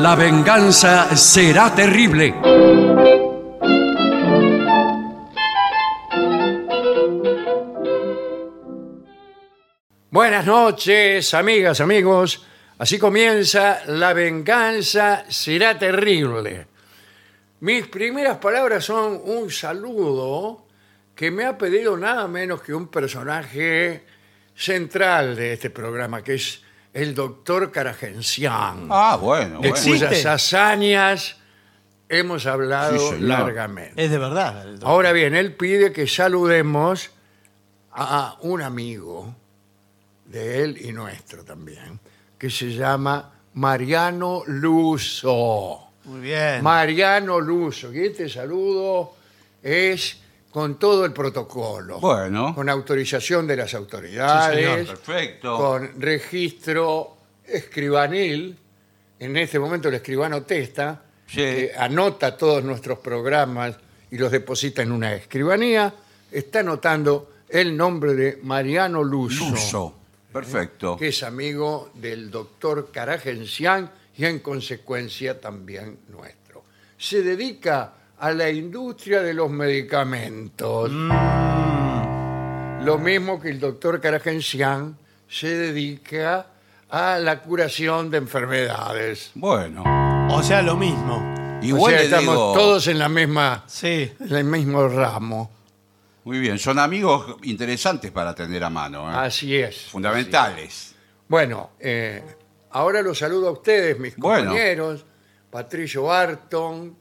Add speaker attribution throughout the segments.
Speaker 1: La venganza será terrible. Buenas noches, amigas, amigos. Así comienza La venganza será terrible. Mis primeras palabras son un saludo que me ha pedido nada menos que un personaje central de este programa, que es el doctor Caragencián.
Speaker 2: Ah, bueno,
Speaker 1: de
Speaker 2: bueno.
Speaker 3: Sí.
Speaker 1: cuyas
Speaker 3: Existe.
Speaker 1: pues hazañas hemos hablado
Speaker 2: Sí, señor.
Speaker 1: largamente.
Speaker 3: Es de verdad. el doctor.
Speaker 1: Ahora bien, él pide que saludemos a un amigo de él y nuestro también, que se llama Mariano Luso.
Speaker 3: Muy bien.
Speaker 1: Mariano Luso, y este saludo es con todo el protocolo.
Speaker 2: Bueno.
Speaker 1: Con autorización de las autoridades.
Speaker 2: Perfecto.
Speaker 1: con registro escribanil. En este momento el escribano Testa
Speaker 2: Sí.
Speaker 1: que anota todos nuestros programas y los deposita en una escribanía. Está anotando el nombre de Mariano Luso,
Speaker 2: Luso. Perfecto.
Speaker 1: que es amigo del doctor Caragencián y en consecuencia también nuestro. Se dedica a la industria de los medicamentos.
Speaker 2: Mm.
Speaker 1: Lo mismo que el doctor Caragencián se dedica a la curación de enfermedades.
Speaker 2: Bueno.
Speaker 3: O sea, lo mismo.
Speaker 1: o sea,
Speaker 2: Igual le
Speaker 1: Pues estamos
Speaker 2: digo-
Speaker 1: todos en la misma,
Speaker 3: Sí.
Speaker 1: en el mismo ramo.
Speaker 2: Muy bien, son amigos interesantes para tener a mano. ¿eh?
Speaker 1: Así es.
Speaker 2: Fundamentales.
Speaker 1: Bueno, eh, ahora los saludo a ustedes, mis
Speaker 2: Bueno.
Speaker 1: compañeros, Patricio Barton,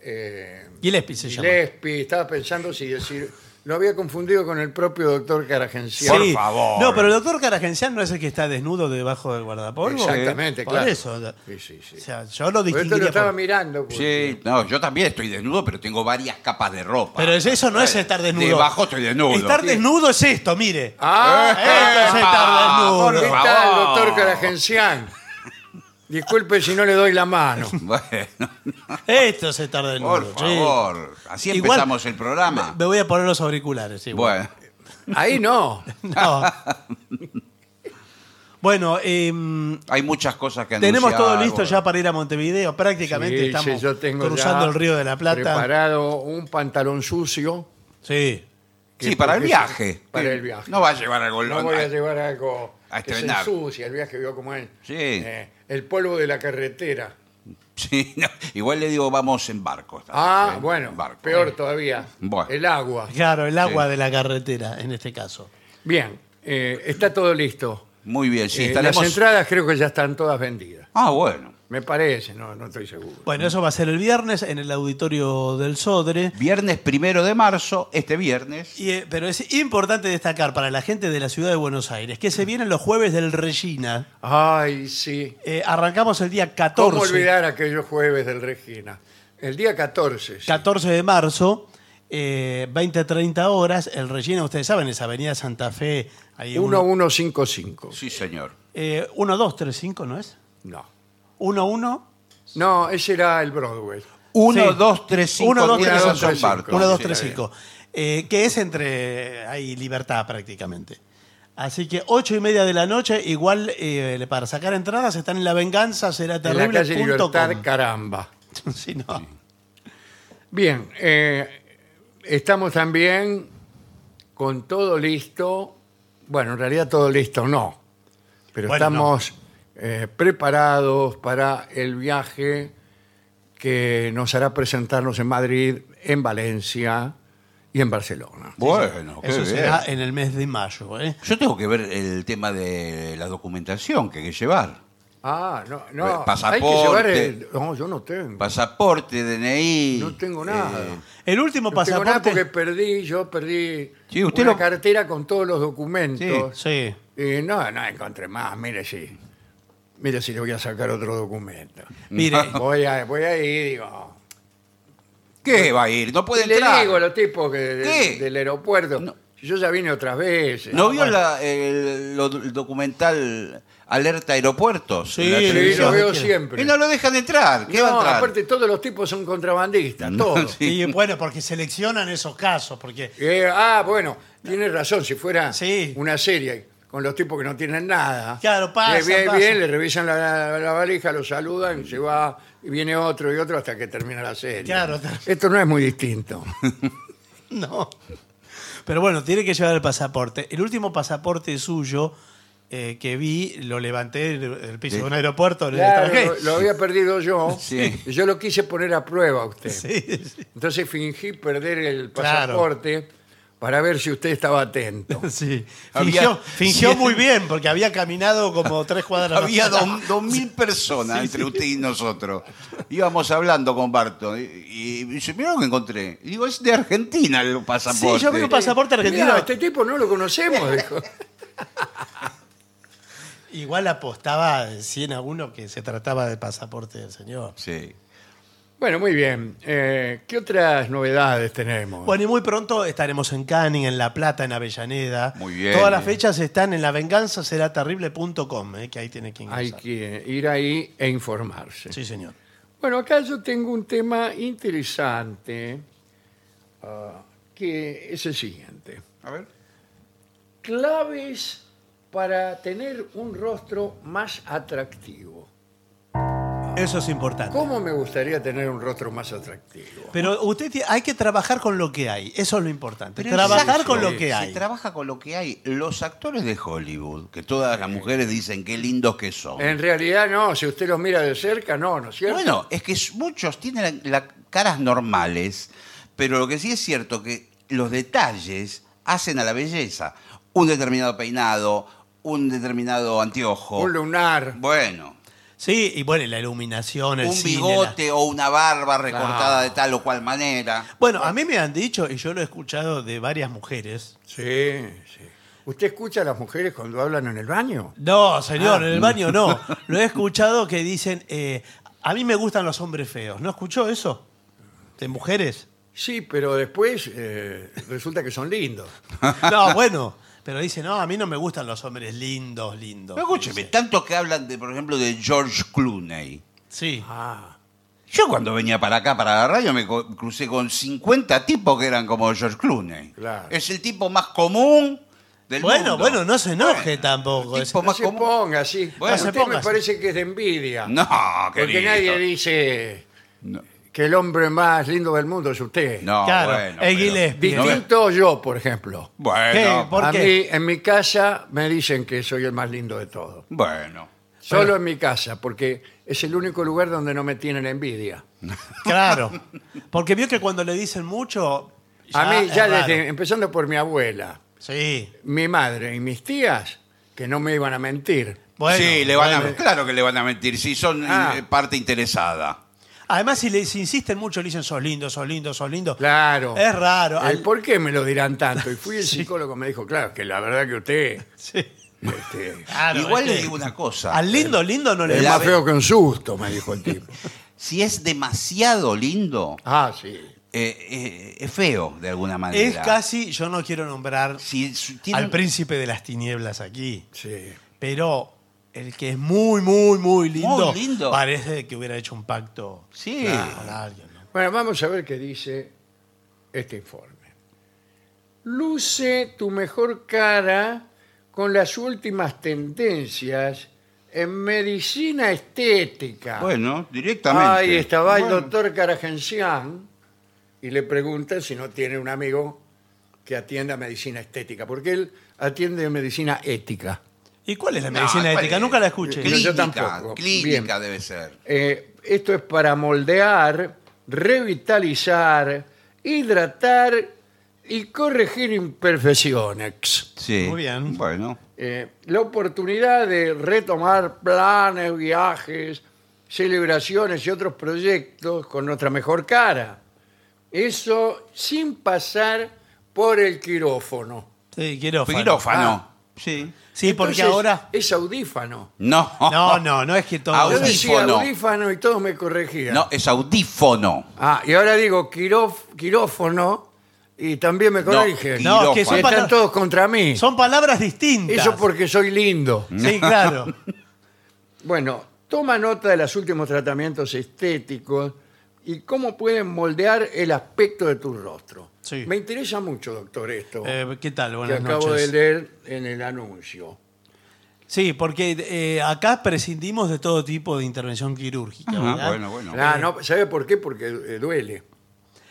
Speaker 1: eh,
Speaker 3: Gillespie se llama.
Speaker 1: Gillespie, estaba pensando si decir, lo había confundido con el propio doctor Caragencián.
Speaker 2: Por
Speaker 3: Sí.
Speaker 2: favor.
Speaker 3: No, pero el doctor Caragencián no es el que está desnudo debajo del guardapolvo.
Speaker 1: Exactamente,
Speaker 3: Por
Speaker 1: claro.
Speaker 3: eso.
Speaker 1: Sí, sí, sí.
Speaker 3: O sea, yo
Speaker 1: Porque esto
Speaker 3: lo
Speaker 1: lo
Speaker 3: distinguiría.
Speaker 1: estaba
Speaker 3: por-
Speaker 1: mirando. pues. porque-
Speaker 2: Sí, no, yo también estoy desnudo, pero tengo varias capas de ropa.
Speaker 3: Pero es- eso no es estar desnudo.
Speaker 2: Debajo estoy desnudo.
Speaker 3: Estar
Speaker 2: Sí.
Speaker 3: desnudo es esto, mire.
Speaker 1: Ah,
Speaker 3: Esto es estar desnudo.
Speaker 1: ¿Por
Speaker 2: Por
Speaker 1: qué
Speaker 2: favor.
Speaker 1: está el doctor Caragencián? Disculpe si no le doy la mano.
Speaker 2: Bueno,
Speaker 3: Esto es estar desnudo.
Speaker 2: por
Speaker 3: sí.
Speaker 2: favor. Así
Speaker 3: Igual-
Speaker 2: empezamos el programa.
Speaker 3: Me voy a poner los auriculares. igual.
Speaker 2: Bueno,
Speaker 1: Ahí no.
Speaker 3: No. bueno, em,
Speaker 2: hay muchas cosas que anunciar.
Speaker 3: tenemos todo listo
Speaker 2: bueno.
Speaker 3: ya para ir a Montevideo. Prácticamente
Speaker 1: Sí,
Speaker 3: estamos
Speaker 1: sí, yo tengo
Speaker 3: cruzando
Speaker 1: ya
Speaker 3: el río de la Plata.
Speaker 1: Preparado un pantalón sucio.
Speaker 3: Sí.
Speaker 2: Sí, para el
Speaker 1: porque-
Speaker 2: viaje.
Speaker 1: Para
Speaker 2: Sí.
Speaker 1: el viaje.
Speaker 2: No va a Ah, llevar algo
Speaker 1: No voy a llevar algo
Speaker 2: A
Speaker 1: que se
Speaker 2: estrenar.
Speaker 1: ensucia, el viaje vio como es.
Speaker 2: Sí.
Speaker 1: Eh, el polvo de la carretera.
Speaker 2: Sí, no, Igual le digo, vamos en barco. esta
Speaker 1: Ah,
Speaker 2: vez, ¿eh?
Speaker 1: bueno,
Speaker 2: En barco.
Speaker 1: peor todavía.
Speaker 2: Bueno.
Speaker 1: El agua.
Speaker 3: Claro, el agua
Speaker 2: Sí.
Speaker 3: de la carretera en este caso.
Speaker 1: Bien, eh, está todo listo.
Speaker 2: Muy bien, sí,
Speaker 1: Eh,
Speaker 2: estaremos...
Speaker 1: Las entradas creo que ya están todas vendidas.
Speaker 2: Ah, bueno.
Speaker 1: Me parece, no, no estoy seguro.
Speaker 3: Bueno, eso va a ser el viernes en el auditorio del Sodre.
Speaker 2: Viernes primero de marzo, este viernes.
Speaker 3: Y, eh, pero es importante destacar para la gente de la ciudad de Buenos Aires que se vienen los jueves del Regina.
Speaker 1: Ay, sí.
Speaker 3: Eh, arrancamos el día
Speaker 1: ¿Cómo
Speaker 3: 14,
Speaker 1: olvidar aquellos jueves del Regina? El día 14. sí.
Speaker 3: 14 de marzo, eh, 20-30 horas. El Regina, ustedes saben, es Avenida Santa Fe. Ahí uno-
Speaker 1: 1155.
Speaker 2: Sí, señor.
Speaker 3: eh, 1235, ¿no es?
Speaker 1: No.
Speaker 3: 11.
Speaker 1: No, ese era el Broadway.
Speaker 2: 1,
Speaker 3: Sí.
Speaker 2: 2, 3, 5,
Speaker 3: Uno, dos, tres,
Speaker 1: cinco. Claro,
Speaker 3: 1, 2,
Speaker 1: sí,
Speaker 3: 3,
Speaker 1: está
Speaker 3: 5. que es entre. Hay libertad prácticamente. Así que 8 y media de la noche, igual eh, para sacar entradas están en la venganza, será
Speaker 1: En la
Speaker 3: terrible.
Speaker 1: calle Libertad, caramba.
Speaker 3: Sí, no.
Speaker 1: Bien, eh, estamos también con todo listo. Bueno, en realidad todo listo no, pero
Speaker 3: Bueno,
Speaker 1: estamos eh, preparados para el viaje que nos hará presentarnos en Madrid, en Valencia y en Barcelona.
Speaker 2: Bueno, qué
Speaker 3: Eso
Speaker 2: bien.
Speaker 3: será en el mes de mayo. ¿eh?
Speaker 2: Yo tengo que ver el tema de la documentación que hay que llevar.
Speaker 1: Ah, no,
Speaker 2: Eh,
Speaker 1: no. Hay que
Speaker 2: pasaporte.
Speaker 1: llevar el- No, yo no tengo.
Speaker 2: Pasaporte, DNI.
Speaker 1: No tengo nada.
Speaker 2: eh,
Speaker 3: El último
Speaker 1: No tengo nada
Speaker 3: pasaporte.
Speaker 1: porque perdí, yo perdí
Speaker 2: Sí, usted
Speaker 1: una
Speaker 2: lo-
Speaker 1: cartera con todos los documentos.
Speaker 3: Sí.
Speaker 1: Y no, no encontré más, mire si. Mire si le voy a sacar otro documento.
Speaker 3: Mire,
Speaker 1: Voy a, voy a ir, digo.
Speaker 2: ¿Qué va a ir? No puede
Speaker 1: Y le
Speaker 2: entrar.
Speaker 1: digo a los tipos que de-
Speaker 2: ¿Qué?
Speaker 1: del aeropuerto.
Speaker 2: No.
Speaker 1: si Yo ya vine otras veces.
Speaker 2: ¿No vio la- el, lo- el documental Alerta Aeropuertos?
Speaker 3: Sí,
Speaker 2: en la
Speaker 3: lo
Speaker 1: Sí,
Speaker 2: televisión?
Speaker 1: lo veo
Speaker 3: ¿Qué?
Speaker 1: siempre.
Speaker 2: Y no lo dejan entrar. ¿Qué va a
Speaker 1: No,
Speaker 2: entrar?
Speaker 1: aparte todos los tipos son contrabandistas,
Speaker 2: No,
Speaker 1: todos.
Speaker 2: sí.
Speaker 3: y bueno, porque seleccionan esos casos, porque
Speaker 1: Eh, ah, bueno, tienes razón, si fuera
Speaker 3: Sí.
Speaker 1: una serie con los tipos que no tienen nada.
Speaker 3: Claro, pasan,
Speaker 1: Le viene
Speaker 3: pasan.
Speaker 1: bien, le revisan la, la- la valija, lo saludan, se va, y viene otro y otro hasta que termina la serie.
Speaker 3: Claro.
Speaker 1: Esto no es muy distinto.
Speaker 3: No. Pero bueno, tiene que llevar el pasaporte. El último pasaporte suyo eh, que vi, lo levanté del del piso de un aeropuerto. le
Speaker 1: Claro,
Speaker 3: dejé.
Speaker 1: lo, lo había perdido yo.
Speaker 2: Sí.
Speaker 1: Y Yo lo quise poner a prueba a usted.
Speaker 3: Sí, sí.
Speaker 1: Entonces fingí perder el
Speaker 3: Claro.
Speaker 1: pasaporte para ver si usted estaba atento.
Speaker 3: Sí.
Speaker 2: Había-
Speaker 3: Fingió, fingió
Speaker 2: Sí.
Speaker 3: muy bien, porque había caminado como tres cuadras.
Speaker 2: Había
Speaker 3: más.
Speaker 2: dos, dos mil personas entre usted y nosotros. Íbamos hablando con Barton y, y dice, mira lo que encontré. Y digo, es de Argentina el pasaporte.
Speaker 3: Sí, yo vi un pasaporte argentino.
Speaker 1: Mirá, este tipo no lo conocemos, dijo.
Speaker 3: Igual apostaba 100 a uno que se trataba del pasaporte del señor.
Speaker 2: Sí.
Speaker 1: Bueno, muy bien. Eh, ¿Qué otras novedades tenemos?
Speaker 3: Bueno, y muy pronto estaremos en Canning, en La Plata, en Avellaneda.
Speaker 2: Muy bien.
Speaker 3: Todas las fechas están en lavenganzaseraterrible.com, eh, que ahí tiene que
Speaker 1: Hay
Speaker 3: ingresar.
Speaker 1: que ir ahí e informarse.
Speaker 3: Sí, señor.
Speaker 1: Bueno, acá yo tengo un tema interesante ah, que es el siguiente.
Speaker 2: A ver.
Speaker 1: Claves para tener un rostro más atractivo.
Speaker 3: Eso es importante.
Speaker 1: ¿Cómo me gustaría tener un rostro más atractivo?
Speaker 3: Pero usted tie- hay que trabajar con lo que hay, eso es lo importante.
Speaker 2: Pero
Speaker 3: trabajar
Speaker 2: exacto,
Speaker 3: con lo que
Speaker 2: Se
Speaker 3: hay.
Speaker 2: trabaja con lo que hay. Los actores de Hollywood, que todas las mujeres dicen qué lindos que son.
Speaker 1: En realidad no, si usted los mira de cerca, no, ¿no es cierto?
Speaker 2: Bueno, es que muchos tienen la- la- caras normales, pero lo que sí es cierto que los detalles hacen a la belleza. Un determinado peinado, un determinado anteojo.
Speaker 1: un lunar.
Speaker 2: Bueno,
Speaker 3: Sí, y bueno, y la iluminación, el
Speaker 2: un
Speaker 3: cine,
Speaker 2: bigote o una barba recortada
Speaker 1: Claro.
Speaker 2: de tal o cual manera.
Speaker 3: la- Bueno, a mí me han dicho, y yo lo he escuchado de varias mujeres.
Speaker 1: Sí, sí. ¿Usted escucha a las mujeres cuando hablan en el baño?
Speaker 3: No, señor,
Speaker 1: Ah.
Speaker 3: en el baño no. Lo he escuchado que dicen, eh, a mí me gustan los hombres feos. ¿No escuchó eso? ¿De mujeres?
Speaker 1: Sí, pero después eh, resulta que son lindos.
Speaker 3: No, bueno. Pero dicen, no, a mí no me gustan los hombres lindos, lindos.
Speaker 2: Pero escúcheme,
Speaker 3: Dice.
Speaker 2: tanto que hablan de, por ejemplo, de George Clooney.
Speaker 3: Sí.
Speaker 1: Ah,
Speaker 2: Yo cuando venía para acá, para la radio, me co- crucé con 50 tipos que eran como George Clooney.
Speaker 1: Claro.
Speaker 2: Es el tipo más común del
Speaker 3: Bueno,
Speaker 2: mundo.
Speaker 3: bueno, no se enoje
Speaker 2: Bueno,
Speaker 3: tampoco.
Speaker 2: el tipo
Speaker 1: no
Speaker 2: más
Speaker 1: se
Speaker 2: común.
Speaker 1: ponga así.
Speaker 2: Bueno,
Speaker 1: Usted
Speaker 3: se ponga
Speaker 1: me
Speaker 3: así.
Speaker 1: parece que es de envidia.
Speaker 2: No,
Speaker 1: porque
Speaker 2: querido.
Speaker 1: nadie dice
Speaker 2: No,
Speaker 1: que el hombre más lindo del mundo es usted.
Speaker 2: no,
Speaker 3: Claro,
Speaker 2: bueno.
Speaker 3: el
Speaker 2: pero-
Speaker 3: Gillespie.
Speaker 2: No,
Speaker 1: Distinto yo, por ejemplo.
Speaker 2: Bueno,
Speaker 3: ¿Qué? ¿Por
Speaker 1: a
Speaker 3: qué?
Speaker 1: mí, en mi casa, me dicen que soy el más lindo de todos.
Speaker 2: bueno.
Speaker 1: Solo en mi casa, porque es el único lugar donde no me tienen envidia.
Speaker 3: Claro. Porque vio que cuando le dicen mucho.
Speaker 1: a mí,
Speaker 3: es
Speaker 1: ya
Speaker 3: raro.
Speaker 1: desde, empezando por mi abuela,
Speaker 3: Sí.
Speaker 1: mi madre y mis tías, que no me iban a mentir.
Speaker 3: Bueno,
Speaker 2: sí, le van
Speaker 3: bueno.
Speaker 2: a, claro que le van a mentir, si son
Speaker 1: Ah.
Speaker 2: eh, parte interesada.
Speaker 3: Además, si les insisten mucho, le dicen sos lindo, sos lindo, sos lindo.
Speaker 1: Claro.
Speaker 3: Es raro.
Speaker 1: Eh,
Speaker 3: Al-
Speaker 1: ¿Por qué me lo dirán tanto? Y fui el psicólogo, me dijo, claro, que la verdad que usted
Speaker 3: Sí.
Speaker 1: este,
Speaker 3: Claro,
Speaker 2: Igual
Speaker 3: es
Speaker 2: le
Speaker 3: que
Speaker 2: digo una cosa.
Speaker 3: Al lindo, lindo no le
Speaker 1: es
Speaker 2: La
Speaker 1: más
Speaker 2: ve-
Speaker 1: feo que un susto, me dijo el tipo.
Speaker 2: Si es demasiado lindo,
Speaker 1: Ah, sí.
Speaker 2: eh, eh, es feo de alguna manera.
Speaker 3: Es casi, yo no quiero nombrar
Speaker 2: Si su- tiene
Speaker 3: al
Speaker 2: un-
Speaker 3: príncipe de las tinieblas aquí,
Speaker 1: Sí.
Speaker 3: pero el que es muy, muy, muy lindo,
Speaker 2: Muy lindo.
Speaker 3: parece que hubiera hecho un pacto
Speaker 2: Sí.
Speaker 3: con alguien. ¿no?
Speaker 1: Bueno, vamos a ver qué dice este informe. Luce tu mejor cara con las últimas tendencias en medicina estética.
Speaker 2: Bueno, directamente.
Speaker 1: Ahí estaba el
Speaker 2: Bueno,
Speaker 1: doctor Caragencián y le pregunta si no tiene un amigo que atienda medicina estética, porque él atiende medicina ética.
Speaker 3: ¿Y cuál es la
Speaker 2: No,
Speaker 3: medicina
Speaker 2: ¿cuál
Speaker 3: ética?
Speaker 2: es?
Speaker 3: Nunca la escuché.
Speaker 1: Pero yo
Speaker 2: Clínica,
Speaker 1: tampoco.
Speaker 2: clínica
Speaker 1: Bien.
Speaker 2: debe ser.
Speaker 1: Eh, esto es para moldear, revitalizar, hidratar y corregir imperfecciones.
Speaker 2: Sí.
Speaker 3: Muy bien.
Speaker 2: Bueno.
Speaker 1: Eh, la oportunidad de retomar planes, viajes, celebraciones y otros proyectos con nuestra mejor cara. Eso sin pasar por el quirófano.
Speaker 3: Sí, quirófano.
Speaker 2: Quirófano.
Speaker 1: Ah.
Speaker 2: Sí.
Speaker 3: Sí, porque
Speaker 1: Entonces,
Speaker 3: ahora.
Speaker 1: Es audífano.
Speaker 2: No.
Speaker 3: No, no, no es que todo.
Speaker 1: Yo decía
Speaker 2: Audífono.
Speaker 1: audífano y todos me corregían.
Speaker 2: No, es audífono.
Speaker 1: Ah, y ahora digo quirof- quirófono y también me corrigen.
Speaker 2: No,
Speaker 3: No, que son,
Speaker 1: Están
Speaker 2: quirófano.
Speaker 3: pala-
Speaker 1: todos contra mí.
Speaker 3: son palabras distintas.
Speaker 1: Eso porque soy lindo.
Speaker 2: Mm.
Speaker 3: Sí, claro.
Speaker 1: Bueno, toma nota de los últimos tratamientos estéticos y cómo pueden moldear el aspecto de tu rostro.
Speaker 3: Sí.
Speaker 1: Me interesa mucho, doctor, esto
Speaker 3: Eh, ¿Qué tal?
Speaker 1: que
Speaker 3: Buenas
Speaker 1: acabo
Speaker 3: noches.
Speaker 1: de leer en el anuncio.
Speaker 3: Sí, porque eh, acá prescindimos de todo tipo de intervención quirúrgica.
Speaker 2: Ah,
Speaker 3: ¿verdad?
Speaker 2: bueno, bueno.
Speaker 1: Ah, no, ¿Sabe por qué? Porque eh, duele.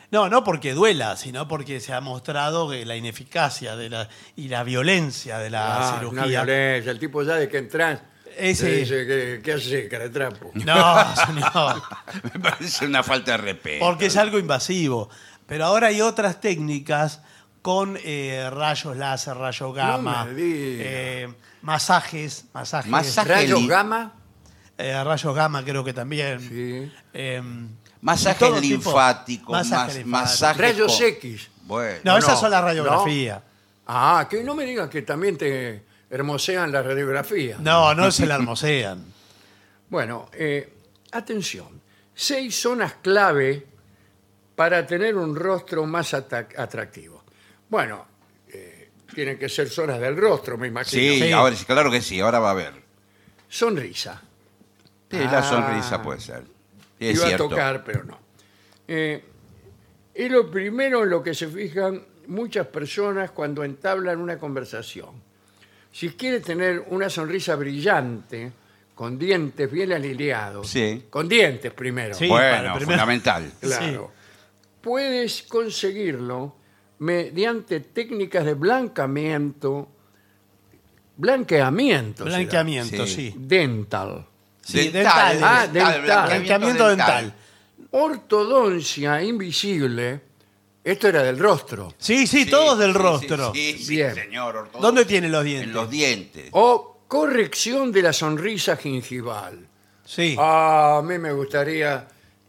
Speaker 3: No, no porque duela, sino porque se ha mostrado que la ineficacia de la, y la violencia de la
Speaker 1: Ah, una
Speaker 3: cirugía.
Speaker 1: violencia. El tipo ya de que entras,
Speaker 3: Ese-
Speaker 1: te dice, ¿qué, qué haces, caratrapo?
Speaker 3: no, señor.
Speaker 2: Me parece una falta de respeto.
Speaker 3: Porque es algo invasivo. Pero ahora hay otras técnicas con eh, rayos láser, rayos gamma,
Speaker 1: me diga.
Speaker 3: eh, masajes, masajes,
Speaker 2: Masaje.
Speaker 1: ¿Rayos
Speaker 2: li-
Speaker 1: gamma?
Speaker 3: eh, rayos gamma creo que también.
Speaker 1: Sí.
Speaker 3: Eh, y todo
Speaker 2: Masajes
Speaker 3: tipo-
Speaker 2: linfáticos,
Speaker 3: masaje
Speaker 2: mas-
Speaker 3: linfático.
Speaker 2: masajes
Speaker 1: Rayos
Speaker 2: con-
Speaker 1: X.
Speaker 2: Bueno,
Speaker 3: No, esas
Speaker 1: no,
Speaker 3: son las radiografías.
Speaker 1: Ah, que no me digas que también te hermosean la radiografía.
Speaker 3: No, no, se la hermosean.
Speaker 1: Bueno, eh, atención. Seis zonas clave para tener un rostro más ata- atractivo. Bueno, eh, tienen que ser zonas del rostro, me imagino.
Speaker 2: sí,
Speaker 3: Sí.
Speaker 2: ahora sí, claro que sí, ahora va a haber.
Speaker 1: Sonrisa.
Speaker 2: Sí, la
Speaker 1: Ah.
Speaker 2: sonrisa puede ser. Sí, es
Speaker 1: Iba
Speaker 2: cierto.
Speaker 1: a tocar, pero no. Eh, es lo primero en lo que se fijan muchas personas cuando entablan una conversación. Si quiere tener una sonrisa brillante, con dientes bien alineados,
Speaker 2: Sí.
Speaker 1: con dientes primero,
Speaker 3: Sí, para
Speaker 2: bueno,
Speaker 3: el primer-
Speaker 2: fundamental.
Speaker 1: claro, puedes conseguirlo mediante técnicas de blancamiento, blanqueamiento, será,
Speaker 3: Blanqueamiento,
Speaker 2: Sí.
Speaker 3: sí.
Speaker 1: dental,
Speaker 3: Sí,
Speaker 2: Dental,
Speaker 3: dental. eh.
Speaker 1: Ah, dental.
Speaker 3: Blanqueamiento dental.
Speaker 1: ortodoncia invisible. Esto era del rostro.
Speaker 3: Sí, sí,
Speaker 2: Sí,
Speaker 3: todos del
Speaker 2: sí,
Speaker 3: rostro.
Speaker 2: Sí, sí, sí,
Speaker 1: Bien.
Speaker 2: señor. ortodoxo.
Speaker 3: ¿Dónde tiene los dientes?
Speaker 2: En los dientes.
Speaker 1: O corrección de la sonrisa gingival.
Speaker 3: Sí.
Speaker 1: Ah, a mí me gustaría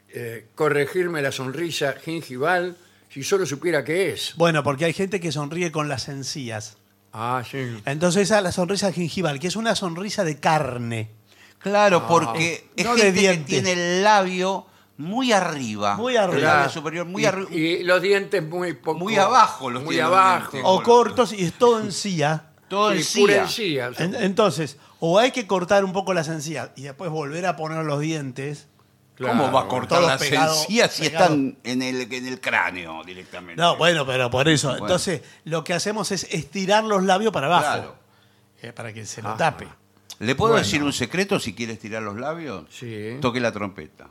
Speaker 1: eh, corregirme la sonrisa gingival si solo supiera qué es.
Speaker 3: Bueno, porque hay gente que sonríe con las encías.
Speaker 1: Ah, sí.
Speaker 3: Entonces a la sonrisa gingival, que es una sonrisa de carne.
Speaker 2: Claro, porque es
Speaker 3: No de
Speaker 2: gente que
Speaker 3: dientes.
Speaker 2: tiene el labio muy arriba.
Speaker 3: Muy arriba.
Speaker 2: El labio superior muy
Speaker 1: y,
Speaker 2: arriba.
Speaker 1: y los dientes muy poco.
Speaker 2: Muy abajo los
Speaker 1: Muy
Speaker 2: tiene los
Speaker 1: abajo.
Speaker 2: dientes.
Speaker 3: O cortos y es todo encía.
Speaker 2: Todo
Speaker 1: Sí,
Speaker 2: encía.
Speaker 1: pura encía.
Speaker 3: En- entonces, o hay que cortar un poco las encías y después volver a poner los dientes.
Speaker 2: ¿Cómo
Speaker 1: Claro.
Speaker 2: va a cortar
Speaker 3: Todo
Speaker 2: las
Speaker 3: pegado,
Speaker 2: encías si
Speaker 3: pegado.
Speaker 2: están en el, en el cráneo directamente?
Speaker 3: No, bueno, pero por eso.
Speaker 2: Bueno.
Speaker 3: Entonces, lo que hacemos es estirar los labios para abajo.
Speaker 2: Claro.
Speaker 3: eh, para que se lo
Speaker 1: Ajá.
Speaker 3: tape.
Speaker 2: ¿Le puedo
Speaker 1: Bueno.
Speaker 2: decir un secreto si quieres tirar los labios?
Speaker 1: Sí.
Speaker 2: Toque la trompeta.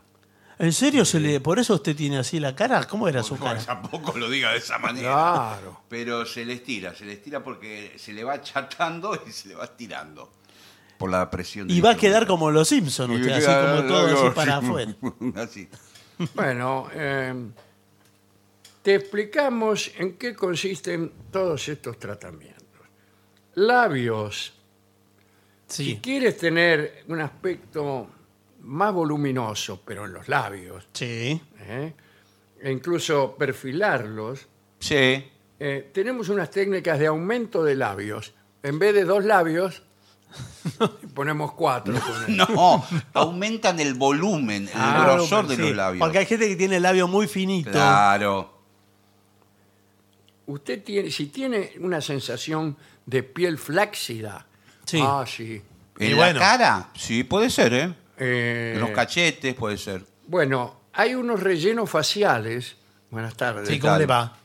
Speaker 3: ¿En serio se le, por eso usted tiene así la cara? ¿Cómo era su
Speaker 2: Por favor,
Speaker 3: cara?
Speaker 2: Tampoco lo diga de esa manera.
Speaker 1: Claro.
Speaker 2: Pero se le estira, se le estira porque se le va achatando y se le va estirando. Por la presión.
Speaker 3: Y
Speaker 2: del
Speaker 3: va a quedar
Speaker 2: instrumento.
Speaker 3: como los Simpson usted, así como todo así para afuera.
Speaker 2: Así.
Speaker 1: Bueno, eh, te explicamos en qué consisten todos estos tratamientos. Labios. Si
Speaker 3: Sí,
Speaker 1: quieres tener un aspecto más voluminoso, pero en los labios,
Speaker 3: sí.
Speaker 1: ¿eh? e incluso perfilarlos,
Speaker 2: Sí.
Speaker 1: eh, tenemos unas técnicas de aumento de labios. En vez de dos labios, ponemos cuatro. ponemos.
Speaker 2: No, aumentan el volumen, el
Speaker 1: Ah,
Speaker 2: grosor de
Speaker 3: Sí,
Speaker 2: los labios.
Speaker 3: Porque hay gente que tiene el labio muy finito.
Speaker 2: Claro.
Speaker 1: Usted tiene, si tiene una sensación de piel flácida,
Speaker 3: Sí.
Speaker 1: ah, sí.
Speaker 3: Y
Speaker 2: ¿En
Speaker 3: bueno.
Speaker 2: la cara? Sí, puede ser, ¿eh?
Speaker 1: Eh,
Speaker 2: En los cachetes puede ser.
Speaker 1: bueno, hay unos rellenos faciales. Buenas tardes.
Speaker 3: Sí, ¿cómo
Speaker 2: tal?
Speaker 3: le va?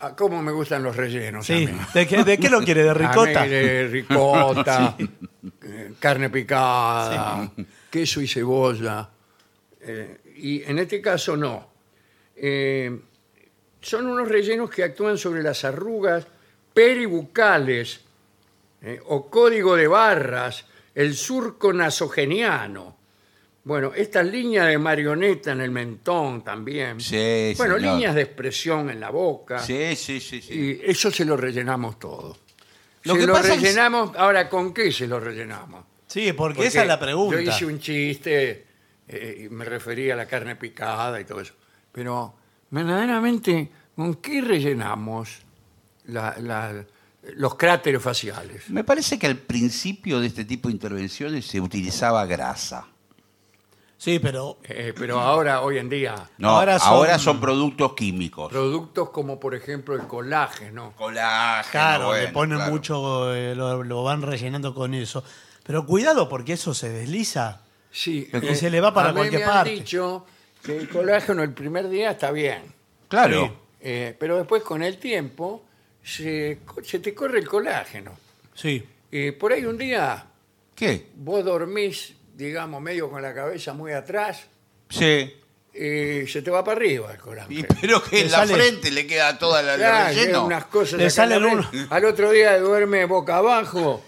Speaker 1: Ah, ¿Cómo me gustan los rellenos?
Speaker 3: Sí.
Speaker 1: a mí?
Speaker 3: ¿De qué, de qué lo quiere? ¿De ricota?
Speaker 1: A mí de ricota, eh, carne picada, queso y cebolla. Eh, y en este caso no. Eh, son unos rellenos que actúan sobre las arrugas peribucales eh, o código de barras, el surco nasogeniano. Bueno, esta línea de marioneta en el mentón también.
Speaker 2: Sí,
Speaker 1: bueno,
Speaker 2: señor.
Speaker 1: líneas de expresión en la boca.
Speaker 2: Sí, sí, sí, sí.
Speaker 1: Y eso se lo rellenamos todo.
Speaker 2: Lo
Speaker 1: se
Speaker 2: que
Speaker 1: lo
Speaker 2: pasa es-
Speaker 1: rellenamos, ahora ¿con qué se lo rellenamos?
Speaker 3: Sí, porque, esa es la pregunta.
Speaker 1: Yo hice un chiste eh, y me refería a la carne picada y todo eso. Pero verdaderamente, ¿con qué rellenamos la- la- los cráteres faciales?
Speaker 2: Me parece que al principio de este tipo de intervenciones se utilizaba grasa.
Speaker 3: Sí, pero
Speaker 1: Eh, pero ahora, hoy en día,
Speaker 2: No,
Speaker 3: Ahora
Speaker 2: ahora
Speaker 3: son-
Speaker 2: son, productos químicos.
Speaker 1: productos como por ejemplo el colágeno.
Speaker 2: Colágeno.
Speaker 3: claro, le
Speaker 2: bueno,
Speaker 3: ponen
Speaker 2: claro.
Speaker 3: mucho, eh, lo, lo van rellenando con eso. Pero cuidado porque eso se desliza.
Speaker 1: Sí, eh,
Speaker 3: Y se le va para
Speaker 1: a mí
Speaker 3: cualquier
Speaker 1: me han
Speaker 3: parte.
Speaker 1: dicho que el colágeno el primer día está bien.
Speaker 2: Claro.
Speaker 3: Sí.
Speaker 1: Eh, pero después con el tiempo se, co- se te corre el colágeno.
Speaker 3: Sí.
Speaker 1: Y por ahí un día
Speaker 2: ¿Qué?
Speaker 1: vos dormís, digamos, medio con la cabeza muy atrás
Speaker 2: Sí.
Speaker 1: y se te va para arriba el colágeno.
Speaker 2: Y- pero que
Speaker 3: Le
Speaker 2: en la
Speaker 3: sale-
Speaker 2: frente le queda toda la, la
Speaker 1: Claro,
Speaker 2: relleno.
Speaker 1: unas cosas
Speaker 3: Le
Speaker 1: acá
Speaker 3: sale
Speaker 1: en la
Speaker 3: uno.
Speaker 1: red. Al otro día duerme boca abajo,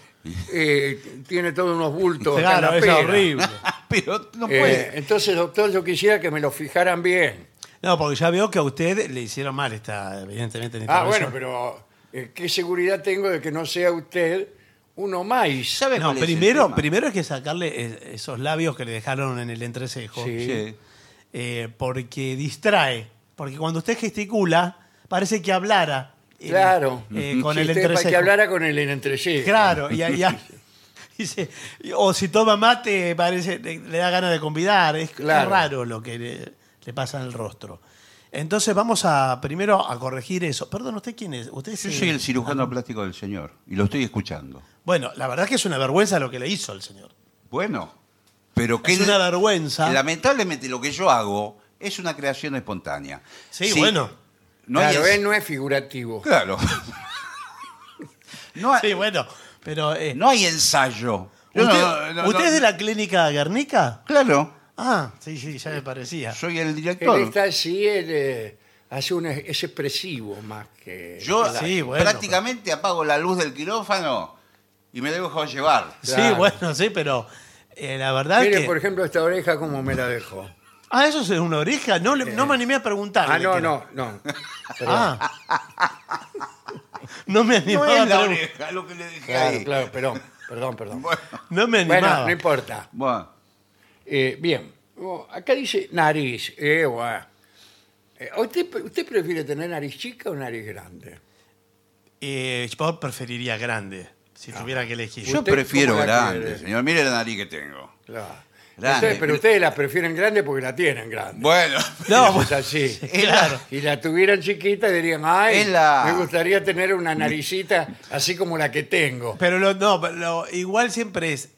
Speaker 1: eh, tiene todos unos bultos. acá en
Speaker 3: Claro,
Speaker 1: la
Speaker 3: es
Speaker 1: pera.
Speaker 3: horrible.
Speaker 2: Ah, Pero no
Speaker 1: Eh,
Speaker 2: puede.
Speaker 1: entonces, doctor, yo quisiera que me lo fijaran bien.
Speaker 3: No, porque ya veo que a usted le hicieron mal esta, evidentemente, la
Speaker 1: Ah, bueno,
Speaker 3: intervención.
Speaker 1: pero eh, ¿qué seguridad tengo de que no sea usted uno más?
Speaker 2: ¿Sabe
Speaker 3: No,
Speaker 2: cuál es el
Speaker 3: primero,
Speaker 2: tema?
Speaker 3: primero hay que sacarle eh, esos labios que le dejaron en el entrecejo.
Speaker 1: Sí.
Speaker 2: Sí.
Speaker 3: eh, porque distrae. Porque cuando usted gesticula, parece que hablara. eh,
Speaker 1: Claro.
Speaker 3: eh, con
Speaker 1: Si
Speaker 3: el
Speaker 1: usted-
Speaker 3: entrecejo.
Speaker 1: Para que hablara con el entrecejo.
Speaker 3: Claro, y, y- y se- y- o si toma mate, parece, le, le da ganas de convidar. Es, es
Speaker 1: Claro.
Speaker 3: raro lo que le, le pasa en el rostro. Entonces vamos a primero a corregir eso. Perdón, ¿usted quién es? ¿Usted es,
Speaker 2: Yo
Speaker 3: eh,
Speaker 2: soy el cirujano plástico del señor y lo estoy escuchando.
Speaker 3: Bueno, la verdad es que es una vergüenza lo que le hizo el señor.
Speaker 2: Bueno, pero que
Speaker 3: Es una vergüenza.
Speaker 2: lamentablemente lo que yo hago es una creación espontánea.
Speaker 3: Sí,
Speaker 2: Si
Speaker 3: bueno.
Speaker 2: No hay
Speaker 1: claro,
Speaker 2: es-
Speaker 1: él no es figurativo.
Speaker 2: Claro. no, hay,
Speaker 3: Sí, bueno, pero... eh,
Speaker 2: no hay ensayo. Yo
Speaker 3: ¿Usted,
Speaker 2: no- no-
Speaker 3: usted
Speaker 2: no-
Speaker 3: es de la clínica Guernica?
Speaker 2: Claro,
Speaker 3: Ah, sí, sí, ya me parecía.
Speaker 2: soy el director.
Speaker 1: Él está así, él eh, hace un, es expresivo más que...
Speaker 2: Yo
Speaker 3: Sí, bueno,
Speaker 2: prácticamente apago la luz del quirófano y me dejo llevar.
Speaker 3: Sí,
Speaker 1: Claro.
Speaker 3: bueno, sí, pero eh, la verdad
Speaker 1: Mire,
Speaker 3: que...
Speaker 1: por ejemplo, esta oreja como me la dejó.
Speaker 3: Ah, eso es una oreja. No, le- no me animé a preguntar.
Speaker 1: Ah, no, no, no. Perdón.
Speaker 3: Ah. No me
Speaker 2: No
Speaker 3: animaba.
Speaker 2: es la
Speaker 3: a pregun-
Speaker 2: oreja lo que le dejé
Speaker 1: Claro,
Speaker 2: ahí.
Speaker 1: claro, perdón, perdón, perdón. Bueno,
Speaker 3: No me animaba.
Speaker 1: no importa.
Speaker 2: Bueno,
Speaker 1: Eh, bien, Oh, acá dice nariz. Eh, guau. Eh, ¿usted, pre- ¿Usted prefiere tener nariz chica o nariz grande?
Speaker 3: Eh, yo preferiría grande, si tuviera que elegir.
Speaker 2: Ah. yo
Speaker 1: ¿Usted
Speaker 2: prefiero
Speaker 1: cómo la
Speaker 2: grande,
Speaker 1: quiere?
Speaker 2: señor. Mire la nariz que tengo.
Speaker 1: Claro.
Speaker 2: Grande.
Speaker 1: Ustedes- pero ustedes la prefieren grande porque la tienen grande.
Speaker 2: Bueno,
Speaker 3: No,
Speaker 1: Eso
Speaker 3: bueno,
Speaker 1: es así.
Speaker 3: claro.
Speaker 1: Y la tuvieran chiquita dirían, ay,
Speaker 2: Es la-
Speaker 1: me gustaría tener una naricita así como la que tengo.
Speaker 3: Pero lo- no, pero lo- igual siempre es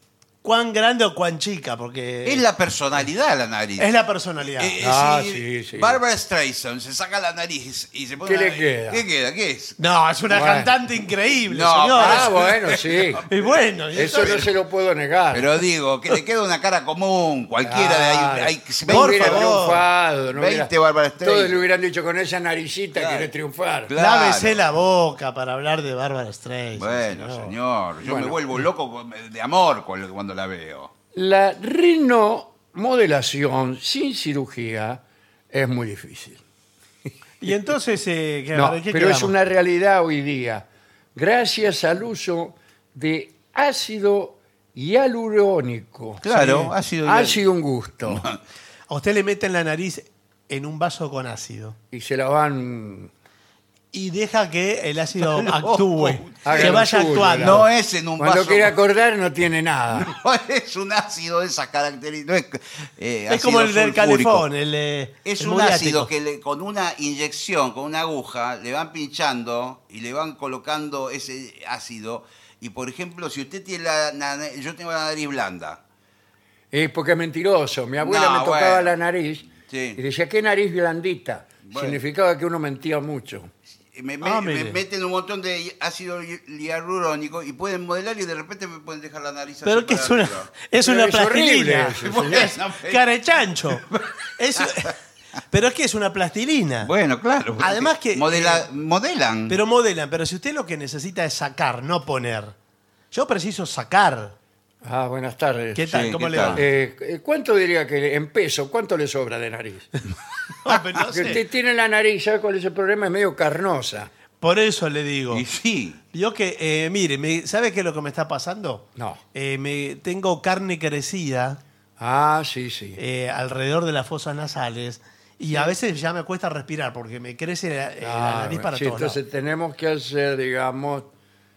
Speaker 3: cuán grande o cuán chica, porque
Speaker 2: es la personalidad la nariz.
Speaker 3: es la personalidad.
Speaker 2: Eh, eh,
Speaker 1: Ah,
Speaker 2: si
Speaker 1: sí, sí.
Speaker 2: Barbara Streisand se saca la nariz y se pone.
Speaker 1: ¿Qué le
Speaker 2: la-
Speaker 1: queda?
Speaker 2: ¿Qué queda? ¿Qué es?
Speaker 3: No, es una
Speaker 1: Bueno.
Speaker 3: cantante increíble,
Speaker 2: No, eh.
Speaker 3: señor.
Speaker 1: Ah, bueno, sí.
Speaker 3: Y bueno, y
Speaker 1: Eso no se lo puedo negar.
Speaker 2: Pero digo, que le queda una cara común, cualquiera de ahí.
Speaker 1: Claro.
Speaker 2: hay- si
Speaker 1: no
Speaker 3: por
Speaker 2: veinte-
Speaker 1: hubiera
Speaker 3: favor.
Speaker 1: triunfado. No
Speaker 2: 20
Speaker 1: hubiera-
Speaker 2: Bárbara Streisand.
Speaker 1: Todos le hubieran dicho con esa naricita
Speaker 2: Claro.
Speaker 1: quiere triunfar.
Speaker 2: Claro.
Speaker 3: Lávese la boca para hablar de Bárbara Streisand.
Speaker 2: Bueno,
Speaker 3: señor.
Speaker 2: señor, yo
Speaker 1: Bueno.
Speaker 2: me vuelvo loco con- de amor con- cuando la veo.
Speaker 1: La rinomodelación sin cirugía es muy difícil.
Speaker 3: Y entonces, eh, ¿qué-
Speaker 1: No,
Speaker 3: para qué
Speaker 1: pero es
Speaker 3: quedamos?
Speaker 1: una realidad hoy día. Gracias al uso de ácido hialurónico.
Speaker 2: Claro,
Speaker 1: Sí.
Speaker 2: ácido
Speaker 1: Ha
Speaker 2: hial-
Speaker 1: sido un gusto.
Speaker 3: A usted le meten la nariz en un vaso con ácido
Speaker 1: y se la van...
Speaker 3: y deja que el ácido
Speaker 2: No,
Speaker 3: actúe,
Speaker 1: haga
Speaker 3: que
Speaker 1: lo
Speaker 3: vaya
Speaker 1: suyo,
Speaker 3: actuando.
Speaker 1: la-
Speaker 2: No es en un
Speaker 1: Ah, Cuando
Speaker 2: vaso.
Speaker 1: quiere acordar no tiene nada.
Speaker 2: No es un ácido de esas características. no es, eh,
Speaker 3: es como el
Speaker 2: ácido
Speaker 3: del
Speaker 2: sulfúrico.
Speaker 3: calefón, el, eh,
Speaker 2: Es
Speaker 3: el
Speaker 2: un
Speaker 3: muriático.
Speaker 2: ácido que le- con una inyección, con una aguja, le van pinchando y le van colocando ese ácido. Y por ejemplo, si usted tiene la, na- yo tengo la nariz blanda.
Speaker 1: Eh, porque es mentiroso. Mi abuela
Speaker 2: No,
Speaker 1: me tocaba
Speaker 2: bueno.
Speaker 1: la nariz
Speaker 2: Sí.
Speaker 1: y decía, qué nariz blandita.
Speaker 2: Bueno.
Speaker 1: Significaba que uno mentía mucho.
Speaker 2: Y eh, Me,
Speaker 3: Ah,
Speaker 2: me- me
Speaker 3: mire.
Speaker 2: meten un montón de ácido hi- hialurónico y pueden modelar y de repente me pueden dejar la nariz
Speaker 3: Pero
Speaker 2: así
Speaker 3: que
Speaker 2: para
Speaker 3: es una,
Speaker 2: arriba.
Speaker 3: es
Speaker 1: Pero
Speaker 3: una
Speaker 1: es horrible
Speaker 3: plastilina.
Speaker 1: eso,
Speaker 3: Es
Speaker 2: señor.
Speaker 3: cara de chancho. Es- pero es que es una plastilina.
Speaker 2: Bueno, claro. porque
Speaker 3: Además que- eh,
Speaker 2: modela- modelan.
Speaker 3: Pero modelan, pero si usted lo que necesita es sacar, no poner. Yo preciso sacar.
Speaker 1: Ah, buenas tardes.
Speaker 3: ¿Qué tal?
Speaker 2: Sí,
Speaker 3: ¿Cómo
Speaker 2: ¿qué
Speaker 3: le
Speaker 2: tal?
Speaker 3: va?
Speaker 1: Eh, eh, ¿Cuánto diría que en peso? ¿Cuánto le sobra de nariz?
Speaker 3: No, pero no
Speaker 1: Porque
Speaker 3: sé.
Speaker 1: usted tiene la nariz, ¿sabe cuál es el problema? Es medio carnosa.
Speaker 3: Por eso le digo.
Speaker 2: y sí.
Speaker 3: Yo que, eh, mire, me- ¿sabe qué es lo que me está pasando?
Speaker 1: No.
Speaker 3: Eh, me, tengo carne crecida
Speaker 1: Ah, sí, sí.
Speaker 3: eh, alrededor de las fosas nasales y a veces ya me cuesta respirar porque me crece la, eh, la
Speaker 1: Ah,
Speaker 3: nariz para
Speaker 1: sí,
Speaker 3: todos
Speaker 1: entonces
Speaker 3: lados.
Speaker 1: tenemos que hacer, digamos,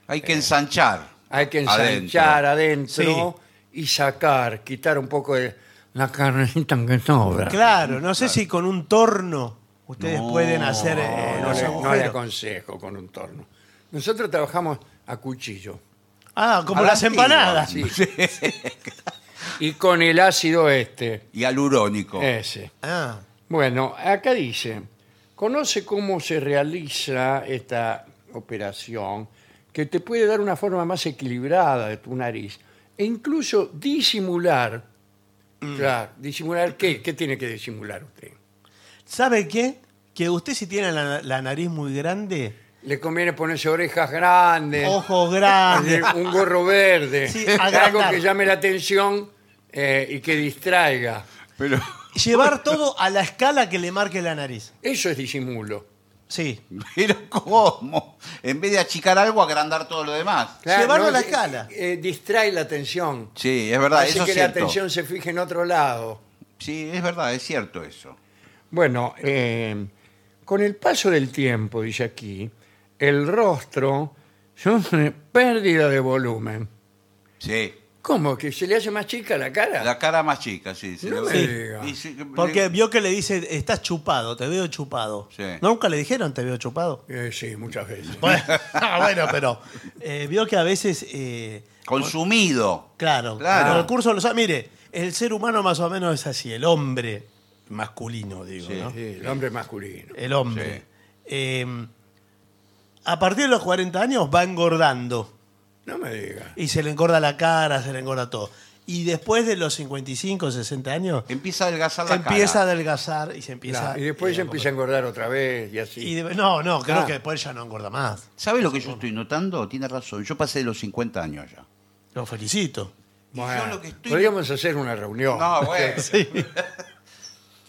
Speaker 2: Hay que ensanchar.
Speaker 1: hay que
Speaker 2: adentro.
Speaker 1: ensanchar adentro, y sacar, quitar un poco de la carnecita que sobra.
Speaker 3: Claro, no sé si con un torno ustedes
Speaker 2: No,
Speaker 3: pueden hacer eh,
Speaker 1: No,
Speaker 3: los
Speaker 1: le, no le
Speaker 3: agujeros.
Speaker 1: aconsejo con un torno. Nosotros trabajamos a cuchillo
Speaker 3: ah, como
Speaker 2: A la
Speaker 3: las
Speaker 2: antigua,
Speaker 3: empanadas.
Speaker 2: sí.
Speaker 1: y con el ácido este,
Speaker 2: Hialurónico.
Speaker 1: Eh. ese.
Speaker 3: Ah,
Speaker 1: Bueno, acá dice, conoce cómo se realiza esta operación que te puede dar una forma más equilibrada de tu nariz e incluso disimular.
Speaker 3: Mm.
Speaker 1: Claro, disimular qué? ¿Qué tiene que disimular usted?
Speaker 3: ¿Sabe qué? Que usted si tiene la, la nariz muy grande,
Speaker 1: Le conviene ponerse orejas
Speaker 2: Eh.
Speaker 1: grandes,
Speaker 3: ojos grandes,
Speaker 1: un gorro verde,
Speaker 3: Sí,
Speaker 1: algo
Speaker 3: agrandar.
Speaker 1: que llame la atención eh, y que distraiga.
Speaker 2: Pero
Speaker 3: llevar todo a la escala que le marque la nariz.
Speaker 1: Eso es disimulo.
Speaker 3: Sí.
Speaker 2: Pero ¿cómo? En vez de achicar algo, agrandar todo lo demás.
Speaker 3: Llevarlo a la
Speaker 1: eh,
Speaker 3: escala.
Speaker 1: eh, distrae la atención.
Speaker 2: Sí, es verdad,
Speaker 1: Hace
Speaker 2: eso
Speaker 1: que
Speaker 2: es
Speaker 1: la
Speaker 2: cierto.
Speaker 1: atención se fije en otro lado.
Speaker 2: Sí, es verdad, es cierto eso.
Speaker 1: Bueno, eh, con el paso del tiempo, dice aquí, el rostro sufre pérdida de volumen.
Speaker 2: Sí.
Speaker 1: ¿Cómo? ¿Que se le hace más chica la cara?
Speaker 2: La cara más chica, sí. se
Speaker 1: No
Speaker 2: le-
Speaker 1: me
Speaker 2: Sí.
Speaker 1: diga.
Speaker 2: Y sí, eh,
Speaker 3: Porque
Speaker 2: le-
Speaker 3: vio que le dice, estás chupado, te veo chupado.
Speaker 2: Sí.
Speaker 3: Nunca le dijeron, te veo chupado.
Speaker 1: Eh, sí, muchas veces.
Speaker 3: Bueno, ah, bueno, pero eh, vio que a veces, eh,
Speaker 2: Consumido.
Speaker 3: claro,
Speaker 2: Claro.
Speaker 3: los recursos los... Mire, el ser humano más o menos es así, el hombre masculino, digo,
Speaker 2: Sí.
Speaker 3: ¿no?
Speaker 1: Sí, el hombre masculino.
Speaker 3: El hombre.
Speaker 2: Sí.
Speaker 3: Eh, a partir de los 40 años va engordando
Speaker 1: No me diga.
Speaker 3: y se le engorda la cara, se le engorda todo. Y después de los 55, 60 años,
Speaker 2: Empieza a adelgazar la
Speaker 3: empieza a
Speaker 2: cara.
Speaker 3: adelgazar y se empieza...
Speaker 1: Claro, y después se empieza a engordar otra vez y así.
Speaker 3: Y de- no, no, creo
Speaker 1: Ah.
Speaker 3: que después ya no engorda más.
Speaker 2: ¿Sabe lo que yo estoy notando? Tiene razón. Yo pasé de los 50 años ya.
Speaker 3: Lo felicito.
Speaker 1: Bueno,
Speaker 2: Y yo lo que estoy-
Speaker 1: Podríamos hacer una reunión.
Speaker 2: No, bueno.
Speaker 3: Sí.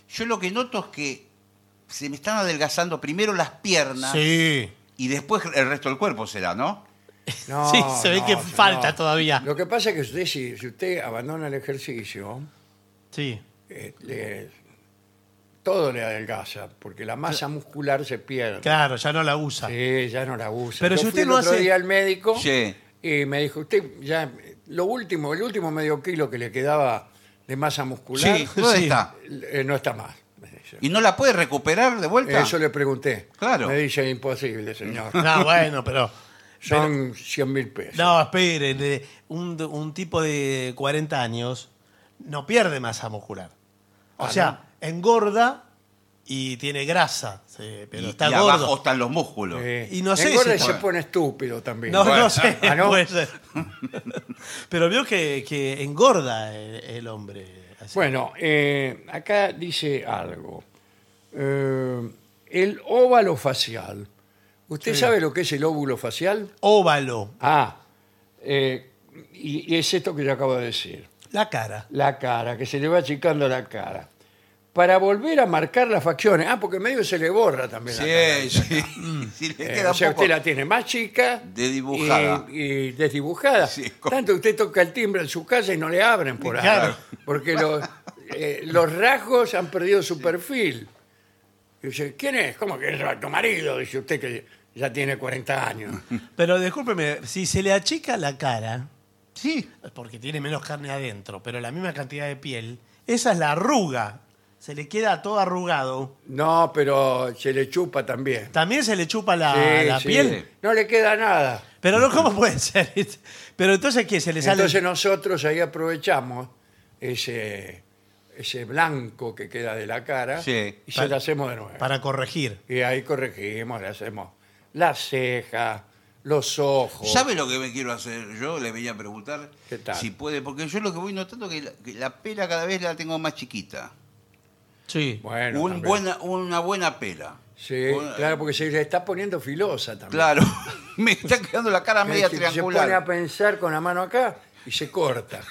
Speaker 2: Yo lo que noto es que se me están adelgazando primero las piernas
Speaker 3: Sí.
Speaker 2: y después el resto del cuerpo será, ¿no?
Speaker 1: No,
Speaker 3: sí, se ve
Speaker 1: no,
Speaker 3: que
Speaker 1: no.
Speaker 3: falta todavía.
Speaker 1: Lo que pasa es que usted, si, si usted abandona el ejercicio,
Speaker 3: Sí.
Speaker 1: eh, le- todo le adelgaza, porque la masa muscular se pierde.
Speaker 3: Claro, ya no la usa.
Speaker 1: Sí, ya no la usa.
Speaker 3: Pero
Speaker 1: Yo
Speaker 3: si
Speaker 1: fui
Speaker 3: usted
Speaker 1: el
Speaker 3: no
Speaker 1: otro
Speaker 3: hace-
Speaker 1: día al médico
Speaker 2: Sí.
Speaker 1: y me dijo, usted ya, eh, lo último, el último medio kilo que le quedaba de masa muscular,
Speaker 2: Sí, ¿dónde
Speaker 3: Sí.
Speaker 2: está?
Speaker 1: eh, no está más. me dice.
Speaker 2: ¿Y no la puede recuperar de vuelta?
Speaker 1: Eso le pregunté.
Speaker 2: Claro.
Speaker 1: Me dice, imposible, señor.
Speaker 3: No, bueno, pero.
Speaker 1: Son 100 mil pesos.
Speaker 3: No, espere. de- Un, un tipo de 40 años no pierde masa muscular. O
Speaker 1: Ah,
Speaker 3: sea, engorda y tiene grasa. sí, pero
Speaker 2: y,
Speaker 3: está
Speaker 2: y
Speaker 3: gordo.
Speaker 2: abajo están los músculos.
Speaker 1: Eh,
Speaker 3: y no sé
Speaker 1: engorda
Speaker 3: si
Speaker 1: y se
Speaker 3: puede.
Speaker 1: pone estúpido también.
Speaker 3: No,
Speaker 2: Bueno.
Speaker 3: no sé.
Speaker 1: Ah, ¿no?
Speaker 3: puede ser. pero vio que, que engorda el, el hombre. así.
Speaker 1: Bueno, eh, acá dice algo. Eh, el óvalo facial. ¿Usted sabe lo que es el óvulo facial?
Speaker 3: Óvalo.
Speaker 1: Ah, eh, y, y es esto que yo acabo de decir.
Speaker 3: La cara.
Speaker 1: La cara, que se le va achicando la cara. Para volver a marcar las facciones. Ah, porque medio se le borra también la cara.
Speaker 2: Sí, sí.
Speaker 3: Mm.
Speaker 2: Sí, le
Speaker 1: Eh,
Speaker 2: queda
Speaker 1: o sea,
Speaker 2: un poco-
Speaker 1: usted la tiene más chica.
Speaker 2: Desdibujada.
Speaker 1: Y, y desdibujada.
Speaker 2: Sí, como-
Speaker 1: Tanto usted toca el timbre en su casa y no le abren por ahí.
Speaker 3: Claro.
Speaker 1: Porque los, eh, los rasgos han perdido su perfil. Y dice, ¿quién es? ¿Cómo que es tu marido? Dice usted que ya tiene 40 años.
Speaker 3: Pero discúlpeme, si se le achica la cara,
Speaker 2: Sí.
Speaker 3: porque tiene menos carne adentro, pero la misma cantidad de piel, esa es la arruga. Se le queda todo arrugado.
Speaker 1: No, pero se le chupa también.
Speaker 3: También se le chupa la,
Speaker 1: Sí,
Speaker 3: Ah, la
Speaker 1: sí.
Speaker 3: piel.
Speaker 1: No le queda nada.
Speaker 3: Pero no, ¿cómo puede ser? Pero entonces, ¿qué? Se le sale.
Speaker 1: Entonces nosotros ahí aprovechamos ese, ese blanco que queda de la cara
Speaker 2: Sí.
Speaker 1: y
Speaker 3: Pa-
Speaker 1: se lo hacemos de nuevo.
Speaker 3: Para corregir.
Speaker 1: Y ahí corregimos, le hacemos las cejas, los ojos.
Speaker 2: ¿Sabe lo que me quiero hacer? Yo le venía a preguntar
Speaker 1: ¿Qué tal?
Speaker 2: si puede, porque yo lo que voy notando es que la, que la pela cada vez la tengo más chiquita.
Speaker 3: Sí.
Speaker 1: Bueno,
Speaker 2: Un
Speaker 1: también.
Speaker 2: buena- una buena pela.
Speaker 1: Sí,
Speaker 2: Una-
Speaker 1: claro, porque se le está poniendo filosa también.
Speaker 2: Claro. me está quedando la cara
Speaker 1: Es
Speaker 2: media
Speaker 1: decir, se pone a
Speaker 2: triangular.
Speaker 1: pensar con la mano acá y se corta.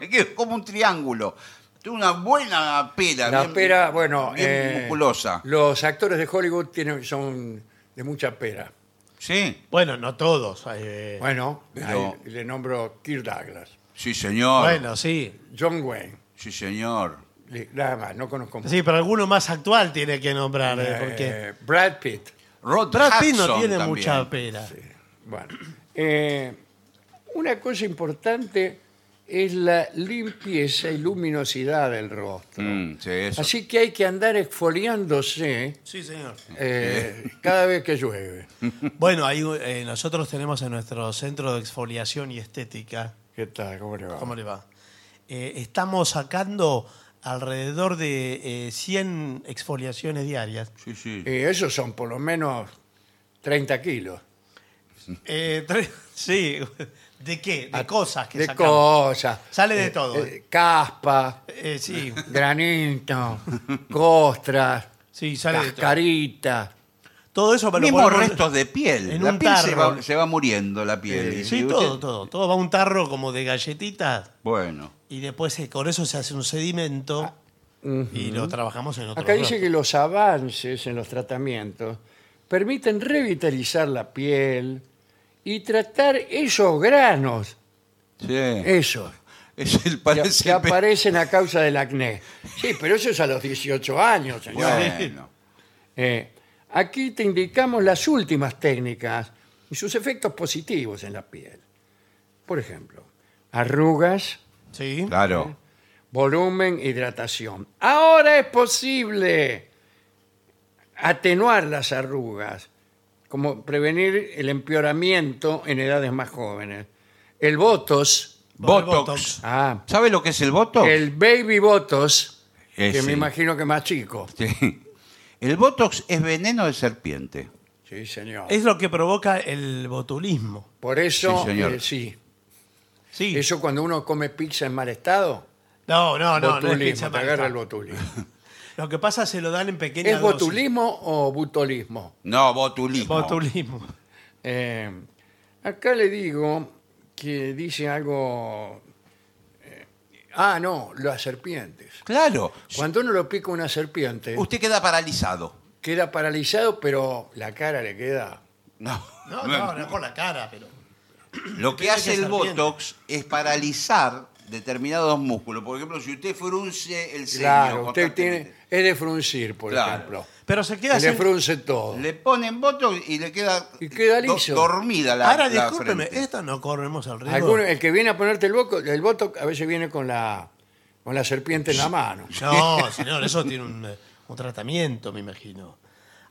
Speaker 2: me quedo como un triánculo. Tengo una buena pela.
Speaker 1: La
Speaker 2: bien-
Speaker 1: pera, bueno,
Speaker 2: Bien
Speaker 1: eh,
Speaker 2: musculosa.
Speaker 1: los actores de Hollywood tienen, son de mucha pera.
Speaker 2: Sí.
Speaker 3: Bueno, no todos. eh, bueno.
Speaker 1: Bueno,
Speaker 2: Pero-
Speaker 1: ahí le nombro Kirk Douglas,
Speaker 2: Sí, señor.
Speaker 3: sí.
Speaker 1: John Wayne,
Speaker 2: Sí, señor.
Speaker 1: le- nada más, no conozco más.
Speaker 3: Sí, pero alguno más actual tiene que nombrar. eh, porque
Speaker 1: Eh, Brad Pitt.
Speaker 2: Rod
Speaker 3: Brad Pitt no
Speaker 2: Hudson
Speaker 3: tiene
Speaker 2: también.
Speaker 3: mucha pera.
Speaker 1: Bueno, eh, una cosa importante es la limpieza y luminosidad del rostro.
Speaker 2: Mm, sí, eso.
Speaker 1: Así que hay que andar exfoliándose
Speaker 3: Sí, señor.
Speaker 1: eh, cada vez que llueve.
Speaker 3: Bueno, ahí, eh, nosotros tenemos en nuestro centro de exfoliación y estética
Speaker 1: ¿Qué tal? ¿Cómo le va?
Speaker 3: ¿Cómo le va? Eh, estamos sacando alrededor de eh, 100 exfoliaciones diarias.
Speaker 2: Sí, sí.
Speaker 1: Y Eh, esos son por lo menos 30 kilos. Mm.
Speaker 3: Eh, tre- sí, ¿de qué? De cosas que
Speaker 1: Ah, de
Speaker 3: sacamos.
Speaker 1: cosas.
Speaker 3: Sale de todo.
Speaker 1: eh, caspa,
Speaker 3: Eh, sí,
Speaker 1: granito, costras,
Speaker 3: sí, sale de todo.
Speaker 1: cascaritas.
Speaker 3: Todo eso para
Speaker 2: Mismos restos de piel.
Speaker 3: en
Speaker 2: la
Speaker 3: un
Speaker 2: piel se
Speaker 3: tarro.
Speaker 2: va, se va muriendo, la piel. Y
Speaker 3: Sí,
Speaker 2: usted-
Speaker 3: todo, todo. Todo va a un tarro como de galletitas
Speaker 2: Bueno.
Speaker 3: y después eh, con eso se hace un sedimento y lo trabajamos en otro
Speaker 1: Ah, Acá dice
Speaker 3: rato.
Speaker 1: que los avances en los tratamientos permiten revitalizar la piel y tratar esos granos,
Speaker 3: Mm.
Speaker 2: Sí.
Speaker 3: Eh,
Speaker 1: esos,
Speaker 2: es el
Speaker 1: que,
Speaker 2: parece.
Speaker 1: que aparecen a causa del acné. Sí, pero eso es a los 18 años, señor.
Speaker 2: Bueno.
Speaker 1: Eh, aquí te indicamos las últimas técnicas y sus efectos positivos en la piel. Por ejemplo, arrugas,
Speaker 3: Sí.
Speaker 2: Claro.
Speaker 1: volumen, hidratación. Ahora es posible atenuar las arrugas, como prevenir el empeoramiento en edades más jóvenes. El botox,
Speaker 2: Botox.
Speaker 1: ah,
Speaker 2: ¿Sabe lo que es el botox?
Speaker 1: el baby botox, que
Speaker 3: Eh,
Speaker 2: Ese.
Speaker 1: me imagino que más chico.
Speaker 2: Sí. El botox es veneno de serpiente.
Speaker 1: Sí, señor.
Speaker 3: Es lo que provoca el botulismo.
Speaker 1: Por eso,
Speaker 2: Sí, señor.
Speaker 1: eh, sí.
Speaker 3: Sí.
Speaker 1: Eso cuando uno come pizza en mal estado,
Speaker 3: No, no, no. no es
Speaker 1: botulismo,
Speaker 3: pizza
Speaker 1: te agarra
Speaker 3: marca.
Speaker 1: el botulismo.
Speaker 3: Lo que pasa se lo dan en pequeñas
Speaker 1: ¿Es
Speaker 3: dosis.
Speaker 1: botulismo o butolismo?
Speaker 2: No, botulismo.
Speaker 3: Botulismo.
Speaker 1: Eh, acá le digo que dice algo... eh, ah, no, las serpientes.
Speaker 2: Claro.
Speaker 1: Cuando uno lo pica una serpiente,
Speaker 2: Usted queda paralizado.
Speaker 1: queda paralizado, pero la cara le queda...
Speaker 2: No.
Speaker 3: No, no, no con la cara, pero.
Speaker 2: Lo que hace
Speaker 3: que
Speaker 2: el
Speaker 3: serpiente.
Speaker 2: botox es paralizar determinados músculos. Por ejemplo, si usted frunce el ceño
Speaker 1: Claro, usted tiene...
Speaker 2: constantemente,
Speaker 1: Es de fruncir, por
Speaker 2: Claro.
Speaker 1: ejemplo.
Speaker 3: Pero se queda
Speaker 1: Que Le
Speaker 3: sin.
Speaker 1: frunce todo.
Speaker 2: le ponen botox y le queda,
Speaker 1: Y queda
Speaker 2: do-
Speaker 1: liso.
Speaker 2: dormida la
Speaker 3: Ahora,
Speaker 2: la
Speaker 3: discúlpeme,
Speaker 2: frente.
Speaker 3: esto no corremos al riesgo.
Speaker 1: Alguno- el que viene a ponerte el boco, el voto a veces viene con la con la serpiente en la mano.
Speaker 3: No, señor, eso tiene un, eh, un tratamiento, me imagino.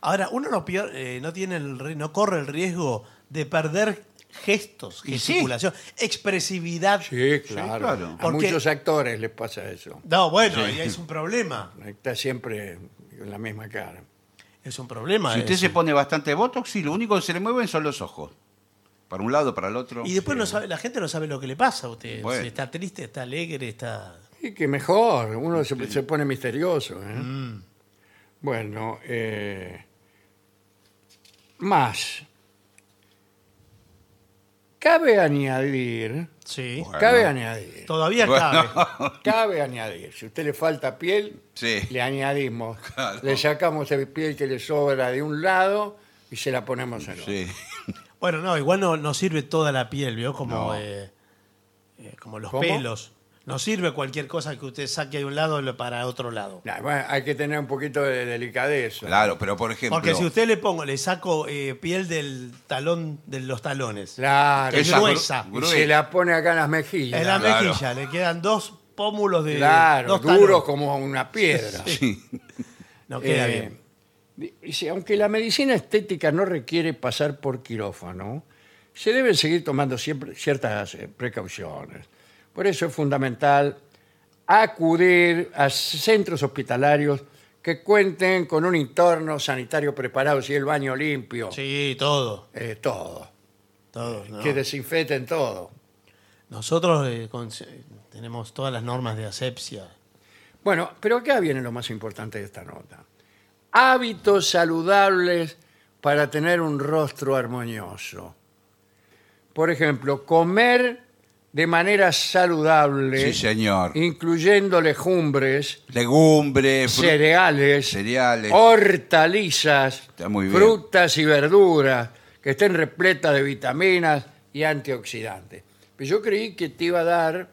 Speaker 3: Ahora, uno no, pier- eh, no tiene el ri- no corre el riesgo de perder gestos,
Speaker 2: Y sí.
Speaker 3: gesticulación, expresividad.
Speaker 1: Sí, claro.
Speaker 2: claro.
Speaker 1: A
Speaker 3: Porque-
Speaker 1: muchos actores les pasa eso.
Speaker 3: No, bueno, y es un problema.
Speaker 1: Está siempre con la misma cara.
Speaker 3: Es un problema.
Speaker 2: Si usted
Speaker 3: eso.
Speaker 2: se pone bastante botox, y lo único que se le mueven son los ojos. Para un lado, para el otro.
Speaker 3: Y después no sabe, la gente no sabe lo que le pasa a usted.
Speaker 2: Bueno.
Speaker 3: Si está triste, está alegre, está.
Speaker 1: Y que mejor, uno se, se pone misterioso. ¿eh?
Speaker 2: Mm.
Speaker 1: Bueno, eh, más. Cabe añadir,
Speaker 3: Sí.
Speaker 2: Bueno.
Speaker 1: cabe añadir,
Speaker 3: Todavía
Speaker 2: Bueno.
Speaker 3: cabe.
Speaker 1: cabe añadir. Si a usted le falta piel,
Speaker 2: Sí.
Speaker 1: le añadimos,
Speaker 2: Claro.
Speaker 1: le sacamos el piel que le sobra de un lado y se la ponemos en otro.
Speaker 2: Sí.
Speaker 3: Bueno, no, igual no, no sirve toda la piel, ¿vio? Como,
Speaker 2: No.
Speaker 3: eh, eh, como los
Speaker 1: ¿Cómo?
Speaker 3: pelos. No sirve cualquier cosa que usted saque de un lado lo- para otro lado.
Speaker 1: Nah, bueno, hay que tener un poquito de delicadeza.
Speaker 2: Claro, pero por ejemplo.
Speaker 3: Porque si usted le pongo, le saco eh, piel del talón, de los talones.
Speaker 1: Claro,
Speaker 3: Es
Speaker 2: Esa
Speaker 3: gruesa.
Speaker 1: y
Speaker 2: gru- gruesa.
Speaker 1: se la pone acá en las mejillas.
Speaker 3: en la
Speaker 2: Claro.
Speaker 3: mejilla le quedan dos pómulos de
Speaker 1: Claro,
Speaker 3: dos
Speaker 1: duro
Speaker 3: talones.
Speaker 1: como una piedra.
Speaker 3: No queda
Speaker 1: Eh,
Speaker 3: bien.
Speaker 1: dice, aunque la medicina estética no requiere pasar por quirófano, se deben seguir tomando siempre ciertas eh, precauciones. Por eso es fundamental acudir a centros hospitalarios que cuenten con un entorno sanitario preparado, si el baño limpio,
Speaker 3: Sí, todo.
Speaker 1: eh, todo,
Speaker 3: todo ¿no?
Speaker 1: que desinfecten todo.
Speaker 3: Nosotros eh, con- eh, tenemos todas las normas de asepsia.
Speaker 1: Bueno, pero acá viene lo más importante de esta nota. Hábitos saludables para tener un rostro armonioso. Por ejemplo, comer de manera saludable,
Speaker 2: Sí, señor.
Speaker 1: incluyendo legumbres,
Speaker 2: Legumbres, fru-
Speaker 1: cereales,
Speaker 2: cereales.
Speaker 1: hortalizas,
Speaker 2: Está muy bien.
Speaker 1: frutas y verduras que estén repletas de vitaminas y antioxidantes. Pero yo creí que te iba a dar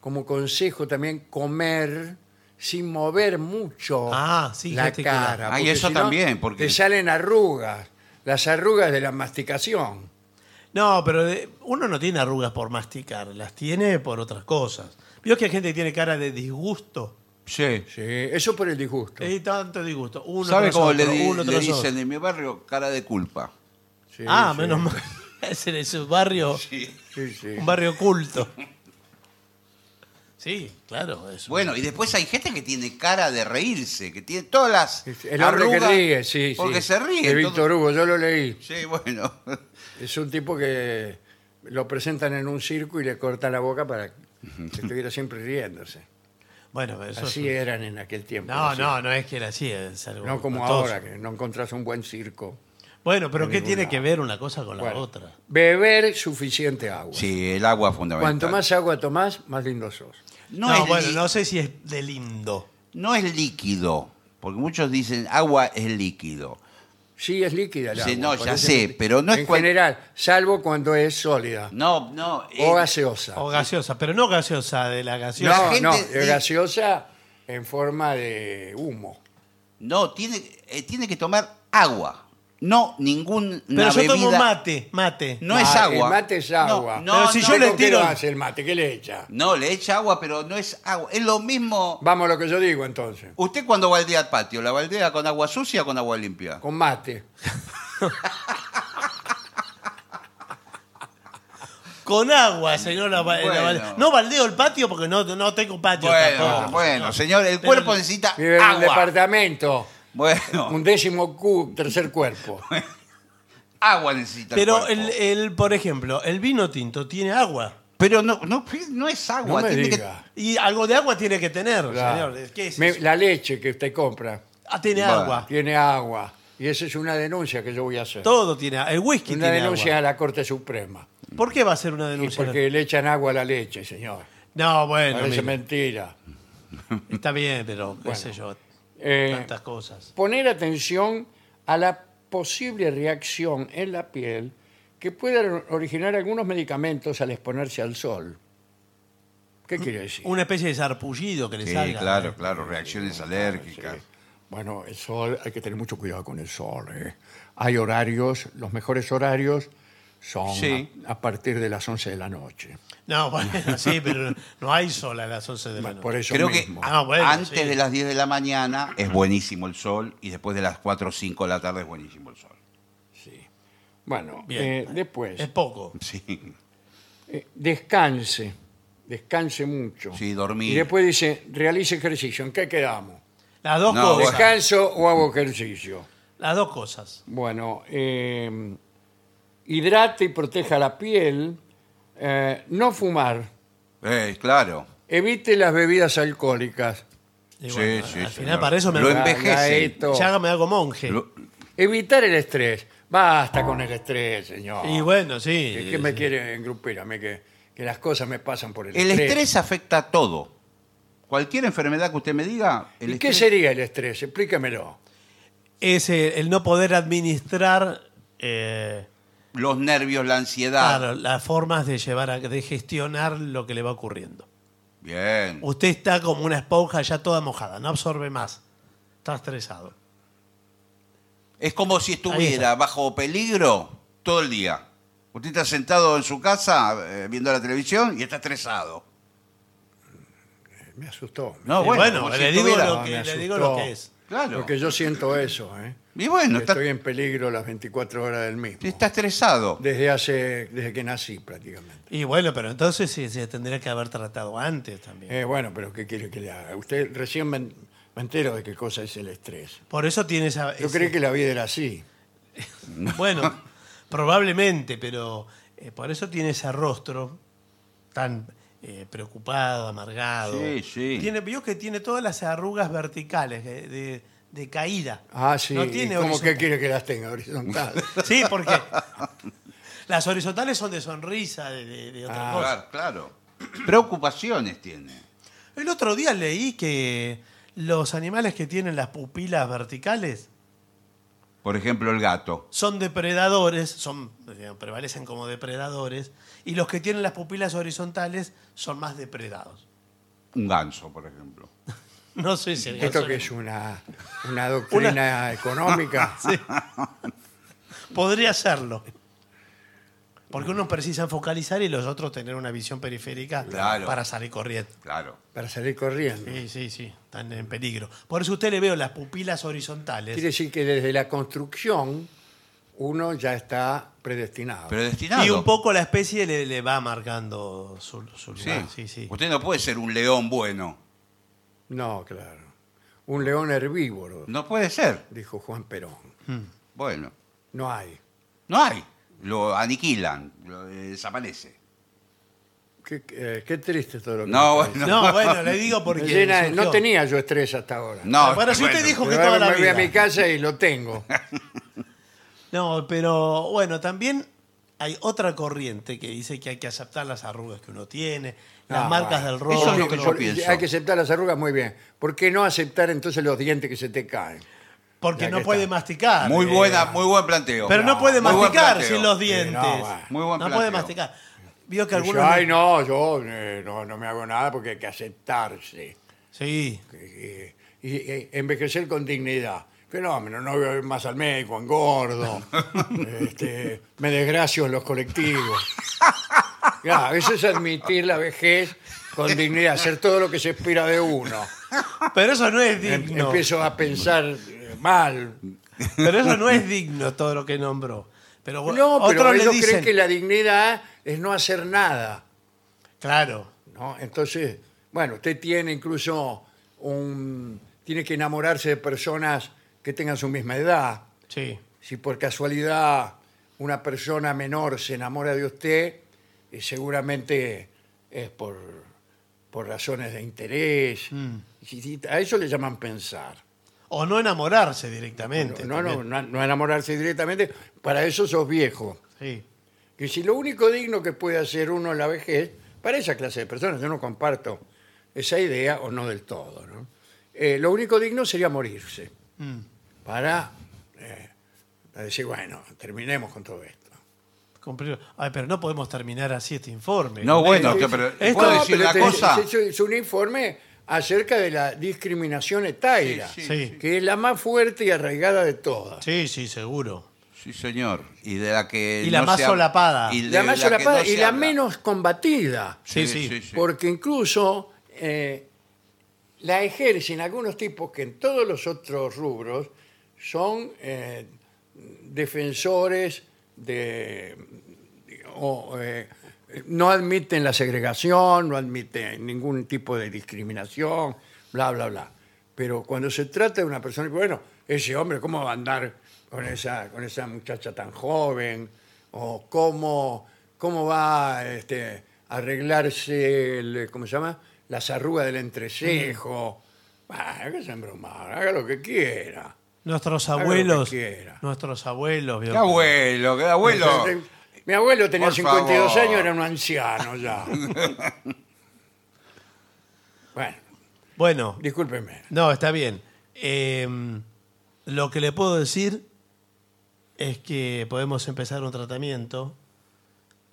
Speaker 1: como consejo también comer sin mover mucho
Speaker 3: Ah, sí,
Speaker 1: la
Speaker 3: gesticular.
Speaker 1: cara.
Speaker 2: Ah, y
Speaker 1: porque
Speaker 2: eso
Speaker 1: si no,
Speaker 2: también, porque-
Speaker 1: Te salen arrugas, las arrugas de la masticación.
Speaker 3: No, pero de- uno no tiene arrugas por masticar, las tiene por otras cosas. Vio que hay gente que tiene cara de disgusto.
Speaker 2: Sí.
Speaker 1: Sí, eso por el disgusto.
Speaker 3: Hay tanto disgusto. Uno
Speaker 2: ¿Sabe
Speaker 3: tras
Speaker 2: cómo
Speaker 3: otro,
Speaker 2: le, di-
Speaker 3: uno
Speaker 2: le
Speaker 3: tras otro.
Speaker 2: dicen en mi barrio? Cara de culpa.
Speaker 1: Sí,
Speaker 3: ah,
Speaker 1: sí,
Speaker 3: menos mal. Es en ese barrio,
Speaker 1: sí, sí.
Speaker 3: un barrio oculto. Sí, claro. es un-
Speaker 2: Bueno, y después hay gente que tiene cara de reírse, que tiene todas las.
Speaker 1: El hombre
Speaker 2: arrugas
Speaker 1: que ríe, sí.
Speaker 2: Porque
Speaker 1: sí.
Speaker 2: se ríe.
Speaker 1: De
Speaker 2: todo-
Speaker 1: Víctor Hugo, yo lo leí.
Speaker 2: Sí, bueno.
Speaker 1: Es un tipo que lo presentan en un circo y le cortan la boca para que estuviera siempre riéndose.
Speaker 3: Bueno, eso
Speaker 1: Así
Speaker 3: es.
Speaker 1: eran en aquel tiempo.
Speaker 3: No,
Speaker 1: así.
Speaker 3: no, no es que era así. es algo
Speaker 1: No como
Speaker 3: espantoso.
Speaker 1: ahora, que no encontrás un buen circo.
Speaker 3: Bueno, pero ¿qué
Speaker 1: ningún
Speaker 3: tiene
Speaker 1: lado.
Speaker 3: que ver una cosa con la
Speaker 1: Bueno,
Speaker 3: otra?
Speaker 1: Beber suficiente agua.
Speaker 2: Sí, el agua es fundamental.
Speaker 1: Cuanto más agua tomás, más lindo sos.
Speaker 2: No,
Speaker 3: No,
Speaker 2: es
Speaker 3: bueno,
Speaker 2: li-
Speaker 3: no sé si es de lindo.
Speaker 2: no es líquido. Porque muchos dicen agua es líquido.
Speaker 1: Sí, es líquida el
Speaker 2: Sí,
Speaker 1: agua.
Speaker 2: no, ya
Speaker 1: por eso-
Speaker 2: sé, pero no es
Speaker 1: En
Speaker 2: cual-
Speaker 1: general, salvo cuando es sólida
Speaker 2: No, no.
Speaker 1: o
Speaker 2: eh,
Speaker 1: gaseosa.
Speaker 3: O gaseosa, pero no gaseosa de la
Speaker 1: No,
Speaker 3: gaseosa.
Speaker 2: la gente-
Speaker 1: no,
Speaker 2: sí.
Speaker 1: gaseosa en forma de humo.
Speaker 2: No, tiene, eh, tiene que tomar agua. No ningún
Speaker 3: pero yo tomo
Speaker 2: bebida-
Speaker 3: mate, mate.
Speaker 2: No es
Speaker 1: Ah,
Speaker 2: agua.
Speaker 1: El mate es
Speaker 2: No,
Speaker 1: agua.
Speaker 2: no,
Speaker 3: Pero si
Speaker 2: no,
Speaker 3: yo le
Speaker 1: ¿Con ¿Qué
Speaker 3: tiro-
Speaker 1: lo hace el mate? ¿Qué le echa?
Speaker 2: No, le echa agua, pero no es agua. Es lo mismo.
Speaker 1: Vamos a lo que yo digo entonces.
Speaker 2: Usted cuando baldea el patio, ¿la baldea con agua sucia o con agua limpia?
Speaker 1: Con mate.
Speaker 3: Con agua, señora. Ba- la
Speaker 2: Bueno.
Speaker 3: balde- No baldeo el patio porque no, no tengo patio
Speaker 2: Bueno,
Speaker 3: tampoco.
Speaker 2: bueno,
Speaker 3: No.
Speaker 2: señor, el
Speaker 3: Pero-
Speaker 2: cuerpo necesita
Speaker 1: Vive en un
Speaker 2: agua.
Speaker 1: departamento.
Speaker 2: Bueno,
Speaker 1: Un décimo cu- tercer cuerpo.
Speaker 2: agua necesita. el
Speaker 3: Pero,
Speaker 2: cuerpo.
Speaker 3: el, eh, el, por ejemplo, el vino tinto tiene agua.
Speaker 2: pero no, no, no es
Speaker 1: No
Speaker 2: agua.
Speaker 1: me
Speaker 2: tiene que-
Speaker 1: diga.
Speaker 3: Y algo de agua tiene que tener,
Speaker 1: Claro.
Speaker 3: señor. ¿Qué es
Speaker 1: Me-
Speaker 3: eso?
Speaker 1: la leche que usted compra
Speaker 3: Ah, tiene
Speaker 2: Bueno.
Speaker 3: agua.
Speaker 1: tiene agua. Y esa es una denuncia que yo voy a hacer.
Speaker 3: Todo tiene agua. El whisky
Speaker 1: Una
Speaker 3: tiene
Speaker 1: denuncia
Speaker 3: agua.
Speaker 1: a la Corte Suprema.
Speaker 3: ¿Por qué va a ser una
Speaker 1: Y
Speaker 3: denuncia?
Speaker 1: porque le echan agua a la leche, señor.
Speaker 3: No, bueno,
Speaker 1: Parece
Speaker 3: mire,
Speaker 1: mentira.
Speaker 3: está bien, pero qué sé yo,
Speaker 1: Eh,
Speaker 3: tantas cosas.
Speaker 1: poner atención a la posible reacción en la piel que puedan originar algunos medicamentos al exponerse al sol. ¿Qué quiere decir?
Speaker 3: Una especie de sarpullido que le
Speaker 2: Sí,
Speaker 3: salga.
Speaker 2: claro,
Speaker 3: ¿eh?
Speaker 2: claro, reacciones alérgicas.
Speaker 1: Bueno, el sol, hay que tener mucho cuidado con el sol. ¿eh? Hay horarios, los mejores horarios son
Speaker 2: Sí.
Speaker 1: a, a partir de las 11 de la noche.
Speaker 3: No, bueno, sí, pero no hay sol a las 11 de la
Speaker 1: Por
Speaker 3: noche.
Speaker 1: eso
Speaker 2: Creo que
Speaker 1: mismo.
Speaker 3: Ah, bueno,
Speaker 2: antes
Speaker 3: sí.
Speaker 2: de las 10 de la mañana es buenísimo el sol y después de las 4 o 5 de la tarde es buenísimo el sol.
Speaker 1: Bueno,
Speaker 3: Bien.
Speaker 1: eh, después,
Speaker 3: Es poco.
Speaker 2: Sí,
Speaker 1: eh, descanse, descanse mucho.
Speaker 2: Sí, dormir.
Speaker 1: Y después dice, realice ejercicio. ¿En qué quedamos?
Speaker 3: Las dos
Speaker 2: No,
Speaker 3: cosas.
Speaker 2: bueno.
Speaker 1: ¿Descanso o hago ejercicio?
Speaker 3: Las dos cosas.
Speaker 1: Bueno, eh, hidrate y proteja la piel. Eh, no fumar.
Speaker 2: Eh, claro.
Speaker 1: Evite las bebidas alcohólicas.
Speaker 3: Y
Speaker 2: Sí,
Speaker 3: bueno,
Speaker 2: sí,
Speaker 3: al final
Speaker 2: señor.
Speaker 3: para eso me
Speaker 2: Lo
Speaker 3: hago-
Speaker 2: envejece.
Speaker 1: Gaeto.
Speaker 3: ya me hago monje.
Speaker 2: Lo-
Speaker 1: Evitar el estrés. Basta con el estrés, señor.
Speaker 3: Y bueno, sí.
Speaker 1: ¿Qué, qué me quiere engrupir a mí? Que, que las cosas me pasan por el,
Speaker 2: el estrés afecta a todo. Cualquier enfermedad que usted me diga, el
Speaker 1: ¿Y qué
Speaker 2: estrés-
Speaker 1: sería el estrés? Explícamelo.
Speaker 3: Es eh, el no poder administrar eh,
Speaker 2: los nervios, la ansiedad.
Speaker 3: claro, las formas de llevar a, de gestionar lo que le va ocurriendo.
Speaker 2: Bien.
Speaker 3: Usted está como una esponja ya toda mojada, no absorbe más. Está estresado.
Speaker 2: Es como si
Speaker 3: Ahí
Speaker 2: estuviera
Speaker 3: está.
Speaker 2: bajo peligro todo el día. Usted está sentado en su casa eh, viendo la televisión y está estresado.
Speaker 1: Me asustó.
Speaker 2: No,
Speaker 3: Y
Speaker 2: Ah, bueno,
Speaker 3: bueno,
Speaker 2: como si
Speaker 3: le, digo
Speaker 2: estuviera-
Speaker 3: lo que,
Speaker 1: Ah, me
Speaker 3: le digo
Speaker 1: asustó.
Speaker 3: lo que es.
Speaker 2: Claro.
Speaker 1: Porque yo siento eso, ¿eh?
Speaker 2: Y bueno,
Speaker 1: Que
Speaker 2: está,
Speaker 1: Estoy en peligro las 24 horas del mismo.
Speaker 2: está estresado.
Speaker 1: Desde hace, desde que nací prácticamente.
Speaker 3: Y bueno, pero entonces sí, se tendría que haber tratado antes también.
Speaker 1: Eh, bueno, pero ¿qué quiere que le haga? Usted recién me, me entero de qué cosa es el estrés.
Speaker 3: Por eso tiene esa.
Speaker 1: Yo
Speaker 3: ese-
Speaker 1: creí que la vida era así.
Speaker 3: Bueno, probablemente, pero eh, por eso tiene ese rostro tan eh, preocupado, amargado.
Speaker 2: Sí, sí.
Speaker 3: Tiene, vio que tiene todas las arrugas verticales de, de- de caída.
Speaker 1: Ah, sí.
Speaker 3: No
Speaker 1: ¿y
Speaker 3: tiene
Speaker 1: ¿Cómo que
Speaker 3: horizontal.
Speaker 1: quiere que las tenga? Horizontal.
Speaker 3: Sí, porque las horizontales son de sonrisa, de, de- de otra
Speaker 1: Ah.
Speaker 3: cosa.
Speaker 2: Claro, claro. Preocupaciones tiene.
Speaker 3: El otro día leí que los animales que tienen las pupilas verticales
Speaker 2: Por ejemplo, el gato.
Speaker 3: son depredadores, son, digamos, prevalecen como depredadores, y los que tienen las pupilas horizontales son más depredados.
Speaker 2: Un ganso, por ejemplo.
Speaker 3: No sé si el
Speaker 1: Esto
Speaker 3: ganso-
Speaker 1: que es una, una doctrina económica.
Speaker 3: podría serlo. Porque unos precisan focalizar y los otros tener una visión periférica
Speaker 2: Claro.
Speaker 3: para salir corriendo.
Speaker 2: Claro.
Speaker 1: Para salir corriendo.
Speaker 3: Sí, sí, sí, están en peligro. Por eso usted le veo las pupilas horizontales.
Speaker 1: Quiere decir que desde la construcción uno ya está predestinado.
Speaker 2: Pero destinado.
Speaker 3: Y un poco la especie le, le va marcando su, su
Speaker 2: Sí.
Speaker 3: lugar. Ah, Sí, sí.
Speaker 2: Usted no puede ser un león bueno.
Speaker 1: No, claro. Un león herbívoro,
Speaker 2: No puede ser.
Speaker 1: dijo Juan Perón.
Speaker 2: Bueno,
Speaker 1: No hay.
Speaker 2: no hay. Lo aniquilan, lo desaparece.
Speaker 1: Qué, eh, qué triste todo lo que
Speaker 2: No,
Speaker 1: me parece.
Speaker 2: bueno.
Speaker 3: No, bueno, le digo porque.
Speaker 1: Me llena- no
Speaker 3: surgió.
Speaker 1: tenía yo estrés hasta ahora.
Speaker 2: No,
Speaker 3: Pero si usted
Speaker 2: bueno.
Speaker 3: dijo-
Speaker 1: Pero
Speaker 3: que toda
Speaker 1: ahora
Speaker 3: la
Speaker 1: me voy a
Speaker 3: vida.
Speaker 1: mi casa y lo tengo.
Speaker 3: No, pero bueno, también hay otra corriente que dice que hay que aceptar las arrugas que uno tiene, las
Speaker 1: Ah,
Speaker 3: marcas
Speaker 1: bueno.
Speaker 3: del rostro.
Speaker 2: Eso es lo que yo
Speaker 1: Por-
Speaker 2: pienso.
Speaker 1: Hay que aceptar las arrugas muy bien. ¿Por qué no aceptar entonces los dientes que se te caen?
Speaker 3: Porque
Speaker 1: Ya
Speaker 3: no
Speaker 1: que
Speaker 3: puede
Speaker 1: está.
Speaker 3: masticar.
Speaker 2: Muy
Speaker 3: eh,
Speaker 2: buena, muy buen planteo.
Speaker 3: Pero no puede
Speaker 2: Muy buen
Speaker 3: masticar
Speaker 2: planteo.
Speaker 3: sin los
Speaker 1: Sí,
Speaker 3: dientes.
Speaker 1: no, va.
Speaker 2: Muy buen
Speaker 3: No puede
Speaker 2: planteo.
Speaker 3: masticar. Vio que
Speaker 1: Dice,
Speaker 3: algunos.
Speaker 1: Ay, no, yo eh, no, no me hago nada porque hay que aceptarse.
Speaker 3: Sí.
Speaker 1: eh, y, eh, envejecer con dignidad. Fenómeno, no voy más al médico, engordo, este, me desgracio en los colectivos. Ya, eso es admitir la vejez con dignidad, hacer todo lo que se espera de uno.
Speaker 3: Pero eso no es
Speaker 1: Em-
Speaker 3: digno.
Speaker 1: Empiezo a pensar eh, mal.
Speaker 3: Pero eso no es digno todo lo que nombró. Pero bueno,
Speaker 1: No, pero
Speaker 3: otros le
Speaker 1: ellos creen
Speaker 3: dicen.
Speaker 1: que la dignidad es no hacer nada.
Speaker 3: Claro.
Speaker 1: ¿no? Entonces, bueno, usted tiene incluso un... Tiene que enamorarse de personas que tengan su misma edad.
Speaker 3: Sí.
Speaker 1: si por casualidad una persona menor se enamora de usted, eh, seguramente es por, por razones de interés.
Speaker 3: Mm.
Speaker 1: Y- y A eso le llaman pensar.
Speaker 3: O no enamorarse directamente.
Speaker 1: No, no,
Speaker 3: también.
Speaker 1: no, no enamorarse directamente. Para eso sos viejo.
Speaker 3: Sí.
Speaker 1: Que si lo único digno que puede hacer uno en la vejez, para esa clase de personas, yo no comparto esa idea o no del todo, ¿no? Eh, lo único digno sería morirse
Speaker 3: Mm.
Speaker 1: para eh, decir, bueno, terminemos con todo esto.
Speaker 3: Cumplir- Ay, pero no podemos terminar así este informe.
Speaker 2: No,
Speaker 1: Eh,
Speaker 2: bueno, que- pero
Speaker 3: Esto-
Speaker 2: ¿puedo decir
Speaker 1: pero
Speaker 2: una
Speaker 1: te-
Speaker 2: cosa?
Speaker 1: se hizo- hizo un informe acerca de la discriminación etaria,
Speaker 2: Sí,
Speaker 3: Sí.
Speaker 1: que es la más fuerte y arraigada de todas.
Speaker 3: Sí, sí, seguro.
Speaker 2: Sí, señor. Y de la que
Speaker 3: Y la más
Speaker 2: se hab-
Speaker 3: solapada.
Speaker 2: de
Speaker 1: la más
Speaker 2: que
Speaker 1: solapada
Speaker 2: no se
Speaker 1: y la
Speaker 2: habla.
Speaker 1: menos combatida,
Speaker 3: Sí, sí.
Speaker 1: porque incluso eh, la ejercen algunos tipos que en todos los otros rubros son eh, defensores de... o, eh, no admiten la segregación, no admiten ningún tipo de discriminación, bla, bla, bla. Pero cuando se trata de una persona, bueno, ese hombre, ¿cómo va a andar con esa, con esa muchacha tan joven? ¿O cómo, cómo va este, a arreglarse, el, ¿cómo se llama? Las arrugas del entrecejo. Bah, que se embromar, haga lo que quiera.
Speaker 3: Nuestros
Speaker 1: lo
Speaker 3: abuelos.
Speaker 1: que quiera.
Speaker 3: Nuestros abuelos. vio.
Speaker 2: Qué abuelo, qué abuelo.
Speaker 1: Mi abuelo tenía
Speaker 2: Por
Speaker 1: 52
Speaker 2: favor.
Speaker 1: años, era un anciano ya. bueno,
Speaker 3: Bueno,
Speaker 1: discúlpeme.
Speaker 3: no, está bien. Eh, lo que le puedo decir es que podemos empezar un tratamiento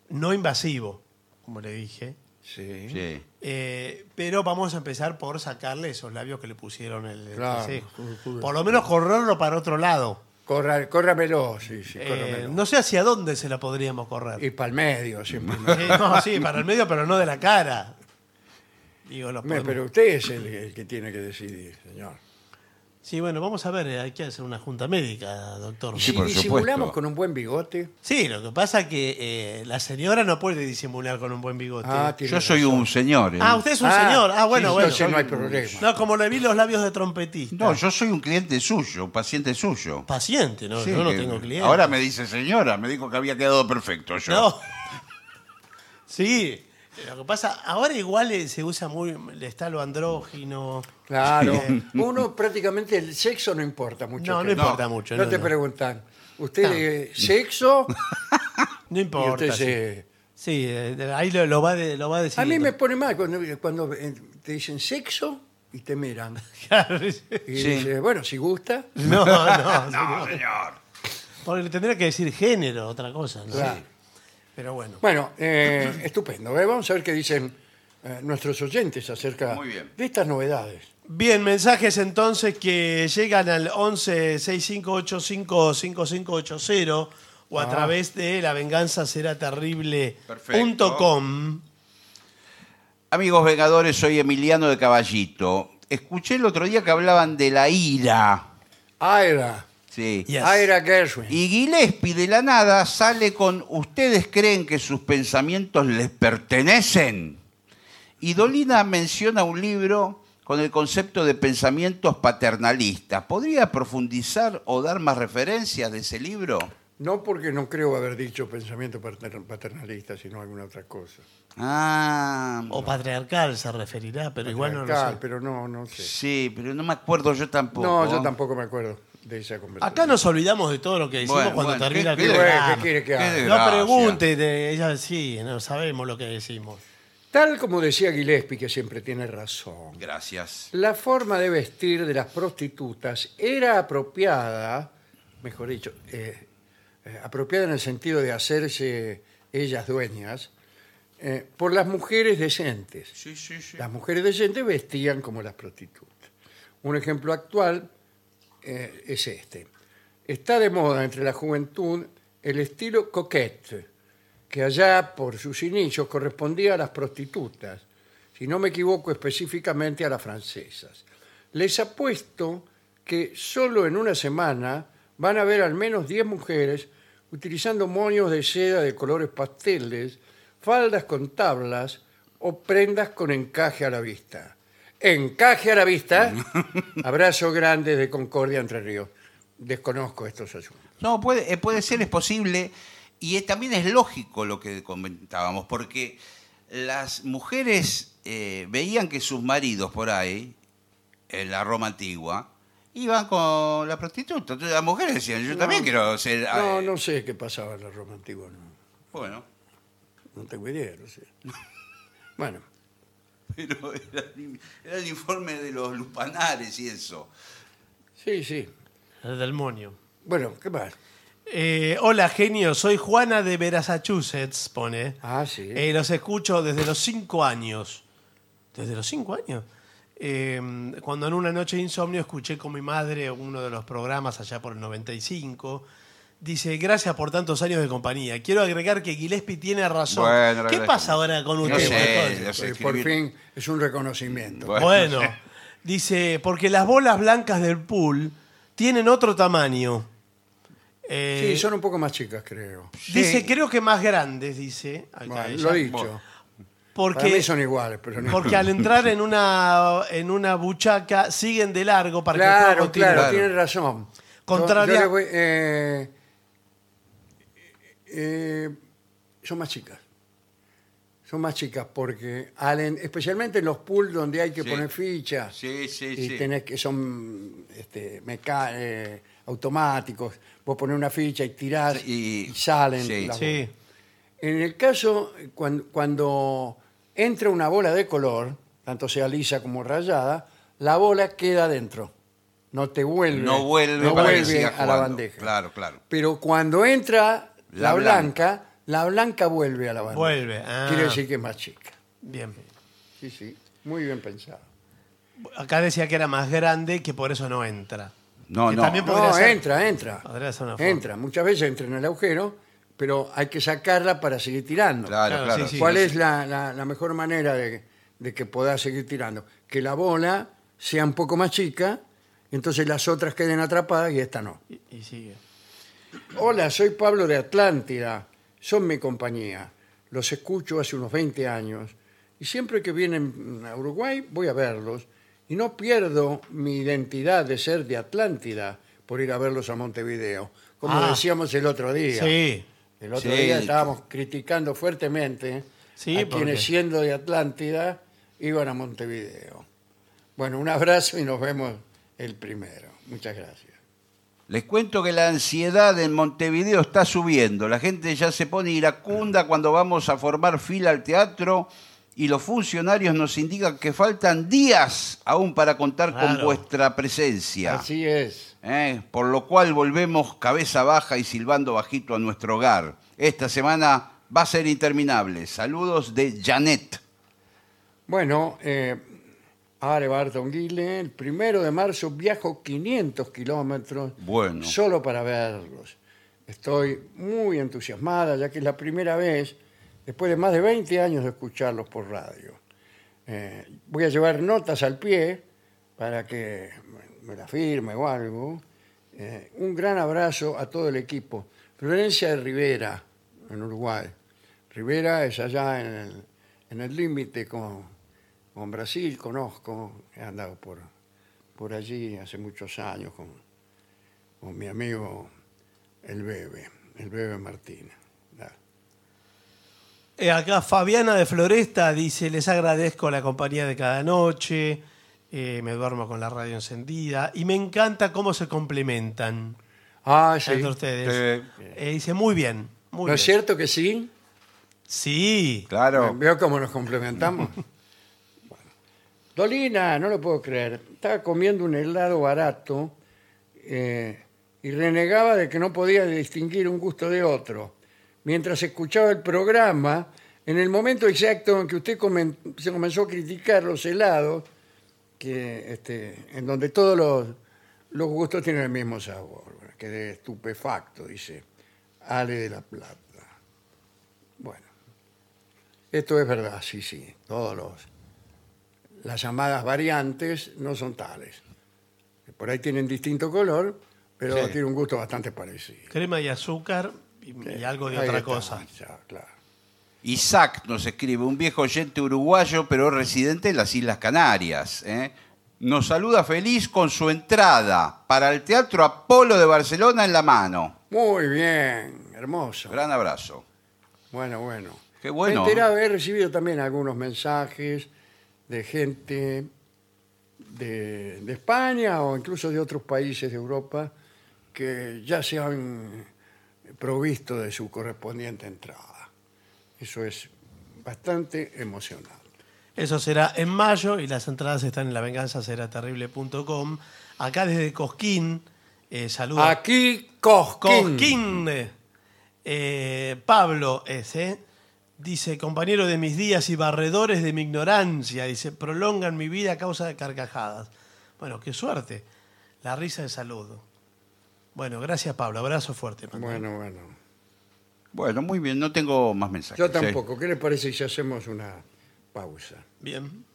Speaker 3: no invasivo, como le dije.
Speaker 1: Sí.
Speaker 2: Sí.
Speaker 3: Eh, pero vamos a empezar por sacarle esos labios que le pusieron el el
Speaker 1: Claro.
Speaker 3: entrecejo. Por lo menos correrlo para otro lado.
Speaker 1: Corra, córramelo, sí, sí,
Speaker 3: Eh,
Speaker 1: córramelo.
Speaker 3: no sé hacia dónde se la podríamos correr.
Speaker 1: Y para el medio, siempre.
Speaker 3: Sí, no, sí, para el medio, pero no de la cara. Digo, lo
Speaker 1: Me-
Speaker 3: podemos-
Speaker 1: Pero usted es el, el que tiene que decidir, señor.
Speaker 3: Sí, bueno, vamos a ver, eh, hay que hacer una junta médica, doctor.
Speaker 2: Sí,
Speaker 1: Y
Speaker 2: por
Speaker 1: disimulamos
Speaker 2: supuesto.
Speaker 1: con un buen bigote.
Speaker 3: Sí, lo que pasa es que eh, la señora no puede disimular con un buen bigote.
Speaker 1: Ah,
Speaker 3: Ah,
Speaker 1: tiene
Speaker 2: Yo soy un señor. ¿eh?
Speaker 3: usted es un
Speaker 1: Ah,
Speaker 3: señor. Ah, bueno,
Speaker 1: sí,
Speaker 3: bueno.
Speaker 1: entonces no hay problema.
Speaker 3: No, como le vi los labios de trompetista.
Speaker 2: No, yo soy un cliente suyo, un paciente suyo.
Speaker 3: Paciente, ¿no?
Speaker 2: Sí,
Speaker 3: yo no
Speaker 2: que-
Speaker 3: tengo cliente.
Speaker 2: Ahora me dice señora, me dijo que había quedado perfecto yo.
Speaker 3: No. sí. Lo que pasa, ahora igual eh, se usa muy. Está lo andrógino.
Speaker 1: Claro. Uno prácticamente el sexo no importa mucho.
Speaker 3: No, no
Speaker 1: que-
Speaker 3: importa mucho.
Speaker 1: No
Speaker 3: No,
Speaker 1: te
Speaker 3: no.
Speaker 1: preguntan. Usted eh, sexo
Speaker 3: No
Speaker 1: y
Speaker 3: importa.
Speaker 1: usted
Speaker 3: sí.
Speaker 1: se...
Speaker 3: Sí, eh, de- ahí lo, lo va de, lo va
Speaker 1: A
Speaker 3: decidiendo.
Speaker 1: mí me pone mal cuando, cuando eh, te dicen sexo y te miran.
Speaker 3: Claro,
Speaker 1: Y
Speaker 2: Sí.
Speaker 1: dice, bueno, si gusta.
Speaker 3: No, no,
Speaker 2: No,
Speaker 3: no.
Speaker 2: señor.
Speaker 3: Porque le tendría que decir género, otra cosa, ¿no?
Speaker 1: Claro.
Speaker 3: Pero bueno.
Speaker 1: Bueno, eh, estupendo. ¿eh? Vamos a ver qué dicen eh, nuestros oyentes acerca
Speaker 2: Muy bien.
Speaker 1: de estas novedades.
Speaker 3: Bien, mensajes entonces que llegan al 11 6585 5580 o a
Speaker 1: Ah.
Speaker 3: través de lavenganzaseraterrible.com.
Speaker 2: Amigos Vengadores, soy Emiliano de Caballito. Escuché el otro día que hablaban de la ira.
Speaker 1: Aira.
Speaker 2: Sí, Sí.
Speaker 3: Yes.
Speaker 1: Ira Gershwin.
Speaker 2: Y Gillespie de la nada sale con ¿Ustedes creen que sus pensamientos les pertenecen? Y Dolina menciona un libro con el concepto de pensamientos paternalistas. ¿Podría profundizar o dar más referencias de ese libro?
Speaker 1: No porque no creo haber dicho pensamiento pater- paternalista, sino alguna otra cosa.
Speaker 2: Ah,
Speaker 3: O patriarcal se referirá, pero igual no lo
Speaker 1: Patriarcal,
Speaker 3: sé.
Speaker 1: Pero no, no sé.
Speaker 2: sí, pero no me acuerdo yo tampoco.
Speaker 1: No, yo tampoco me acuerdo de esa conversación.
Speaker 3: Acá nos olvidamos de todo lo que decimos
Speaker 2: Bueno,
Speaker 3: cuando
Speaker 2: bueno,
Speaker 3: termina
Speaker 2: ¿qué-
Speaker 3: el
Speaker 2: qué-
Speaker 3: programa.
Speaker 1: qué quiere que haga?
Speaker 2: Qué
Speaker 3: No
Speaker 2: desgracia.
Speaker 3: pregunte, de- ella sí, no sabemos lo que decimos.
Speaker 1: Tal como decía Gillespie, que siempre tiene razón,
Speaker 2: Gracias.
Speaker 1: la forma de vestir de las prostitutas era apropiada, mejor dicho, eh, eh, apropiada en el sentido de hacerse ellas dueñas, eh, por las mujeres decentes.
Speaker 2: Sí, sí, sí.
Speaker 1: Las mujeres decentes vestían como las prostitutas. Un ejemplo actual eh, es este. Está de moda entre la juventud el estilo coquette, que allá por sus inicios correspondía a las prostitutas, si no me equivoco específicamente a las francesas. Les apuesto que solo en una semana van a ver al menos 10 mujeres utilizando moños de seda de colores pasteles, faldas con tablas o prendas con encaje a la vista. Encaje a la vista. Abrazo grande de Concordia Entre Ríos. Desconozco estos asuntos.
Speaker 2: No, puede, eh, puede ser, es posible. Y es- también es lógico lo que comentábamos, porque las mujeres eh, veían que sus maridos por ahí, en la Roma antigua, iban con la prostituta. Entonces las mujeres decían, yo también quiero ser...
Speaker 1: No,
Speaker 2: eh,
Speaker 1: no sé qué pasaba en la Roma antigua. No,
Speaker 2: Bueno,
Speaker 1: no tengo idea. No sé. Bueno,
Speaker 2: pero era, el- era el informe de los lupanares y eso.
Speaker 1: sí, sí.
Speaker 3: El del moño.
Speaker 1: Bueno, ¿qué más?
Speaker 3: Eh, hola, genio. Soy Juana de Massachusetts, pone.
Speaker 1: Ah, sí.
Speaker 3: Eh, los escucho desde los cinco años. ¿Desde los cinco años? Eh, cuando en una noche de insomnio escuché con mi madre uno de los programas allá por el 95. Dice, gracias por tantos años de compañía. Quiero agregar que Gillespie tiene razón.
Speaker 2: Bueno,
Speaker 3: ¿Qué
Speaker 2: agradezco.
Speaker 3: pasa ahora con usted?
Speaker 2: No sé,
Speaker 3: Antonio?
Speaker 2: no sé
Speaker 1: Eh, por
Speaker 2: escribir.
Speaker 1: fin es un reconocimiento.
Speaker 2: Bueno.
Speaker 3: Bueno,
Speaker 2: no sé.
Speaker 3: dice, porque las bolas blancas del pool tienen otro tamaño. Eh,
Speaker 1: Sí, son un poco más chicas, creo.
Speaker 3: Dice,
Speaker 2: Sí.
Speaker 3: creo que más grandes, dice. Acá
Speaker 1: Bueno,
Speaker 3: ella.
Speaker 1: lo he dicho.
Speaker 2: Bueno.
Speaker 1: Para mí
Speaker 3: Porque,
Speaker 1: son iguales, pero no.
Speaker 3: porque al entrar en una, en una buchaca siguen de largo para que el
Speaker 1: Claro,
Speaker 3: juego continúe.
Speaker 1: claro,
Speaker 2: Claro.
Speaker 1: tienen razón.
Speaker 3: Contraria-
Speaker 1: Yo le voy- eh, eh, son más chicas. Son más chicas porque, al en- especialmente en los pools donde hay que
Speaker 2: Sí.
Speaker 1: poner fichas
Speaker 2: Sí, sí,
Speaker 1: y
Speaker 2: sí.
Speaker 1: tenés que son este, meca- eh, automáticos, vos pones una ficha y tirás y,
Speaker 2: Y-
Speaker 1: salen. las
Speaker 2: sí.
Speaker 1: bolas.
Speaker 3: Sí,
Speaker 1: En el caso, eh, cuan- cuando, entra una bola de color, tanto sea lisa como rayada, la bola queda dentro. No te vuelve,
Speaker 2: No vuelve,
Speaker 1: no
Speaker 2: para que
Speaker 1: vuelve
Speaker 2: siga
Speaker 1: a la
Speaker 2: jugando.
Speaker 1: bandeja.
Speaker 2: Claro, claro.
Speaker 1: Pero cuando entra la,
Speaker 2: La
Speaker 1: blanca,
Speaker 2: blanca.
Speaker 1: la blanca vuelve a la bandeja.
Speaker 3: Vuelve, ah.
Speaker 1: Quiere decir que es más chica.
Speaker 3: bien.
Speaker 1: Sí, sí. Muy bien pensado.
Speaker 3: Acá decía que era más grande que por eso no entra.
Speaker 2: No,
Speaker 3: Que
Speaker 2: no.
Speaker 3: también podría
Speaker 1: No,
Speaker 3: ser-
Speaker 1: entra, entra.
Speaker 3: podría ser una forma.
Speaker 1: Entra. Muchas veces entra en el agujero, pero hay que sacarla para seguir tirando.
Speaker 2: Claro,
Speaker 3: Claro,
Speaker 2: claro.
Speaker 3: sí, sí.
Speaker 1: ¿Cuál es la, la- la mejor manera de, de que puedas seguir tirando? Que la bola sea un poco más chica, entonces las otras queden atrapadas y esta no.
Speaker 3: Y, y sigue.
Speaker 1: Hola, soy Pablo de Atlántida. Son mi compañía. Los escucho hace unos 20 años y siempre que vienen a Uruguay voy a verlos y no pierdo mi identidad de ser de Atlántida por ir a verlos a Montevideo, como
Speaker 3: Ah.
Speaker 1: decíamos el otro día.
Speaker 3: Sí.
Speaker 1: El otro
Speaker 2: Sí.
Speaker 1: día estábamos criticando fuertemente
Speaker 3: Sí,
Speaker 1: a
Speaker 3: porque-
Speaker 1: quienes siendo de Atlántida iban a Montevideo. Bueno, un abrazo y nos vemos el primero. Muchas gracias.
Speaker 2: Les cuento que la ansiedad en Montevideo está subiendo. La gente ya se pone iracunda cuando vamos a formar fila al teatro y los funcionarios nos indican que faltan días aún para contar con
Speaker 3: Claro.
Speaker 2: vuestra presencia.
Speaker 1: Así es.
Speaker 2: ¿eh? Por lo cual volvemos cabeza baja y silbando bajito a nuestro hogar. Esta semana va a ser interminable. Saludos de Janet.
Speaker 1: Bueno, eh, Are Barton Guile, el primero de marzo viajo 500 kilómetros
Speaker 2: Bueno.
Speaker 1: solo para verlos. Estoy muy entusiasmada, ya que es la primera vez, después de más de 20 años de escucharlos por radio. Eh, voy a llevar notas al pie para que me la firme o algo. Eh, un gran abrazo a todo el equipo. Florencia de Rivera, en Uruguay. Rivera es allá en el- en el límite con, con Brasil, conozco, he andado por, por allí hace muchos años con, con mi amigo el Bebe, el Bebe Martínez. Ah.
Speaker 3: Eh, acá Fabiana de Floresta dice, les agradezco la compañía de cada noche, eh, me duermo con la radio encendida y me encanta cómo se complementan
Speaker 1: Ah, sí.
Speaker 3: entre ustedes.
Speaker 2: Sí.
Speaker 3: Eh, dice, muy bien, muy
Speaker 1: ¿No
Speaker 3: bien.
Speaker 1: es cierto que sí?
Speaker 3: Sí,
Speaker 2: Claro.
Speaker 1: Veo cómo nos complementamos. Bueno. Dolina, no lo puedo creer. Estaba comiendo un helado barato eh, y renegaba de que no podía distinguir un gusto de otro. Mientras escuchaba el programa, en el momento exacto en que usted comen- se comenzó a criticar los helados, que, este, en donde todos los, los gustos tienen el mismo sabor. Bueno, Quedé estupefacto, dice Ale de la Plata. Bueno. Esto es verdad, sí, sí. Todos los. Las llamadas variantes no son tales. Por ahí tienen distinto color, pero
Speaker 2: Sí.
Speaker 1: tienen un gusto bastante parecido.
Speaker 3: crema y azúcar y, y algo de
Speaker 1: Ahí
Speaker 3: otra
Speaker 1: está,
Speaker 3: cosa.
Speaker 1: ya, claro.
Speaker 2: Isaac nos escribe, un viejo oyente uruguayo, pero residente en las Islas Canarias. ¿eh? Nos saluda feliz con su entrada para el Teatro Apolo de Barcelona en la mano.
Speaker 1: Muy bien, hermoso.
Speaker 2: Gran abrazo.
Speaker 1: Bueno, bueno.
Speaker 2: Qué bueno.
Speaker 1: Me he enterado, he recibido también algunos mensajes de gente de, de España o incluso de otros países de Europa que ya se han provisto de su correspondiente entrada. Eso es bastante emocionante.
Speaker 3: Eso será en mayo y las entradas están en lavenganzaseraterrible.com. Acá desde Cosquín, eh, saluda
Speaker 1: Aquí Ah, Cosquín.
Speaker 3: Cosquín. Eh, Pablo ese dice, compañero de mis días y barredores de mi ignorancia, dice, prolongan mi vida a causa de carcajadas. Bueno, qué suerte. La risa de saludo. Bueno, gracias Pablo, abrazo fuerte. Manuel.
Speaker 1: Bueno, bueno.
Speaker 2: Bueno, muy bien, no tengo más mensajes.
Speaker 1: Yo
Speaker 2: ¿eh? Sí.
Speaker 1: tampoco. ¿Qué les parece si hacemos una pausa?
Speaker 3: Bien.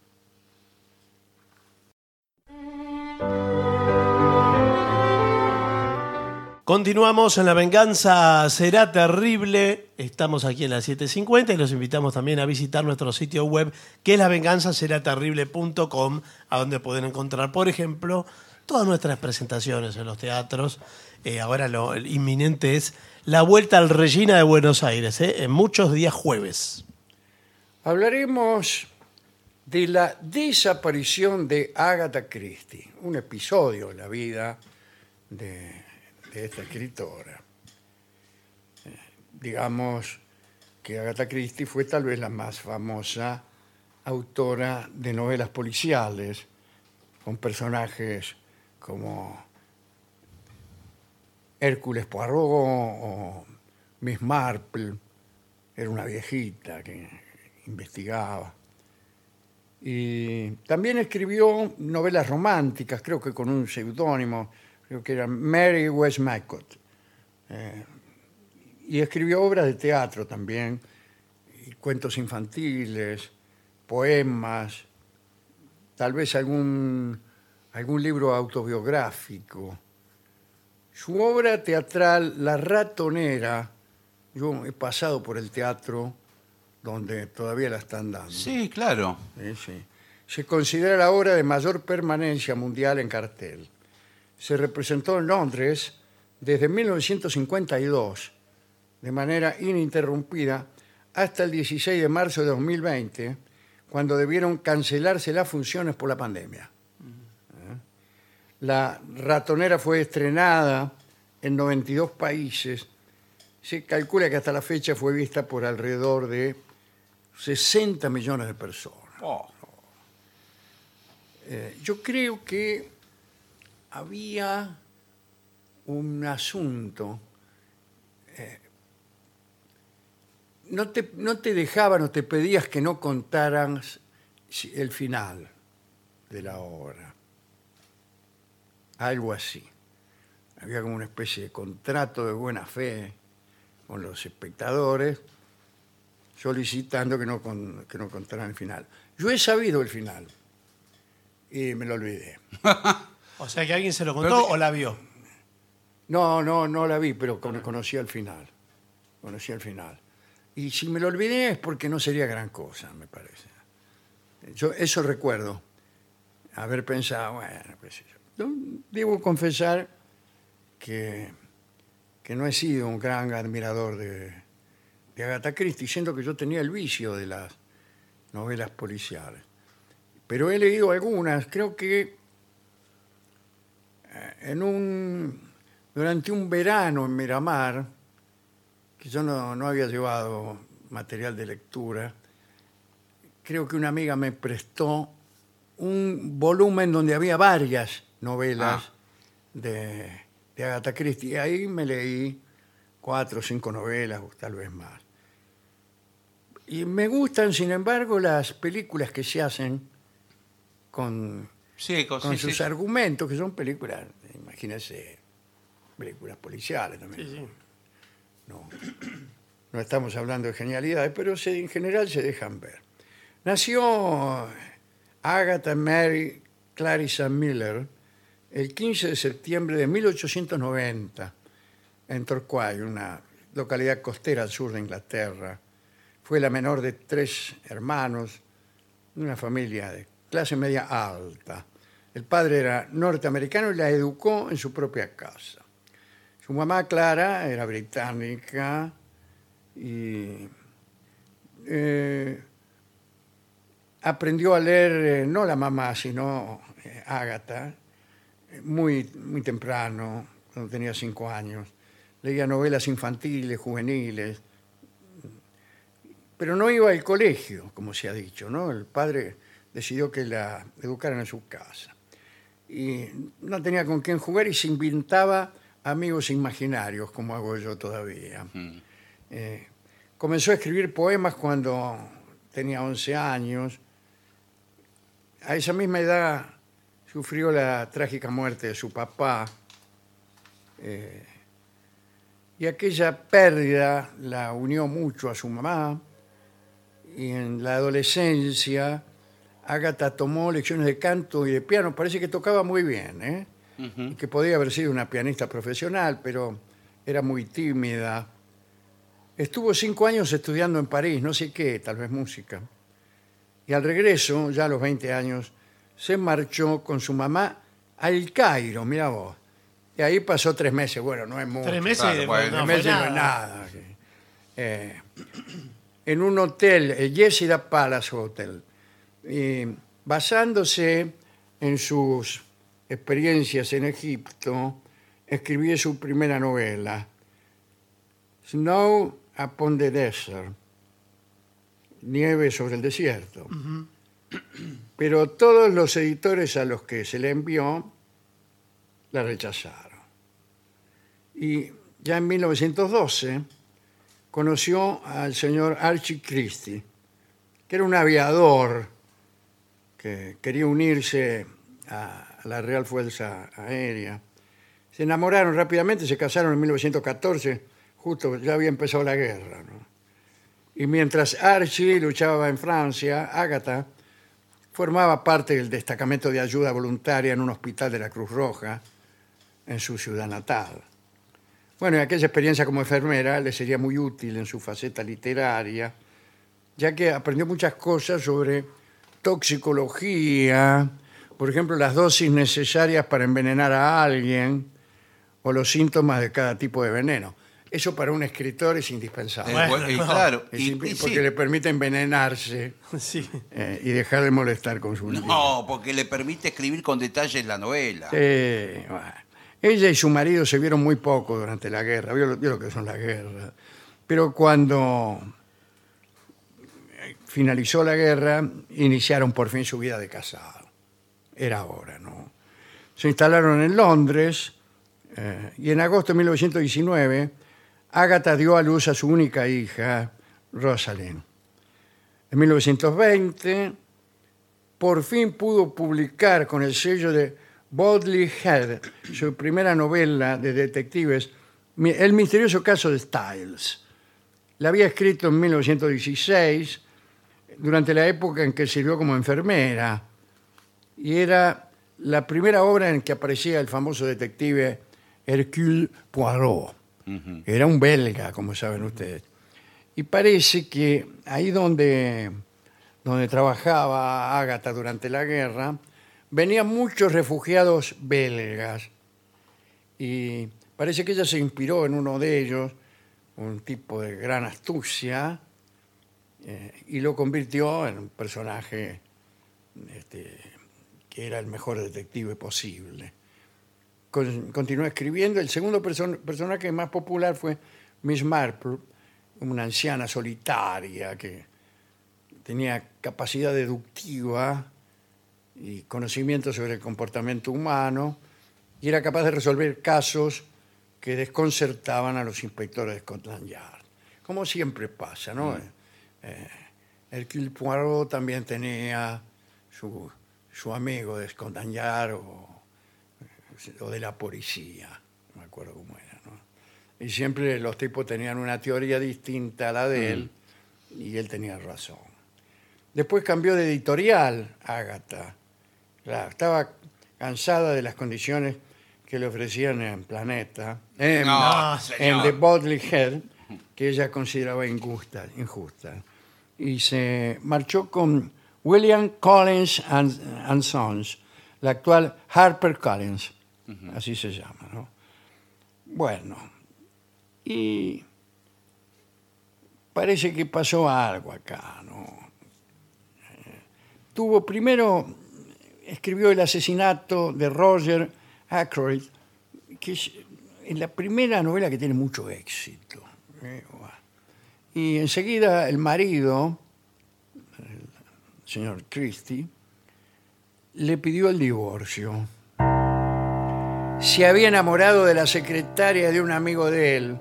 Speaker 3: Continuamos en La Venganza Será Terrible. Estamos aquí en las 7.50 y los invitamos también a visitar nuestro sitio web que es lavenganzaseraterrible.com, a donde pueden encontrar, por ejemplo, todas nuestras presentaciones en los teatros. Eh, ahora lo el inminente es la vuelta al Regina de Buenos Aires, eh, en muchos días jueves.
Speaker 1: Hablaremos de la desaparición de Agatha Christie, un episodio de la vida de, de esta escritora. Eh, Digamos que Agatha Christie fue tal vez la más famosa autora de novelas policiales con personajes como Hércules Poirot o Miss Marple era una viejita que investigaba. Y también escribió novelas románticas, creo que con un seudónimo, creo que era Mary Westmacott. Eh, y escribió obras de teatro también, y cuentos infantiles, poemas, tal vez algún, algún libro autobiográfico. Su obra teatral, La ratonera, yo he pasado por el teatro donde todavía la están dando.
Speaker 2: Sí, claro.
Speaker 1: Eh, sí. Se considera la obra de mayor permanencia mundial en cartel. Se representó en Londres desde 1952, de manera ininterrumpida, hasta el 16 de marzo de 2020, cuando debieron cancelarse las funciones por la pandemia. ¿Eh? La ratonera fue estrenada en 92 países. Se calcula que hasta la fecha fue vista por alrededor de 60 millones de personas.
Speaker 2: Oh,
Speaker 1: Eh, yo creo que había un asunto. eh, no, te, no te dejaban o te pedías que no contaran el final de la obra. Algo así. Había como una especie de contrato de buena fe con los espectadores solicitando que no, con- que no contaran el final. Yo he sabido el final y me lo olvidé.
Speaker 3: O sea que alguien se lo
Speaker 2: Pero
Speaker 3: contó
Speaker 2: que-
Speaker 3: o la vio.
Speaker 1: No, no, no la vi, pero con- conocí al final. Conocí al final. Y si me lo olvidé es porque no sería gran cosa, me parece. Yo eso recuerdo. Haber pensado, bueno, qué sé yo. Yo debo confesar que, que no he sido un gran admirador de, de Agatha Christie, siendo que yo tenía el vicio de las novelas policiales. Pero he leído algunas, creo que eh, en un durante un verano en Miramar, que yo no, no había llevado material de lectura, creo que una amiga me prestó un volumen donde había varias novelas
Speaker 2: Ah.
Speaker 1: de, de Agatha Christie. Y ahí me leí cuatro o cinco novelas, o tal vez más. Y me gustan, sin embargo, las películas que se hacen con
Speaker 2: Sí,
Speaker 1: con
Speaker 2: sí,
Speaker 1: sus
Speaker 2: sí.
Speaker 1: argumentos, que son películas, imagínense, películas policiales también. No, no estamos hablando de genialidades, pero se- en general se dejan ver. Nació Agatha Mary Clarissa Miller el 15 de septiembre de 1890 en Torquay, una localidad costera al sur de Inglaterra. Fue la menor de tres hermanos, de una familia de clase media alta. El padre era norteamericano y la educó en su propia casa. Su mamá Clara era británica y eh, aprendió a leer, eh, no la mamá, sino eh, Ágata, eh, muy, muy temprano, cuando tenía cinco años. Leía novelas infantiles, juveniles, pero no iba al colegio, como se ha dicho, ¿no? El padre decidió que la educaran en su casa. Y no tenía con quién jugar y se inventaba amigos imaginarios, como hago yo todavía. Eh, comenzó a escribir poemas cuando tenía 11 años. A esa misma edad sufrió la trágica muerte de su papá. Eh, y aquella pérdida la unió mucho a su mamá. Y en la adolescencia, Agatha tomó lecciones de canto y de piano. Parece que tocaba muy bien, ¿eh? Y que podía haber sido una pianista profesional, pero era muy tímida. Estuvo cinco años estudiando en París, no sé qué, tal vez música. Y al regreso, ya a los 20 años, se marchó con su mamá al Cairo, mira vos. Y ahí pasó tres meses. Bueno, no es mucho.
Speaker 3: Tres meses
Speaker 2: claro,
Speaker 3: y de-
Speaker 2: bueno,
Speaker 3: no,
Speaker 2: tres
Speaker 3: fue
Speaker 1: Meses no es nada. sí. Eh, en un hotel, el Yesida Palace Hotel, y basándose en sus experiencias en Egipto, escribió su primera novela, Snow Upon the Desert, Nieve sobre el Desierto. Pero todos los editores a los que se le envió la rechazaron. Y ya en 1912 conoció al señor Archie Christie, que era un aviador que quería unirse a a la Real Fuerza Aérea. Se enamoraron rápidamente, se casaron en 1914, justo ya había empezado la guerra. ¿no? Y mientras Archie luchaba en Francia, Agatha formaba parte del destacamento de ayuda voluntaria en un hospital de la Cruz Roja en su ciudad natal. Bueno, y aquella experiencia como enfermera le sería muy útil en su faceta literaria, ya que aprendió muchas cosas sobre toxicología, por ejemplo, las dosis necesarias para envenenar a alguien o los síntomas de cada tipo de veneno. Eso para un escritor es indispensable.
Speaker 2: Eh,
Speaker 3: Bueno,
Speaker 2: y
Speaker 3: no.
Speaker 2: claro,
Speaker 1: Es
Speaker 2: y-
Speaker 1: imp-
Speaker 2: y sí.
Speaker 1: porque le permite envenenarse
Speaker 3: Sí.
Speaker 1: eh, y dejar de molestar con su libro.
Speaker 2: No, porque le permite escribir con detalles la novela.
Speaker 1: Sí, bueno. Ella y su marido se vieron muy poco durante la guerra, vio lo, vio lo que son las guerras. Pero cuando eh, finalizó la guerra, iniciaron por fin su vida de casado. Era ahora, ¿no? Se instalaron en Londres eh, y en agosto de 1919, Agatha dio a luz a su única hija, Rosalind. En 1920 por fin pudo publicar con el sello de Bodley Head su primera novela de detectives, Mi- El misterioso caso de Styles. La había escrito en 1916, durante la época en que sirvió como enfermera, y era la primera obra en que aparecía el famoso detective Hercule Poirot. Era un belga, como saben ustedes. Y parece que ahí donde, donde trabajaba Ágata durante la guerra, venían muchos refugiados belgas. Y parece que ella se inspiró en uno de ellos, un tipo de gran astucia, eh, y lo convirtió en un personaje este, que era el mejor detective posible. Con- continuó escribiendo. El segundo person- personaje más popular fue Miss Marple, una anciana solitaria que tenía capacidad deductiva y conocimiento sobre el comportamiento humano y era capaz de resolver casos que desconcertaban a los inspectores de Scotland Yard. Como siempre pasa, ¿no? Eh, Hercule Poirot también tenía su, su amigo de Scotland Yard o, o de la policía, no me acuerdo cómo era, ¿no? Y siempre los tipos tenían una teoría distinta a la de él y él tenía razón. Después cambió de editorial, Ágata. Claro, estaba cansada de las condiciones que le ofrecían en Planeta, en,
Speaker 2: No,
Speaker 3: no,
Speaker 2: señor.
Speaker 1: en The Bodley Head, que ella consideraba injusta, injusta. Y se marchó con William Collins and, and Sons, la actual Harper Collins, así se llama. ¿no? Bueno, y parece que pasó algo acá, ¿no? Eh, tuvo primero escribió el asesinato de Roger Ackroyd, que es la primera novela que tiene mucho éxito. Eh, guau. Y enseguida el marido, el señor Christie, le pidió el divorcio. Se había enamorado de la secretaria de un amigo de él.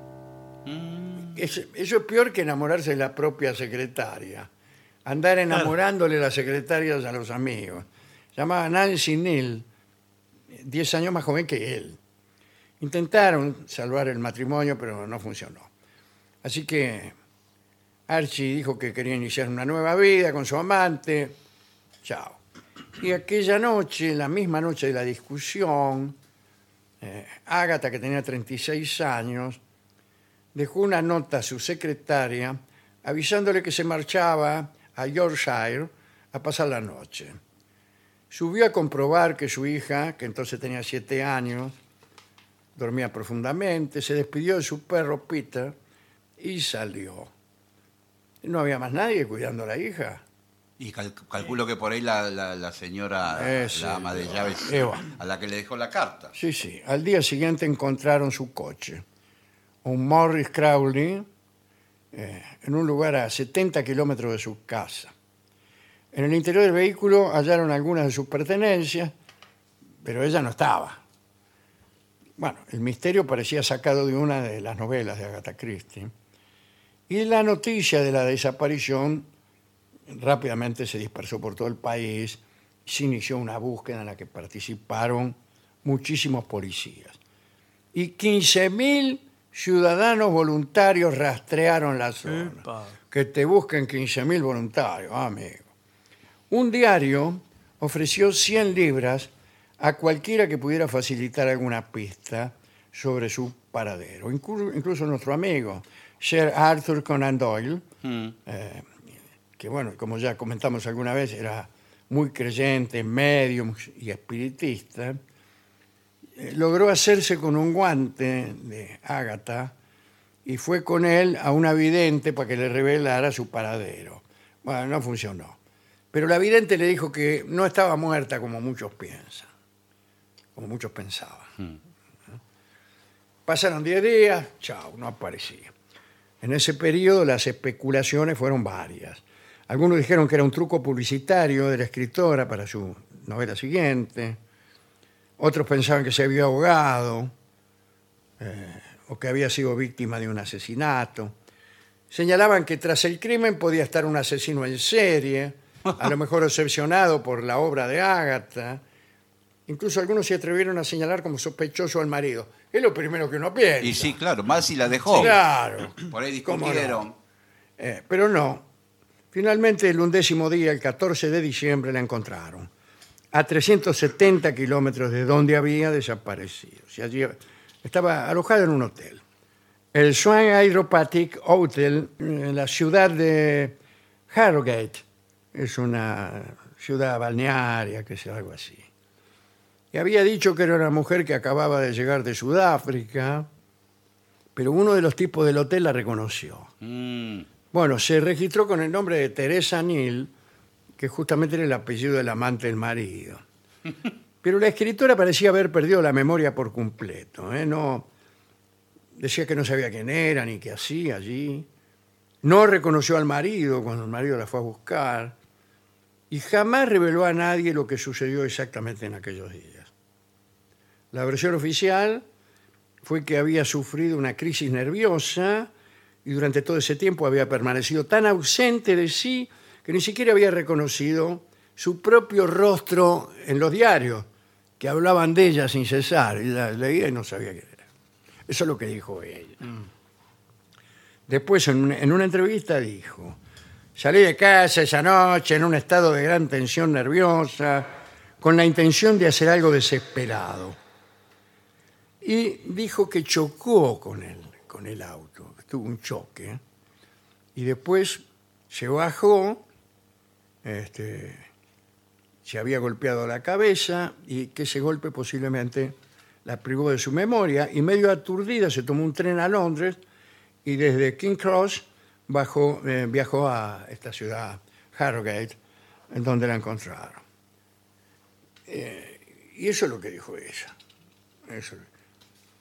Speaker 1: Es- eso es peor que enamorarse de la propia secretaria. Andar enamorándole las secretarias a los amigos. Se llamaba Nancy Neal, 10 años más joven que él. Intentaron salvar el matrimonio, pero no funcionó. Así que Archie dijo que quería iniciar una nueva vida con su amante. Chao. Y aquella noche, la misma noche de la discusión, eh, Agatha, que tenía 36 años, dejó una nota a su secretaria avisándole que se marchaba a Yorkshire a pasar la noche. Subió a comprobar que su hija, que entonces tenía siete años, dormía profundamente, se despidió de su perro Peter y salió. No había más nadie cuidando a la hija.
Speaker 2: Y cal- calculo que por ahí la, la- la señora,
Speaker 1: Eh, sí.
Speaker 2: la ama de llaves,
Speaker 1: Eh, va.
Speaker 2: a la que le dejó la carta.
Speaker 1: Sí, sí. Al día siguiente encontraron su coche. Un Morris Crowley eh, en un lugar a 70 kilómetros de su casa. En el interior del vehículo hallaron algunas de sus pertenencias, pero ella no estaba. Bueno, el misterio parecía sacado de una de las novelas de Agatha Christie. Y la noticia de la desaparición rápidamente se dispersó por todo el país. Se inició una búsqueda en la que participaron muchísimos policías. Y 15.000 ciudadanos voluntarios rastrearon la zona.
Speaker 3: Epa.
Speaker 1: Que te busquen 15.000 voluntarios, amigo. Un diario ofreció 100 libras a cualquiera que pudiera facilitar alguna pista sobre su paradero. Inclu- Incluso nuestro amigo, Sir Arthur Conan Doyle,
Speaker 2: Mm.
Speaker 1: que bueno, como ya comentamos alguna vez, era muy creyente, medium y espiritista, eh, logró hacerse con un guante de Ágata y fue con él a una vidente para que le revelara su paradero. Bueno, no funcionó. Pero la vidente le dijo que no estaba muerta como muchos piensan, como muchos pensaban. Pasaron 10 días, chao, no aparecía. En ese periodo las especulaciones fueron varias. Algunos dijeron que era un truco publicitario de la escritora para su novela siguiente. Otros pensaban que se había ahogado eh, o que había sido víctima de un asesinato. Señalaban que tras el crimen podía estar un asesino en serie, a lo mejor obsesionado por la obra de Ágata. Incluso algunos se atrevieron a señalar como sospechoso al marido. Es lo primero que uno piensa.
Speaker 2: Y sí, claro, más si la dejó.
Speaker 1: Claro.
Speaker 2: Por ahí
Speaker 1: ¿Cómo no?
Speaker 2: discutieron.
Speaker 1: Eh, pero no. Finalmente, el undécimo día, el 14 de diciembre, la encontraron. A 370 kilómetros de donde había desaparecido. Si allí estaba alojado en un hotel. El Swan Aeropathic Hotel en la ciudad de Harrogate. Es una ciudad balnearia, que sea algo así. Y había dicho que era una mujer que acababa de llegar de Sudáfrica, pero uno de los tipos del hotel la reconoció.
Speaker 2: Mm,
Speaker 1: Bueno, se registró con el nombre de Teresa Neal, que justamente era el apellido del amante del marido. Pero la escritora parecía haber perdido la memoria por completo. ¿eh? No, decía que no sabía quién era ni qué hacía allí. No reconoció al marido cuando el marido la fue a buscar. Y jamás reveló a nadie lo que sucedió exactamente en aquellos días. La versión oficial fue que había sufrido una crisis nerviosa y durante todo ese tiempo había permanecido tan ausente de sí que ni siquiera había reconocido su propio rostro en los diarios, que hablaban de ella sin cesar. Y la leía y no sabía quién era. Eso es lo que dijo ella. Después, en una, en una entrevista, dijo: Salí de casa esa noche en un estado de gran tensión nerviosa, con la intención de hacer algo desesperado. Y dijo que chocó con él, con el auto. Tuvo un choque. Y después se bajó, este, se había golpeado la cabeza y que ese golpe posiblemente la privó de su memoria. Y medio aturdida se tomó un tren a Londres y desde King Cross bajó, eh, viajó a esta ciudad, Harrogate, en donde la encontraron. Eh, y eso es lo que dijo ella. Eso es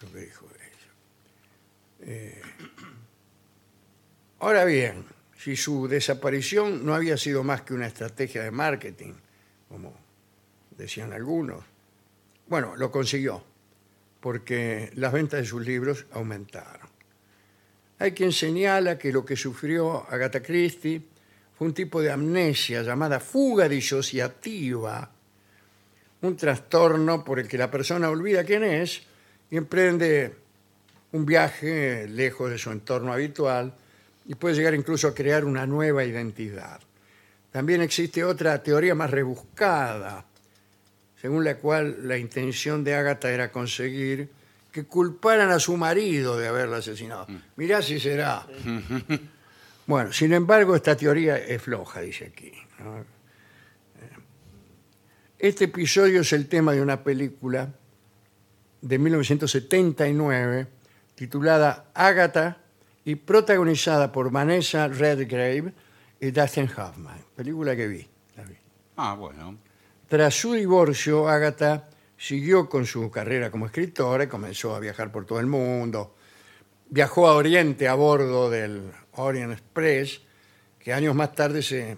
Speaker 1: lo que dijo ella. Eh, ahora bien, si su desaparición no había sido más que una estrategia de marketing, como decían algunos, bueno, lo consiguió, porque las ventas de sus libros aumentaron. Hay quien señala que lo que sufrió Agatha Christie fue un tipo de amnesia llamada fuga disociativa, un trastorno por el que la persona olvida quién es y emprende un viaje lejos de su entorno habitual y puede llegar incluso a crear una nueva identidad. También existe otra teoría más rebuscada, según la cual la intención de Ágata era conseguir que culparan a su marido de haberla asesinado. Mirá si será. Bueno, sin embargo, esta teoría es floja, dice aquí. ¿no? Eh, Este episodio es el tema de una película de 1979 titulada Ágata y protagonizada por Vanessa Redgrave y Dustin Hoffman, película que vi. la vi.
Speaker 2: Ah, bueno.
Speaker 1: Tras su divorcio, Agatha siguió con su carrera como escritora y comenzó a viajar por todo el mundo. Viajó a Oriente a bordo del Orient Express, que años más tarde se, eh,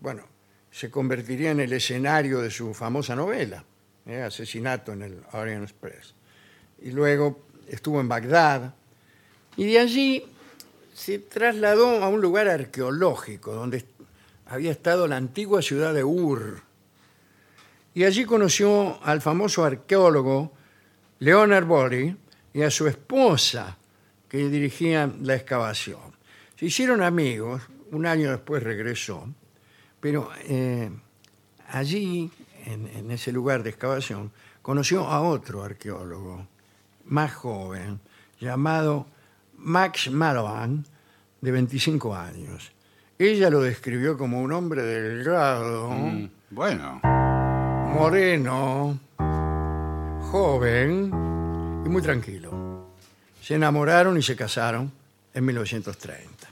Speaker 1: bueno, se convertiría en el escenario de su famosa novela, eh, Asesinato en el Orient Express. Y luego estuvo en Bagdad. Y de allí se trasladó a un lugar arqueológico donde había estado la antigua ciudad de Ur. Y allí conoció al famoso arqueólogo Leonard Bory y a su esposa que dirigía la excavación. Se hicieron amigos, un año después regresó, pero eh, allí, en, en ese lugar de excavación, conoció a otro arqueólogo más joven, llamado Max Malovan, de 25 años. Ella lo describió como un hombre delgado,
Speaker 2: Mm, Bueno.
Speaker 1: moreno, joven y muy tranquilo. Se enamoraron y se casaron en 1930.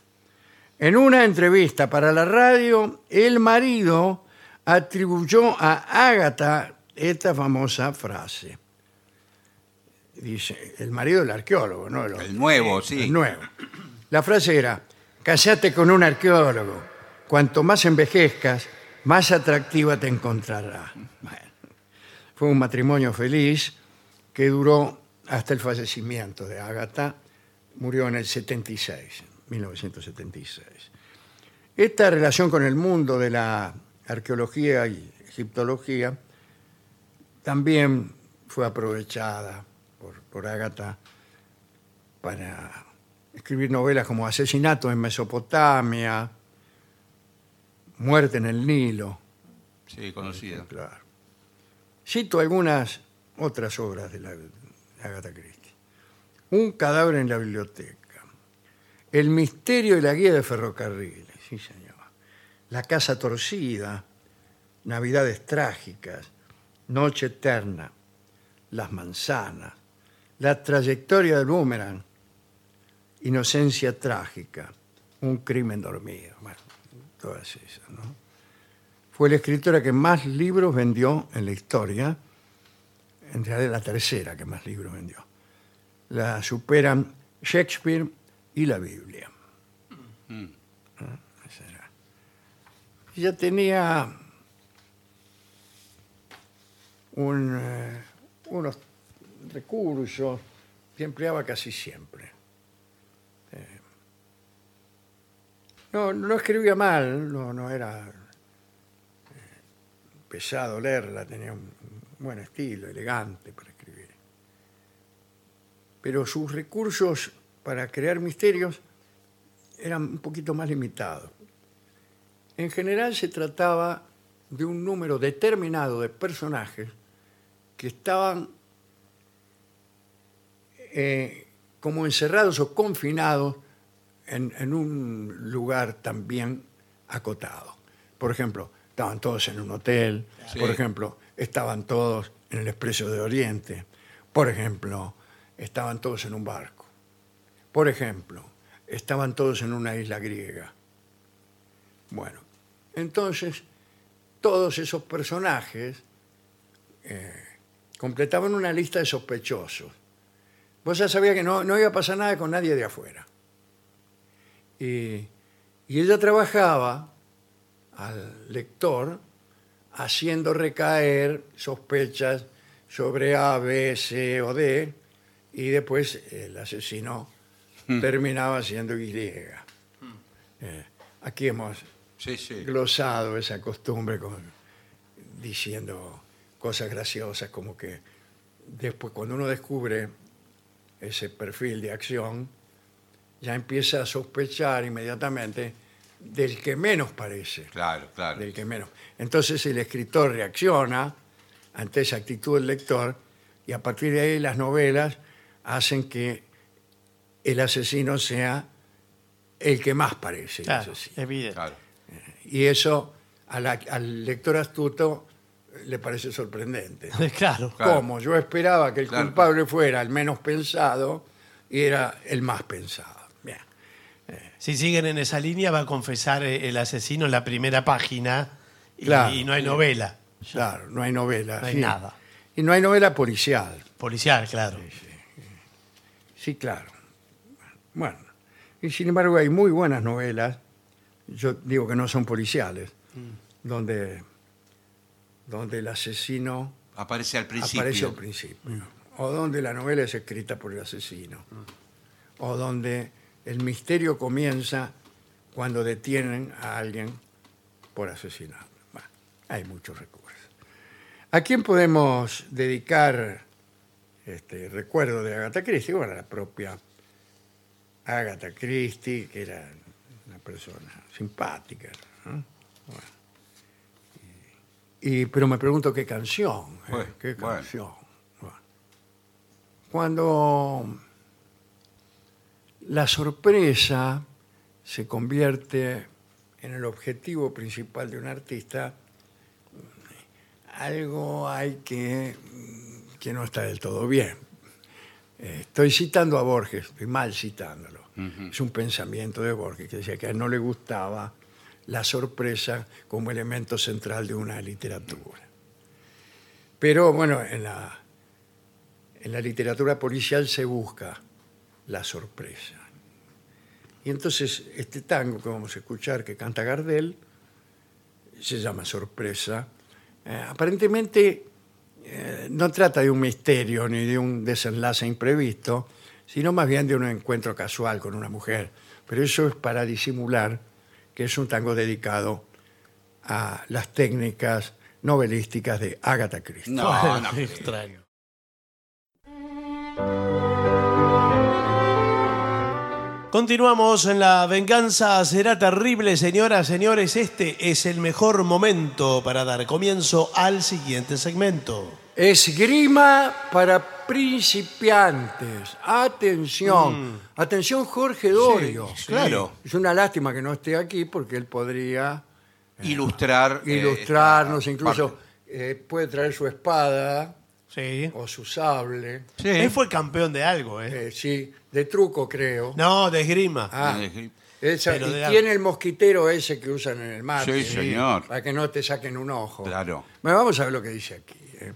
Speaker 1: En una entrevista para la radio, el marido atribuyó a Ágata esta famosa frase. Dice, el marido del arqueólogo, ¿no? El,
Speaker 2: El nuevo, sí.
Speaker 1: el nuevo. La frase era, casate con un arqueólogo. Cuanto más envejezcas, más atractiva te encontrará. Bueno, fue un matrimonio feliz que duró hasta el fallecimiento de Agatha. Murió en el 76, 1976. Esta relación con el mundo de la arqueología y egiptología también fue aprovechada por, por Agatha para escribir novelas como Asesinato en Mesopotamia, Muerte en el Nilo.
Speaker 2: Sí, conocido.
Speaker 1: Claro. Cito algunas otras obras de la Agatha Christie. Un cadáver en la biblioteca. El misterio y la guía de ferrocarriles. Sí, señor. La casa torcida. Navidades trágicas. Noche eterna. Las manzanas. La trayectoria del boomerang. Inocencia trágica. Un crimen dormido. Bueno, todas esas, ¿no? Fue la escritora que más libros vendió en la historia en realidad la tercera que más libros vendió. La superan Shakespeare y la Biblia. ¿Eh? Esa era. Ella tenía un, eh, unos recursos que empleaba casi siempre. Eh, no, no escribía mal, no, no era pesado leerla, tenía un buen estilo, elegante para escribir. Pero sus recursos para crear misterios eran un poquito más limitados. En general se trataba de un número determinado de personajes que estaban eh, como encerrados o confinados en, en un lugar también acotado. Por ejemplo, estaban todos en un hotel,
Speaker 2: Sí.
Speaker 1: por ejemplo, estaban todos en el Expreso de Oriente, por ejemplo, estaban todos en un barco, por ejemplo, estaban todos en una isla griega. Bueno, entonces todos esos personajes eh, completaban una lista de sospechosos. Vos ya sabías que no, no iba a pasar nada con nadie de afuera. Y- y ella trabajaba al lector haciendo recaer sospechas sobre A, B, C o D y después el asesino terminaba siendo Y. Eh, aquí hemos
Speaker 2: Sí, sí.
Speaker 1: glosado esa costumbre con, diciendo cosas graciosas como que después cuando uno descubre ese perfil de acción ya empieza a sospechar inmediatamente del que menos parece
Speaker 2: Claro, claro.
Speaker 1: del que menos. Entonces el escritor reacciona ante esa actitud del lector y a partir de ahí las novelas hacen que el asesino sea el que más parece el
Speaker 3: Claro,
Speaker 1: asesino.
Speaker 3: evidente.
Speaker 2: Claro.
Speaker 1: Y eso a la- al lector astuto le parece sorprendente.
Speaker 3: Claro.
Speaker 2: Claro.
Speaker 1: Como yo esperaba que el
Speaker 2: Claro.
Speaker 1: culpable fuera el menos pensado y era el más pensado. Bien.
Speaker 3: Si siguen en esa línea, va a confesar eh, el asesino en la primera página y,
Speaker 1: Claro.
Speaker 3: y no hay novela.
Speaker 1: Claro, no hay novela.
Speaker 3: No hay nada.
Speaker 1: Y no hay novela policial.
Speaker 3: Policial, claro.
Speaker 1: Sí, claro. Bueno, y sin embargo hay muy buenas novelas, yo digo que no son policiales,
Speaker 3: Mm.
Speaker 1: donde, donde el asesino
Speaker 2: Aparece al principio.
Speaker 1: aparece al principio, o donde la novela es escrita por el asesino, o donde el misterio comienza cuando detienen a alguien por asesinato. Bueno, hay muchos recursos. ¿A quién podemos dedicar este recuerdo de Agatha Christie? Bueno, a la propia Agatha Christie, que era una persona simpática. ¿no? Bueno. Y- y- pero me pregunto qué canción. ¿eh?
Speaker 2: Bueno,
Speaker 1: ¿Qué
Speaker 2: bueno.
Speaker 1: canción? Bueno. Cuando la sorpresa se convierte en el objetivo principal de un artista, algo hay que, mm, que no está del todo bien. Eh, Estoy citando a Borges, estoy mal citándolo. Es un pensamiento de Borges que decía que a él no le gustaba la sorpresa como elemento central de una literatura. Pero bueno, en la, en la literatura policial se busca la sorpresa. Y entonces este tango que vamos a escuchar, que canta Gardel, se llama Sorpresa. Eh, aparentemente eh, no trata de un misterio ni de un desenlace imprevisto, sino más bien de un encuentro casual con una mujer. Pero eso es para disimular que es un tango dedicado a las técnicas novelísticas de Agatha Christie.
Speaker 2: No, no.
Speaker 3: Extraño. Continuamos en la venganza. Será terrible, señoras, señores. Este es el mejor momento para dar comienzo al siguiente segmento.
Speaker 1: Esgrima para principiantes. Atención. Atención, Jorge Dorio.
Speaker 2: claro.
Speaker 1: Es una lástima que no esté aquí porque él podría
Speaker 2: Ilustrar. eh,
Speaker 1: ilustrarnos,
Speaker 2: esta
Speaker 1: incluso
Speaker 2: parte.
Speaker 1: eh, puede traer su espada
Speaker 3: Sí.
Speaker 1: o su sable.
Speaker 2: Sí.
Speaker 3: Él fue campeón de algo, ¿eh?
Speaker 1: Eh, sí, de truco, creo.
Speaker 3: No, de esgrima.
Speaker 1: Ah,
Speaker 2: Sí.
Speaker 1: esa-
Speaker 3: Pero
Speaker 1: y
Speaker 3: de-
Speaker 1: tiene el mosquitero ese que usan en el mar.
Speaker 2: Sí, señor.
Speaker 1: Para que no te saquen un ojo.
Speaker 2: Claro.
Speaker 1: Bueno, vamos a ver lo que dice aquí. eh.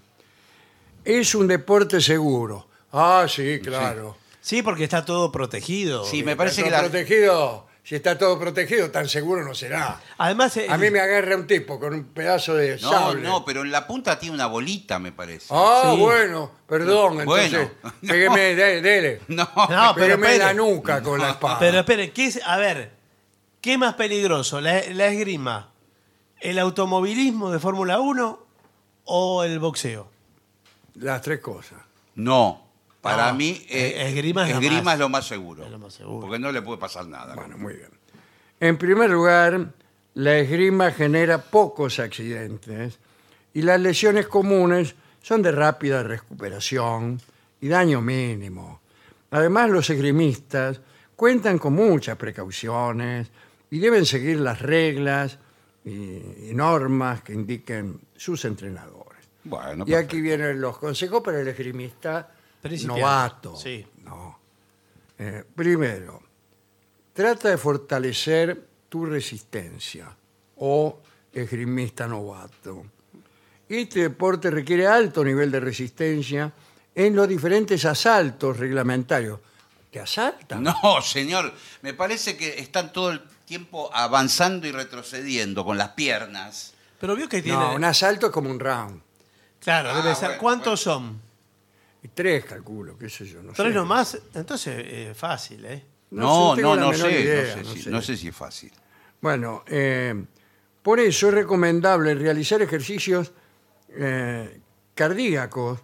Speaker 1: Es un deporte seguro. Ah, sí, claro.
Speaker 3: Sí, porque está todo protegido.
Speaker 2: Sí, me
Speaker 1: Está
Speaker 2: parece
Speaker 1: todo
Speaker 2: que la-
Speaker 1: protegido. Si está todo protegido, tan seguro no será.
Speaker 3: Además, eh,
Speaker 1: A mí me agarra un tipo con un pedazo de
Speaker 2: No,
Speaker 1: sable.
Speaker 2: no, pero en la punta tiene una bolita, me parece.
Speaker 1: Ah,
Speaker 3: Sí.
Speaker 1: bueno, perdón.
Speaker 2: Bueno.
Speaker 1: Entonces,
Speaker 2: No.
Speaker 1: pégueme, dele, dele.
Speaker 2: No.
Speaker 3: No, pero
Speaker 1: Pégueme en la
Speaker 3: espere.
Speaker 1: nuca con la espada.
Speaker 3: Pero espere, ¿qué es? A ver, ¿qué es más peligroso? ¿La, la esgrima? ¿El automovilismo de Fórmula 1 o el boxeo?
Speaker 1: Las tres cosas.
Speaker 2: No. Para
Speaker 3: No,
Speaker 2: mí, eh,
Speaker 3: esgrima es lo
Speaker 2: esgrima
Speaker 3: más-
Speaker 2: es lo más seguro.
Speaker 3: es lo más seguro.
Speaker 2: Porque no le puede pasar nada.
Speaker 1: Bueno, muy bien. En primer lugar, la esgrima genera pocos accidentes y las lesiones comunes son de rápida recuperación y daño mínimo. Además, los esgrimistas cuentan con muchas precauciones y deben seguir las reglas y, y normas que indiquen sus entrenadores.
Speaker 2: Bueno,
Speaker 1: y aquí vienen los consejos para el esgrimista
Speaker 3: Principiante,
Speaker 1: novato.
Speaker 3: sí.
Speaker 1: No. Eh, primero, trata de fortalecer tu resistencia o esgrimista novato. Este deporte requiere alto nivel de resistencia en los diferentes asaltos reglamentarios. ¿Te asaltan?
Speaker 2: No, señor, me parece que están todo el tiempo avanzando y retrocediendo con las piernas.
Speaker 3: Pero vio que tiene.
Speaker 1: No, un asalto es como un round.
Speaker 3: Claro,
Speaker 2: Ah,
Speaker 3: debe ser.
Speaker 2: bueno,
Speaker 3: ¿Cuántos son?
Speaker 1: Y Tres, calculo, qué sé yo. No
Speaker 3: ¿Tres
Speaker 1: sé.
Speaker 3: nomás? Entonces, eh, fácil, ¿eh?
Speaker 2: No,
Speaker 1: sé, tengo
Speaker 2: no,
Speaker 1: la
Speaker 2: no
Speaker 1: menor
Speaker 2: sé,
Speaker 1: idea,
Speaker 2: no, sé,
Speaker 1: no
Speaker 2: si,
Speaker 1: sé.
Speaker 2: no sé si es fácil.
Speaker 1: Bueno, eh, por eso es recomendable realizar ejercicios eh, cardíacos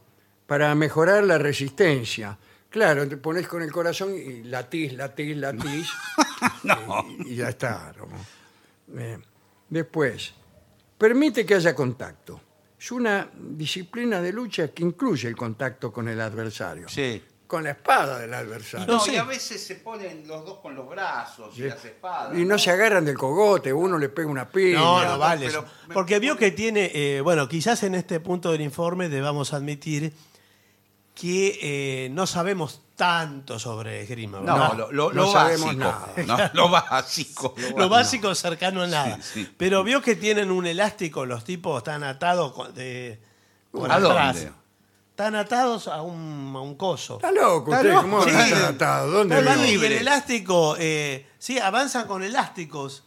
Speaker 1: para mejorar la resistencia. Claro, te pones con el corazón y latís, latís, latís
Speaker 2: No,
Speaker 1: y ya está. ¿no? Eh, después, permite que haya contacto. Es una disciplina de lucha que incluye el contacto con el adversario.
Speaker 2: sí.
Speaker 1: Con la espada del adversario.
Speaker 2: No,
Speaker 3: sé.
Speaker 2: y a veces se ponen los dos con los brazos y las espadas.
Speaker 1: Y no se agarran del cogote, uno le pega una piña.
Speaker 3: No, no
Speaker 2: no,
Speaker 3: vale.
Speaker 2: pero
Speaker 3: eso.
Speaker 2: me-
Speaker 3: Porque vio que tiene, eh, bueno, quizás en este punto del informe debamos admitir que eh, no sabemos tanto sobre esgrima.
Speaker 2: No,
Speaker 3: ¿verdad?
Speaker 2: lo, lo-
Speaker 1: No
Speaker 2: lo
Speaker 1: sabemos
Speaker 2: básico.
Speaker 1: nada.
Speaker 2: No, lo básico. Lo,
Speaker 3: Lo básico cercano a nada.
Speaker 2: Sí, sí.
Speaker 3: Pero vio que tienen un elástico, los tipos están atados con- de, por
Speaker 2: ¿A
Speaker 3: atrás.
Speaker 2: dónde?
Speaker 3: Están atados a un, a un coso.
Speaker 1: Está loco,
Speaker 2: Está
Speaker 1: usted,
Speaker 2: loco,
Speaker 1: ¿cómo van a
Speaker 2: sí.
Speaker 1: estar atados? ¿Dónde
Speaker 3: Están
Speaker 1: vivo?
Speaker 2: libre.
Speaker 3: y el elástico, eh, sí, avanzan con elásticos.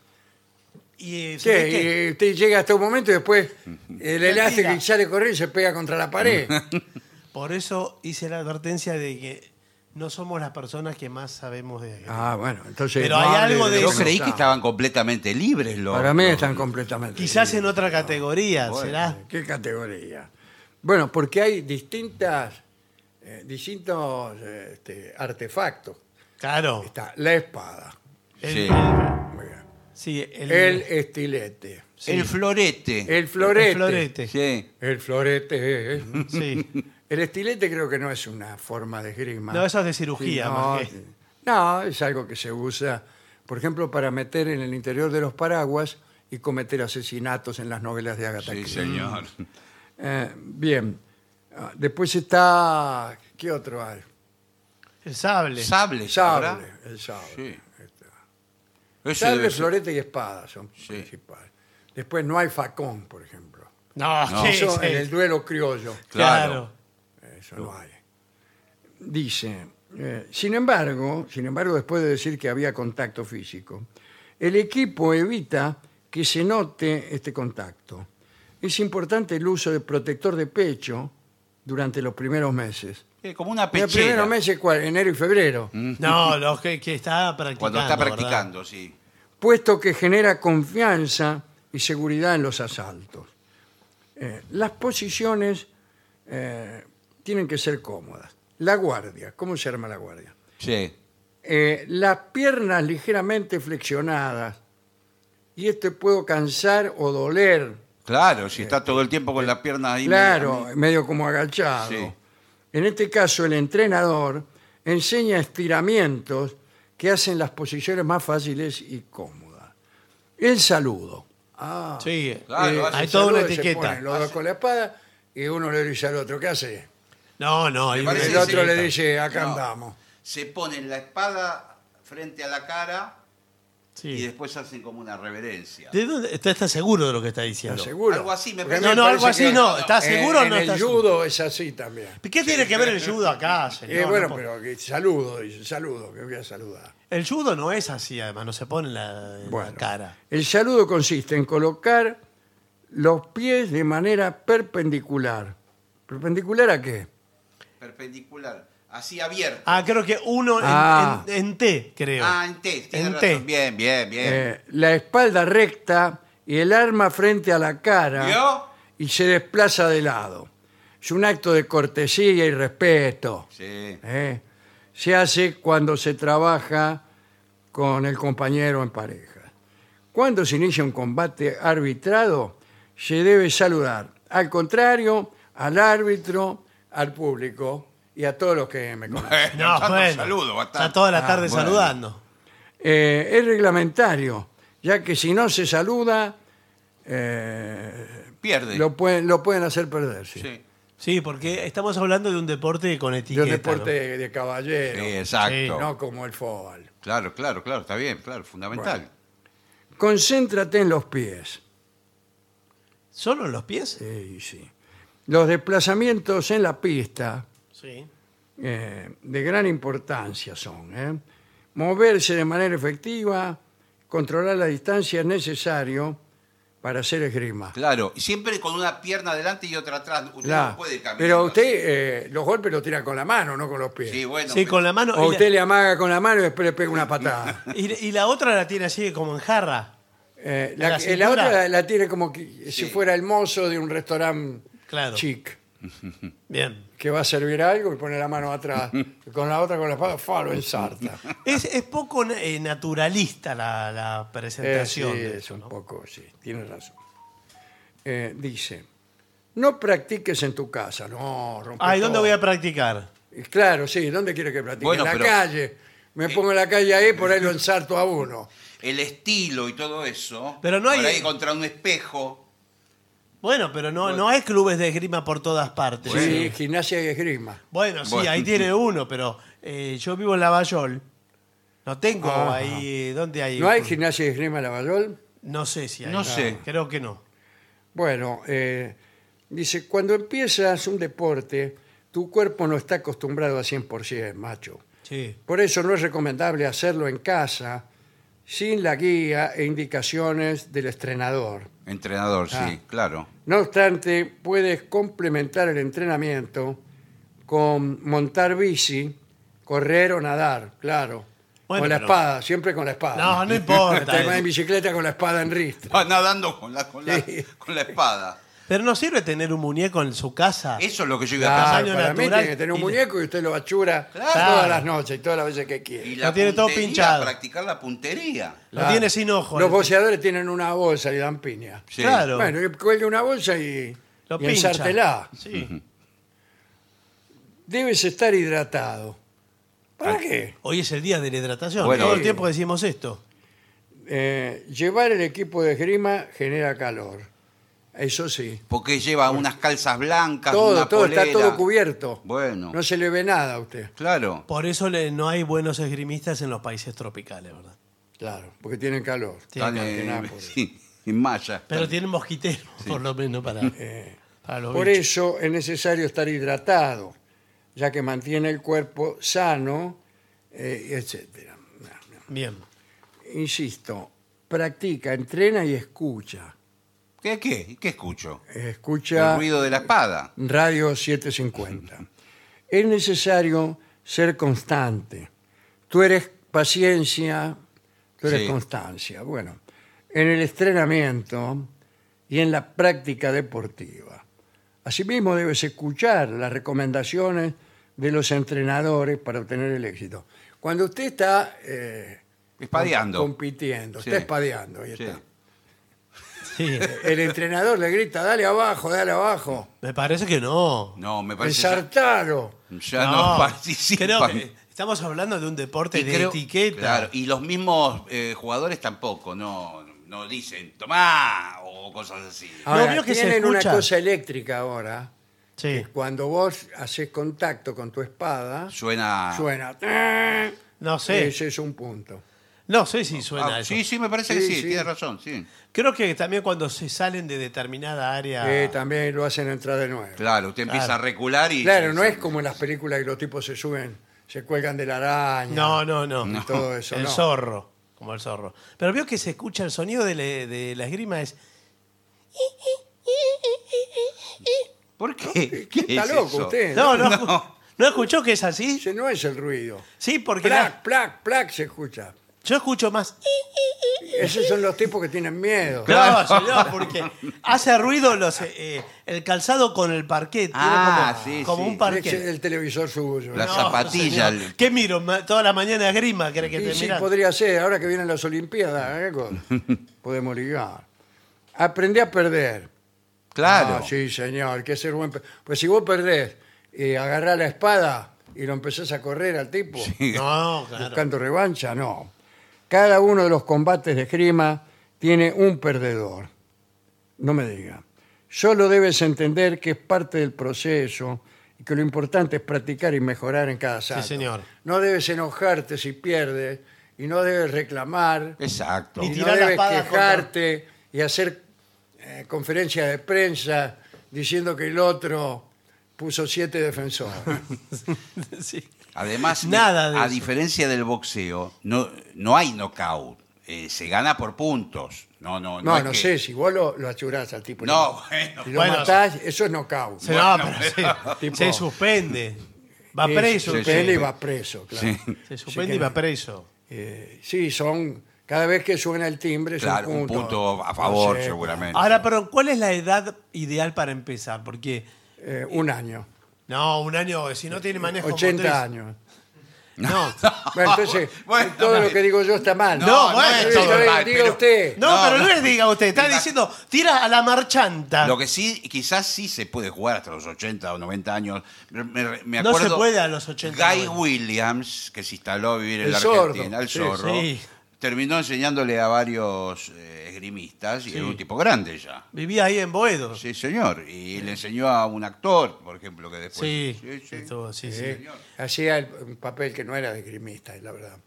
Speaker 3: Y, eh, se ve que-
Speaker 1: ¿Qué? Y usted llega hasta un momento y después el elástico
Speaker 3: tira.
Speaker 1: y sale corriendo y se pega contra la pared.
Speaker 3: Por eso hice la advertencia de que no somos las personas que más sabemos de esgrima.
Speaker 1: Ah, bueno, entonces.
Speaker 3: Pero hay
Speaker 1: hable
Speaker 3: algo de
Speaker 2: Yo
Speaker 1: lo
Speaker 3: eso.
Speaker 2: creí que
Speaker 1: está.
Speaker 2: estaban completamente libres los.
Speaker 1: Para mí
Speaker 2: los-
Speaker 1: están completamente.
Speaker 3: Quizás en
Speaker 1: libres.
Speaker 3: otra categoría, ¿será?
Speaker 1: ¿Qué categoría? Bueno, porque hay distintas, eh, distintos eh, este, artefactos.
Speaker 3: Claro.
Speaker 1: Está la espada,
Speaker 3: El,
Speaker 2: Sí.
Speaker 1: muy bien,
Speaker 3: sí, el,
Speaker 1: el estilete,
Speaker 2: El florete.
Speaker 1: el florete.
Speaker 3: el florete.
Speaker 2: Sí.
Speaker 1: El florete. eh.
Speaker 3: Sí.
Speaker 1: El estilete creo que no es una forma de esgrima.
Speaker 3: No, eso es de cirugía.
Speaker 1: Sí,
Speaker 3: más
Speaker 1: no, eh,
Speaker 3: que-
Speaker 1: no, es algo que se usa, por ejemplo, para meter en el interior de los paraguas y cometer asesinatos en las novelas de Agatha
Speaker 2: Sí,
Speaker 1: Christie.
Speaker 2: señor.
Speaker 1: Eh, bien. Ah, Después está. ¿Qué otro hay?
Speaker 3: El sable.
Speaker 2: Sable.
Speaker 1: El
Speaker 2: ¿sabrá?
Speaker 1: sable. El sable.
Speaker 2: Sí.
Speaker 1: El
Speaker 2: Ese
Speaker 1: sable,
Speaker 2: debe ser.
Speaker 1: florete y espada son
Speaker 2: Sí.
Speaker 1: principales. Después no hay facón, por ejemplo.
Speaker 3: No,
Speaker 2: No.
Speaker 3: sí,
Speaker 1: Eso
Speaker 3: sí.
Speaker 1: en el duelo criollo.
Speaker 3: Claro.
Speaker 1: Eso no hay. Dice, eh, sin embargo, sin embargo, después de decir que había contacto físico, el equipo evita que se note este contacto. Es importante el uso de protector de pecho durante los primeros meses.
Speaker 2: Eh, Como una
Speaker 1: En
Speaker 2: pechera.
Speaker 1: los primeros meses, ¿cuál? Enero y febrero.
Speaker 3: No, los que, que está practicando.
Speaker 2: Cuando está
Speaker 3: ¿verdad?
Speaker 2: practicando, sí.
Speaker 1: puesto que genera confianza y seguridad en los asaltos. Eh, las posiciones eh, tienen que ser cómodas. La guardia, ¿cómo se arma la guardia?
Speaker 2: Sí.
Speaker 1: eh, las piernas ligeramente flexionadas. Y este puedo cansar o doler.
Speaker 2: Claro, si está todo el tiempo
Speaker 3: Eh,
Speaker 2: con las piernas ahí.
Speaker 1: Claro,
Speaker 2: medio-
Speaker 1: medio como agachado.
Speaker 2: Sí.
Speaker 1: En este caso, el entrenador enseña estiramientos que hacen las posiciones más fáciles y cómodas. El saludo. Ah,
Speaker 3: Sí,
Speaker 2: Claro,
Speaker 3: eh,
Speaker 2: hace
Speaker 3: hay
Speaker 1: el
Speaker 3: toda una
Speaker 1: saludo se
Speaker 3: etiqueta.
Speaker 1: ponen los dos con la espada y uno le dice al otro, ¿qué hace?
Speaker 3: No, no, hay
Speaker 2: Me
Speaker 3: una
Speaker 2: parece
Speaker 1: El
Speaker 2: que
Speaker 1: otro
Speaker 2: sí.
Speaker 1: le dice, acá
Speaker 2: No.
Speaker 1: andamos.
Speaker 2: Se ponen la espada frente a la cara
Speaker 3: Sí.
Speaker 2: y después hacen como una reverencia.
Speaker 3: ¿De dónde? ¿Usted está seguro de lo que está diciendo?
Speaker 1: ¿Estás seguro?
Speaker 2: Algo así me
Speaker 1: Porque a mí
Speaker 2: parece.
Speaker 1: me
Speaker 3: No, no, algo
Speaker 1: parece
Speaker 3: así
Speaker 1: que-
Speaker 3: no. ¿Está
Speaker 1: Eh,
Speaker 3: seguro o no
Speaker 1: en
Speaker 3: está
Speaker 1: el
Speaker 3: seguro?
Speaker 1: judo es así también.
Speaker 3: ¿Qué tiene que ver el judo acá, señor?
Speaker 1: Eh, bueno,
Speaker 3: No, por-
Speaker 1: pero que saludo, dice, saludo, que voy a saludar.
Speaker 3: El judo no es así, además, no se pone en la, en la
Speaker 1: Bueno,
Speaker 3: cara.
Speaker 1: El saludo consiste en colocar los pies de manera perpendicular. ¿Perpendicular a qué?
Speaker 2: Perpendicular. Así abierto.
Speaker 3: Ah, creo que uno en-
Speaker 1: Ah.
Speaker 3: en, en T, creo.
Speaker 2: Ah, en T. tiene
Speaker 3: En
Speaker 2: razón.
Speaker 3: T.
Speaker 2: Bien, bien, bien.
Speaker 1: Eh, la espalda recta y el arma frente a la
Speaker 3: ah.
Speaker 1: cara
Speaker 2: ¿Vio?
Speaker 1: y se desplaza de lado. Es un acto de cortesía y respeto.
Speaker 2: Sí.
Speaker 1: ¿eh? Se hace cuando se trabaja con el compañero en pareja. Cuando se inicia un combate arbitrado, se debe saludar al contrario, al árbitro, al público y a todos los que me conocen.
Speaker 3: no,
Speaker 2: Tanto
Speaker 3: bueno.
Speaker 2: saludo, bastante.
Speaker 3: está toda la
Speaker 1: Ah,
Speaker 3: tarde
Speaker 2: bueno.
Speaker 3: saludando.
Speaker 1: Eh, es reglamentario, ya que si no se saluda, eh,
Speaker 2: Pierde.
Speaker 1: lo, pueden, lo pueden hacer perderse.
Speaker 2: Sí.
Speaker 3: Sí, porque estamos hablando de un deporte con
Speaker 1: De
Speaker 3: etiqueta.
Speaker 1: un deporte de caballero,
Speaker 2: Sí, exacto.
Speaker 3: Sí,
Speaker 1: no como el fútbol.
Speaker 2: Claro, claro, claro. Está bien, claro. Fundamental.
Speaker 1: Bueno. Concéntrate en los pies.
Speaker 3: ¿no? ¿Solo en los pies?
Speaker 1: Sí, sí. Los desplazamientos en la pista
Speaker 3: Sí.
Speaker 1: eh, de gran importancia son. ¿eh? Moverse de manera efectiva, controlar la distancia es necesario para hacer esgrima.
Speaker 2: Claro. Y siempre con una pierna adelante y otra atrás. Usted
Speaker 1: Claro.
Speaker 2: no puede caminar.
Speaker 1: Pero usted
Speaker 2: así.
Speaker 1: eh, los golpes los tira con la mano, no con los pies.
Speaker 2: Sí, bueno.
Speaker 3: Sí,
Speaker 2: pero-
Speaker 3: con la mano.
Speaker 1: o
Speaker 3: y,
Speaker 1: usted le amaga con la mano y después le pega una patada.
Speaker 3: la, y- y la otra la tiene así como en jarra.
Speaker 1: Eh,
Speaker 3: ¿A
Speaker 1: la,
Speaker 3: la
Speaker 1: la
Speaker 3: cintura?
Speaker 1: otra la, la tiene como que si
Speaker 2: Sí.
Speaker 1: fuera el mozo de un restaurante
Speaker 3: Claro.
Speaker 1: chic.
Speaker 3: Bien.
Speaker 1: que va a servir algo y pone la mano atrás. Y con la otra con la espada, fa, lo ensarta.
Speaker 3: Es, es poco eh, naturalista la, la
Speaker 1: Eh,
Speaker 3: presentación.
Speaker 1: sí,
Speaker 3: de
Speaker 1: es
Speaker 3: eso,
Speaker 1: un
Speaker 3: ¿no?
Speaker 1: poco, sí, tiene razón. Eh, dice, no practiques en tu casa, no, rompe
Speaker 3: Ay, ¿dónde
Speaker 1: todo.
Speaker 3: voy a practicar?
Speaker 1: Y Claro, sí, ¿dónde quiere que practique?
Speaker 2: Bueno,
Speaker 1: en la
Speaker 2: pero-
Speaker 1: calle. Me
Speaker 3: eh,
Speaker 1: pongo en la calle ahí, por ahí lo ensarto a uno.
Speaker 2: El estilo y todo eso.
Speaker 3: Pero no hay-
Speaker 2: Por ahí contra un espejo.
Speaker 3: Bueno, pero no,
Speaker 2: Bueno.
Speaker 3: no hay clubes de esgrima por todas partes.
Speaker 1: Sí, gimnasia y esgrima.
Speaker 3: Bueno, sí,
Speaker 2: Bueno.
Speaker 3: ahí tiene uno, pero eh, yo vivo en Lavallol. No tengo
Speaker 1: Ajá.
Speaker 3: ahí. ¿Dónde hay?
Speaker 1: Ah. ¿No hay gimnasia y esgrima en Lavallol?
Speaker 3: No sé si hay.
Speaker 2: No sé.
Speaker 3: Creo que no.
Speaker 1: Bueno, eh, dice, cuando empiezas un deporte, tu cuerpo no está acostumbrado a 100%, macho.
Speaker 3: Sí.
Speaker 1: Por eso no es recomendable hacerlo en casa sin la guía e indicaciones del entrenador.
Speaker 2: Entrenador,
Speaker 1: Ah.
Speaker 2: sí, claro.
Speaker 1: No obstante, puedes complementar el entrenamiento con montar bici, correr o nadar, claro.
Speaker 3: Bueno,
Speaker 1: con la
Speaker 3: pero-
Speaker 1: espada, siempre con la espada.
Speaker 3: No, no
Speaker 1: Está
Speaker 3: importa.
Speaker 1: en bicicleta con la espada en ristre.
Speaker 2: Va Ah, nadando con la, con la,
Speaker 1: Sí.
Speaker 2: con la espada.
Speaker 3: pero no sirve tener un muñeco en su casa.
Speaker 2: Eso es lo que yo iba a
Speaker 1: Claro,
Speaker 2: pensar.
Speaker 3: año
Speaker 1: para mí
Speaker 3: natural
Speaker 1: tiene que tener un
Speaker 3: y-
Speaker 1: muñeco y usted lo achura
Speaker 2: Claro.
Speaker 1: todas las noches y todas las veces que
Speaker 2: Y
Speaker 1: quiere.
Speaker 2: la
Speaker 3: Ah. Lo tiene todo
Speaker 2: puntería,
Speaker 3: pinchado.
Speaker 2: Practicar la puntería.
Speaker 3: Lo tiene sin ojo. ¿eh?
Speaker 1: Los boxeadores tienen una bolsa y dan piña.
Speaker 2: Sí.
Speaker 3: Claro.
Speaker 1: Bueno, y cuelga una bolsa y,
Speaker 3: lo
Speaker 1: y
Speaker 3: pincha.
Speaker 1: ensártela.
Speaker 3: Sí.
Speaker 1: Debes estar hidratado.
Speaker 2: Ah.
Speaker 1: ¿Para qué?
Speaker 3: Hoy es el día de la hidratación.
Speaker 2: Bueno.
Speaker 3: Todo el
Speaker 1: Sí.
Speaker 3: tiempo decimos esto.
Speaker 1: Eh, llevar el equipo de esgrima genera calor. Eso sí.
Speaker 2: Porque lleva unas calzas blancas,
Speaker 1: Todo,
Speaker 2: una
Speaker 1: todo está
Speaker 2: polera.
Speaker 1: todo cubierto.
Speaker 2: Bueno,
Speaker 1: No se le ve nada a usted.
Speaker 2: claro.
Speaker 3: Por eso le- no hay buenos esgrimistas en los países tropicales, ¿verdad?
Speaker 1: Claro, porque tienen calor.
Speaker 3: Tiene
Speaker 2: Están,
Speaker 1: Más que
Speaker 2: eh,
Speaker 1: nada por eso.
Speaker 2: sí, en malla.
Speaker 3: Pero tienen mosquiteros, por lo menos, para, para los
Speaker 1: Eh, Por
Speaker 3: bichos.
Speaker 1: eso es necesario estar hidratado, ya que mantiene el cuerpo sano, eh, etcétera.
Speaker 3: Bien.
Speaker 1: Insisto, practica, entrena y escucha.
Speaker 2: ¿Qué, qué? ¿Qué escucho?
Speaker 1: Escucha
Speaker 2: El ruido de la espada.
Speaker 1: Radio 750. Es necesario ser constante. Tú eres paciencia, tú eres
Speaker 2: Sí.
Speaker 1: constancia. Bueno, en el entrenamiento y en la práctica deportiva. Asimismo, debes escuchar las recomendaciones de los entrenadores para obtener el éxito. Cuando usted está eh,
Speaker 2: Espadeando.
Speaker 1: compitiendo,
Speaker 2: Sí.
Speaker 1: está espadeando, ahí
Speaker 2: Sí.
Speaker 1: está.
Speaker 3: Sí.
Speaker 1: El entrenador le grita, dale abajo, dale abajo,
Speaker 3: Me parece que no.
Speaker 2: No, me parece ya,
Speaker 1: ensartalo.
Speaker 2: ya no, participan.
Speaker 3: creo que estamos hablando de un deporte
Speaker 2: Y
Speaker 3: de
Speaker 2: creo-
Speaker 3: etiqueta.
Speaker 2: claro, y los mismos eh, jugadores tampoco, no, no dicen, tomá, o cosas así.
Speaker 1: Ahora,
Speaker 3: vio que se
Speaker 1: tienen una
Speaker 3: escucha.
Speaker 1: cosa eléctrica ahora.
Speaker 3: Sí.
Speaker 1: Cuando vos haces contacto con tu espada,
Speaker 2: Suena...
Speaker 3: Ah.
Speaker 1: suena.
Speaker 3: No sé.
Speaker 1: Ese es un punto.
Speaker 3: No sé si suena
Speaker 2: Ah,
Speaker 3: eso.
Speaker 2: sí, sí, me parece que
Speaker 1: Sí,
Speaker 2: sí,
Speaker 1: sí.
Speaker 2: tiene razón, sí.
Speaker 3: Creo que también cuando se salen de determinada área.
Speaker 1: Eh, también lo hacen entrar de nuevo.
Speaker 2: Claro, usted empieza
Speaker 3: Claro.
Speaker 2: a recular y...
Speaker 1: Claro, no es como en las películas que los tipos se suben, se cuelgan de la araña.
Speaker 3: No, no, no.
Speaker 1: y Todo eso,
Speaker 3: el
Speaker 1: no.
Speaker 3: zorro. Como el zorro. Pero veo que se escucha el sonido de, le- de la esgrima es.
Speaker 2: ¿Por qué?
Speaker 1: ¿Qué está
Speaker 2: es
Speaker 1: loco
Speaker 2: eso?
Speaker 1: usted?
Speaker 3: No, no.
Speaker 2: No.
Speaker 3: ¿No, escuchó que es así?
Speaker 1: Ese no es el ruido.
Speaker 3: Sí, porque
Speaker 1: Plac,
Speaker 3: la-
Speaker 1: plac, plac se escucha.
Speaker 3: yo escucho más.
Speaker 1: Esos son los tipos que tienen miedo.
Speaker 2: Claro.
Speaker 3: No, señor, porque hace ruido los, eh, eh, el calzado con el parquet. Tiene
Speaker 2: Ah,
Speaker 3: como,
Speaker 2: sí,
Speaker 3: como
Speaker 2: sí.
Speaker 3: un
Speaker 1: Es
Speaker 3: parquet.
Speaker 1: el televisor suyo.
Speaker 2: La
Speaker 1: No,
Speaker 3: No,
Speaker 2: zapatilla,
Speaker 3: señor.
Speaker 2: el-
Speaker 3: ¿Qué miro? Ma- Toda la mañana esgrima, ¿crees que
Speaker 1: Y
Speaker 3: te
Speaker 1: sí,
Speaker 3: mirás?
Speaker 1: podría ser, ahora que vienen las Olimpiadas, ¿eh? Con- podemos ligar. Aprendí a perder.
Speaker 2: Claro.
Speaker 1: Ah, sí, señor, que ser buen. pe- Pues si vos perdés y agarrás la espada y lo empezás a correr al tipo
Speaker 3: No, claro.
Speaker 1: buscando revancha, no. Cada uno de los combates de esgrima tiene un perdedor. No me diga. Solo debes entender que es parte del proceso y que lo importante es practicar y mejorar en cada salto.
Speaker 3: señor.
Speaker 1: No debes enojarte si pierdes y no debes reclamar
Speaker 2: Exacto.
Speaker 3: Y
Speaker 1: y no
Speaker 3: tirar la
Speaker 1: debes
Speaker 3: espada
Speaker 1: quejarte y hacer eh, conferencias de prensa diciendo que el otro puso siete defensores.
Speaker 3: Sí.
Speaker 2: Además,
Speaker 3: Nada de
Speaker 2: a
Speaker 3: eso.
Speaker 2: diferencia del boxeo, no, no hay knockout. Eh, se gana por puntos. No, no,
Speaker 1: No,
Speaker 2: es
Speaker 1: no
Speaker 2: que-
Speaker 1: sé, si vos lo, lo achurás al tipo.
Speaker 2: No, bueno.
Speaker 1: Si lo
Speaker 3: Bueno,
Speaker 1: matás, eso es knockout.
Speaker 3: Se,
Speaker 2: Bueno,
Speaker 3: no, pero se,
Speaker 1: tipo-
Speaker 3: se suspende. Va
Speaker 1: Sí,
Speaker 3: preso.
Speaker 1: Se
Speaker 2: sí,
Speaker 1: suspende
Speaker 2: sí.
Speaker 1: y va preso, claro.
Speaker 2: Sí.
Speaker 3: Se suspende y va preso.
Speaker 1: Eh, sí, son. Cada vez que suena el timbre es
Speaker 2: Claro,
Speaker 1: un
Speaker 2: un
Speaker 1: punto.
Speaker 2: punto a favor,
Speaker 1: No sé,
Speaker 2: seguramente.
Speaker 3: Ahora, pero ¿cuál es la edad ideal para empezar? Porque,
Speaker 1: eh, un año.
Speaker 3: no, un año, si no tiene manejo
Speaker 1: 80
Speaker 3: motriz-
Speaker 1: años.
Speaker 3: No,
Speaker 1: Bueno, entonces,
Speaker 2: Bueno,
Speaker 1: todo lo que digo yo está mal.
Speaker 3: No, No, no bueno, es todo
Speaker 1: diga
Speaker 2: mal, pero-
Speaker 1: usted.
Speaker 3: no,
Speaker 2: No,
Speaker 3: pero no
Speaker 2: no.
Speaker 3: les diga usted, está diciendo, tira a la marchanta.
Speaker 2: Lo que sí, quizás sí se puede jugar hasta los 80 o 90 años. Me, me- me
Speaker 3: No se
Speaker 2: acuerdo
Speaker 3: puede a los 80
Speaker 2: Guy
Speaker 3: o 90.
Speaker 2: Williams, que se instaló a vivir en
Speaker 1: El
Speaker 2: la
Speaker 1: sordo,
Speaker 2: Argentina, el
Speaker 1: sí,
Speaker 2: zorro,
Speaker 3: sí.
Speaker 2: terminó enseñándole a varios eh, esgrimistas y
Speaker 3: Sí.
Speaker 2: era un tipo grande ya.
Speaker 3: Vivía ahí en Boedo.
Speaker 2: Sí, señor. Y le enseñó a un actor, por ejemplo, que después.
Speaker 3: Sí, estuvo, sí, sí.
Speaker 1: Eh, hacía el- un papel que no era de grimista, la verdad.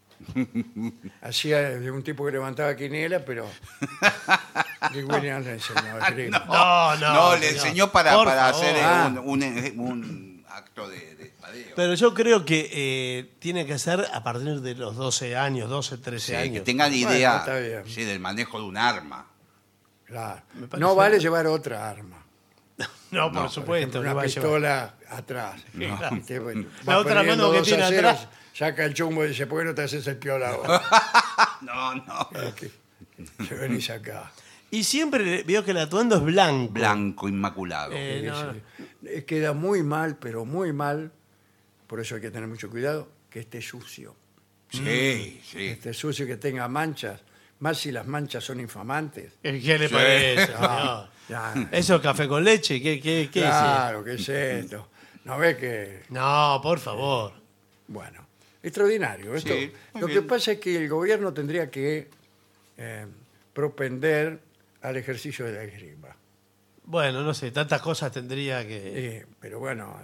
Speaker 1: Hacía de un tipo que levantaba quiniela, pero. Dick Williams le enseñó a esgrima.
Speaker 3: Ah, No, no,
Speaker 2: No, le
Speaker 3: señor.
Speaker 2: enseñó para,
Speaker 3: Por
Speaker 2: para
Speaker 3: favor.
Speaker 2: hacer eh,
Speaker 1: Ah.
Speaker 2: un, un- un acto de, de espadeo.
Speaker 3: Pero yo creo que eh, tiene que ser a partir de los 12 años, 12, 13
Speaker 2: Sí,
Speaker 3: años.
Speaker 2: que tengan
Speaker 1: Bueno,
Speaker 2: idea
Speaker 1: está bien.
Speaker 2: sí, del manejo de un arma.
Speaker 1: Claro.
Speaker 3: parece-
Speaker 1: No vale llevar otra arma.
Speaker 3: No, por
Speaker 2: No,
Speaker 3: supuesto.
Speaker 1: una
Speaker 3: no va a llevar.
Speaker 1: pistola atrás. Usted, bueno, va
Speaker 3: La otra
Speaker 1: perdiendo
Speaker 3: mano que
Speaker 1: dos
Speaker 3: tiene
Speaker 1: a cero,
Speaker 3: atrás.
Speaker 1: Saca el chumbo y dice, ¿por qué no te haces el piola vos?
Speaker 2: No, no.
Speaker 1: Se venís acá.
Speaker 3: Y siempre veo que el atuendo es blanco.
Speaker 2: Blanco, inmaculado.
Speaker 3: Eh, no,
Speaker 1: Sí, sí. Eh, Queda muy mal, pero muy mal. Por eso hay que tener mucho cuidado, que esté sucio.
Speaker 2: sí,
Speaker 1: Que
Speaker 2: sí.
Speaker 1: esté Este sucio, que tenga manchas. Más si las manchas son infamantes.
Speaker 3: Eh, ¿Qué le parece? señor?
Speaker 1: Ah, Ya,
Speaker 3: Eso es café con leche. ¿Qué, qué, qué es?
Speaker 1: claro, ¿qué es esto? ¿No ves que...?
Speaker 3: No, por favor.
Speaker 1: Bueno, extraordinario. Esto,
Speaker 2: Sí, muy
Speaker 1: lo que
Speaker 2: bien.
Speaker 1: pasa es que el gobierno tendría que eh, propender al ejercicio de la esgrima.
Speaker 3: Bueno, no sé, tantas cosas tendría que.
Speaker 1: Eh, pero bueno,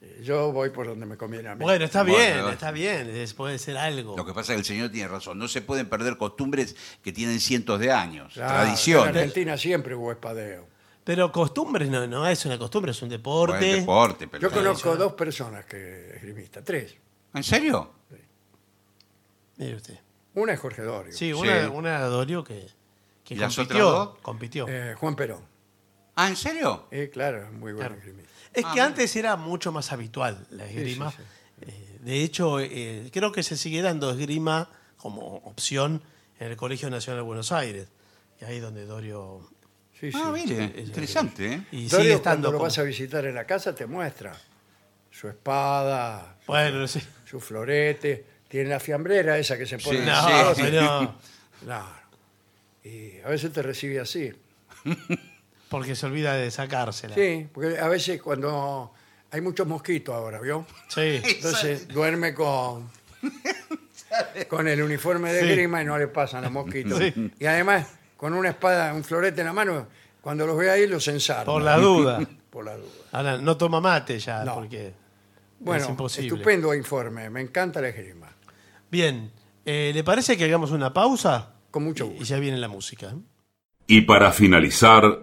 Speaker 1: eh, yo voy por donde me conviene a mí.
Speaker 3: Bueno, está
Speaker 2: Bueno,
Speaker 3: bien,
Speaker 2: bueno.
Speaker 3: está bien, es- puede ser algo.
Speaker 2: Lo que pasa es que el señor tiene razón. No se pueden perder costumbres que tienen cientos de años,
Speaker 1: Claro, En
Speaker 2: tradiciones.
Speaker 1: Argentina siempre hubo espadeo.
Speaker 3: Pero costumbres no, no es una costumbre, es un
Speaker 2: Buen
Speaker 3: deporte.
Speaker 2: deporte, pero-
Speaker 1: Yo conozco dos personas que esgrimistas, tres.
Speaker 2: ¿En serio?
Speaker 3: Mire usted.
Speaker 1: Una es Jorge Dorio,
Speaker 3: Sí, una,
Speaker 2: Sí.
Speaker 3: una Dorio que, que
Speaker 2: ¿Y las
Speaker 3: compitió.
Speaker 2: otras dos?
Speaker 3: compitió.
Speaker 1: eh, Juan Perón.
Speaker 2: Ah, ¿en serio?
Speaker 1: Eh, claro, muy buen
Speaker 3: Claro.
Speaker 1: esgrimista.
Speaker 3: es que
Speaker 2: ah,
Speaker 3: antes era mucho más habitual la esgrima.
Speaker 1: sí,
Speaker 3: Eh, de hecho, eh, creo que se sigue dando esgrima como opción en el Colegio Nacional de Buenos Aires. Y ahí es donde Dorio.
Speaker 1: Sí, sí.
Speaker 2: Ah, mire, interesante, ¿eh?
Speaker 3: Y sigue
Speaker 1: Dorio,
Speaker 3: estando.
Speaker 1: cuando lo
Speaker 3: como-
Speaker 1: vas a visitar en la casa, te muestra su espada,
Speaker 3: Bueno, sí.
Speaker 1: su florete, tiene la fiambrera esa que se pone.
Speaker 2: Sí,
Speaker 3: No,
Speaker 2: sí.
Speaker 3: señor.
Speaker 1: Claro. Y a veces te recibe así.
Speaker 3: Porque se olvida de sacársela.
Speaker 1: Sí, porque a veces cuando hay muchos mosquitos ahora, ¿vio?
Speaker 3: Sí.
Speaker 1: Entonces duerme con con el uniforme de
Speaker 3: Sí.
Speaker 1: grima y no le pasan los mosquitos.
Speaker 3: Sí.
Speaker 1: Y además, con una espada, un florete en la mano, cuando los ve ahí los ensarta.
Speaker 3: Por la duda.
Speaker 1: Por la duda.
Speaker 3: Ahora, no toma mate ya,
Speaker 1: No.
Speaker 3: porque es
Speaker 1: Bueno,
Speaker 3: imposible.
Speaker 1: estupendo informe. Me encanta la esgrima.
Speaker 3: Bien, eh, ¿le parece que hagamos una pausa?
Speaker 1: Con mucho
Speaker 3: Y
Speaker 1: gusto.
Speaker 3: ya viene la música. ¿eh?
Speaker 4: Y para finalizar,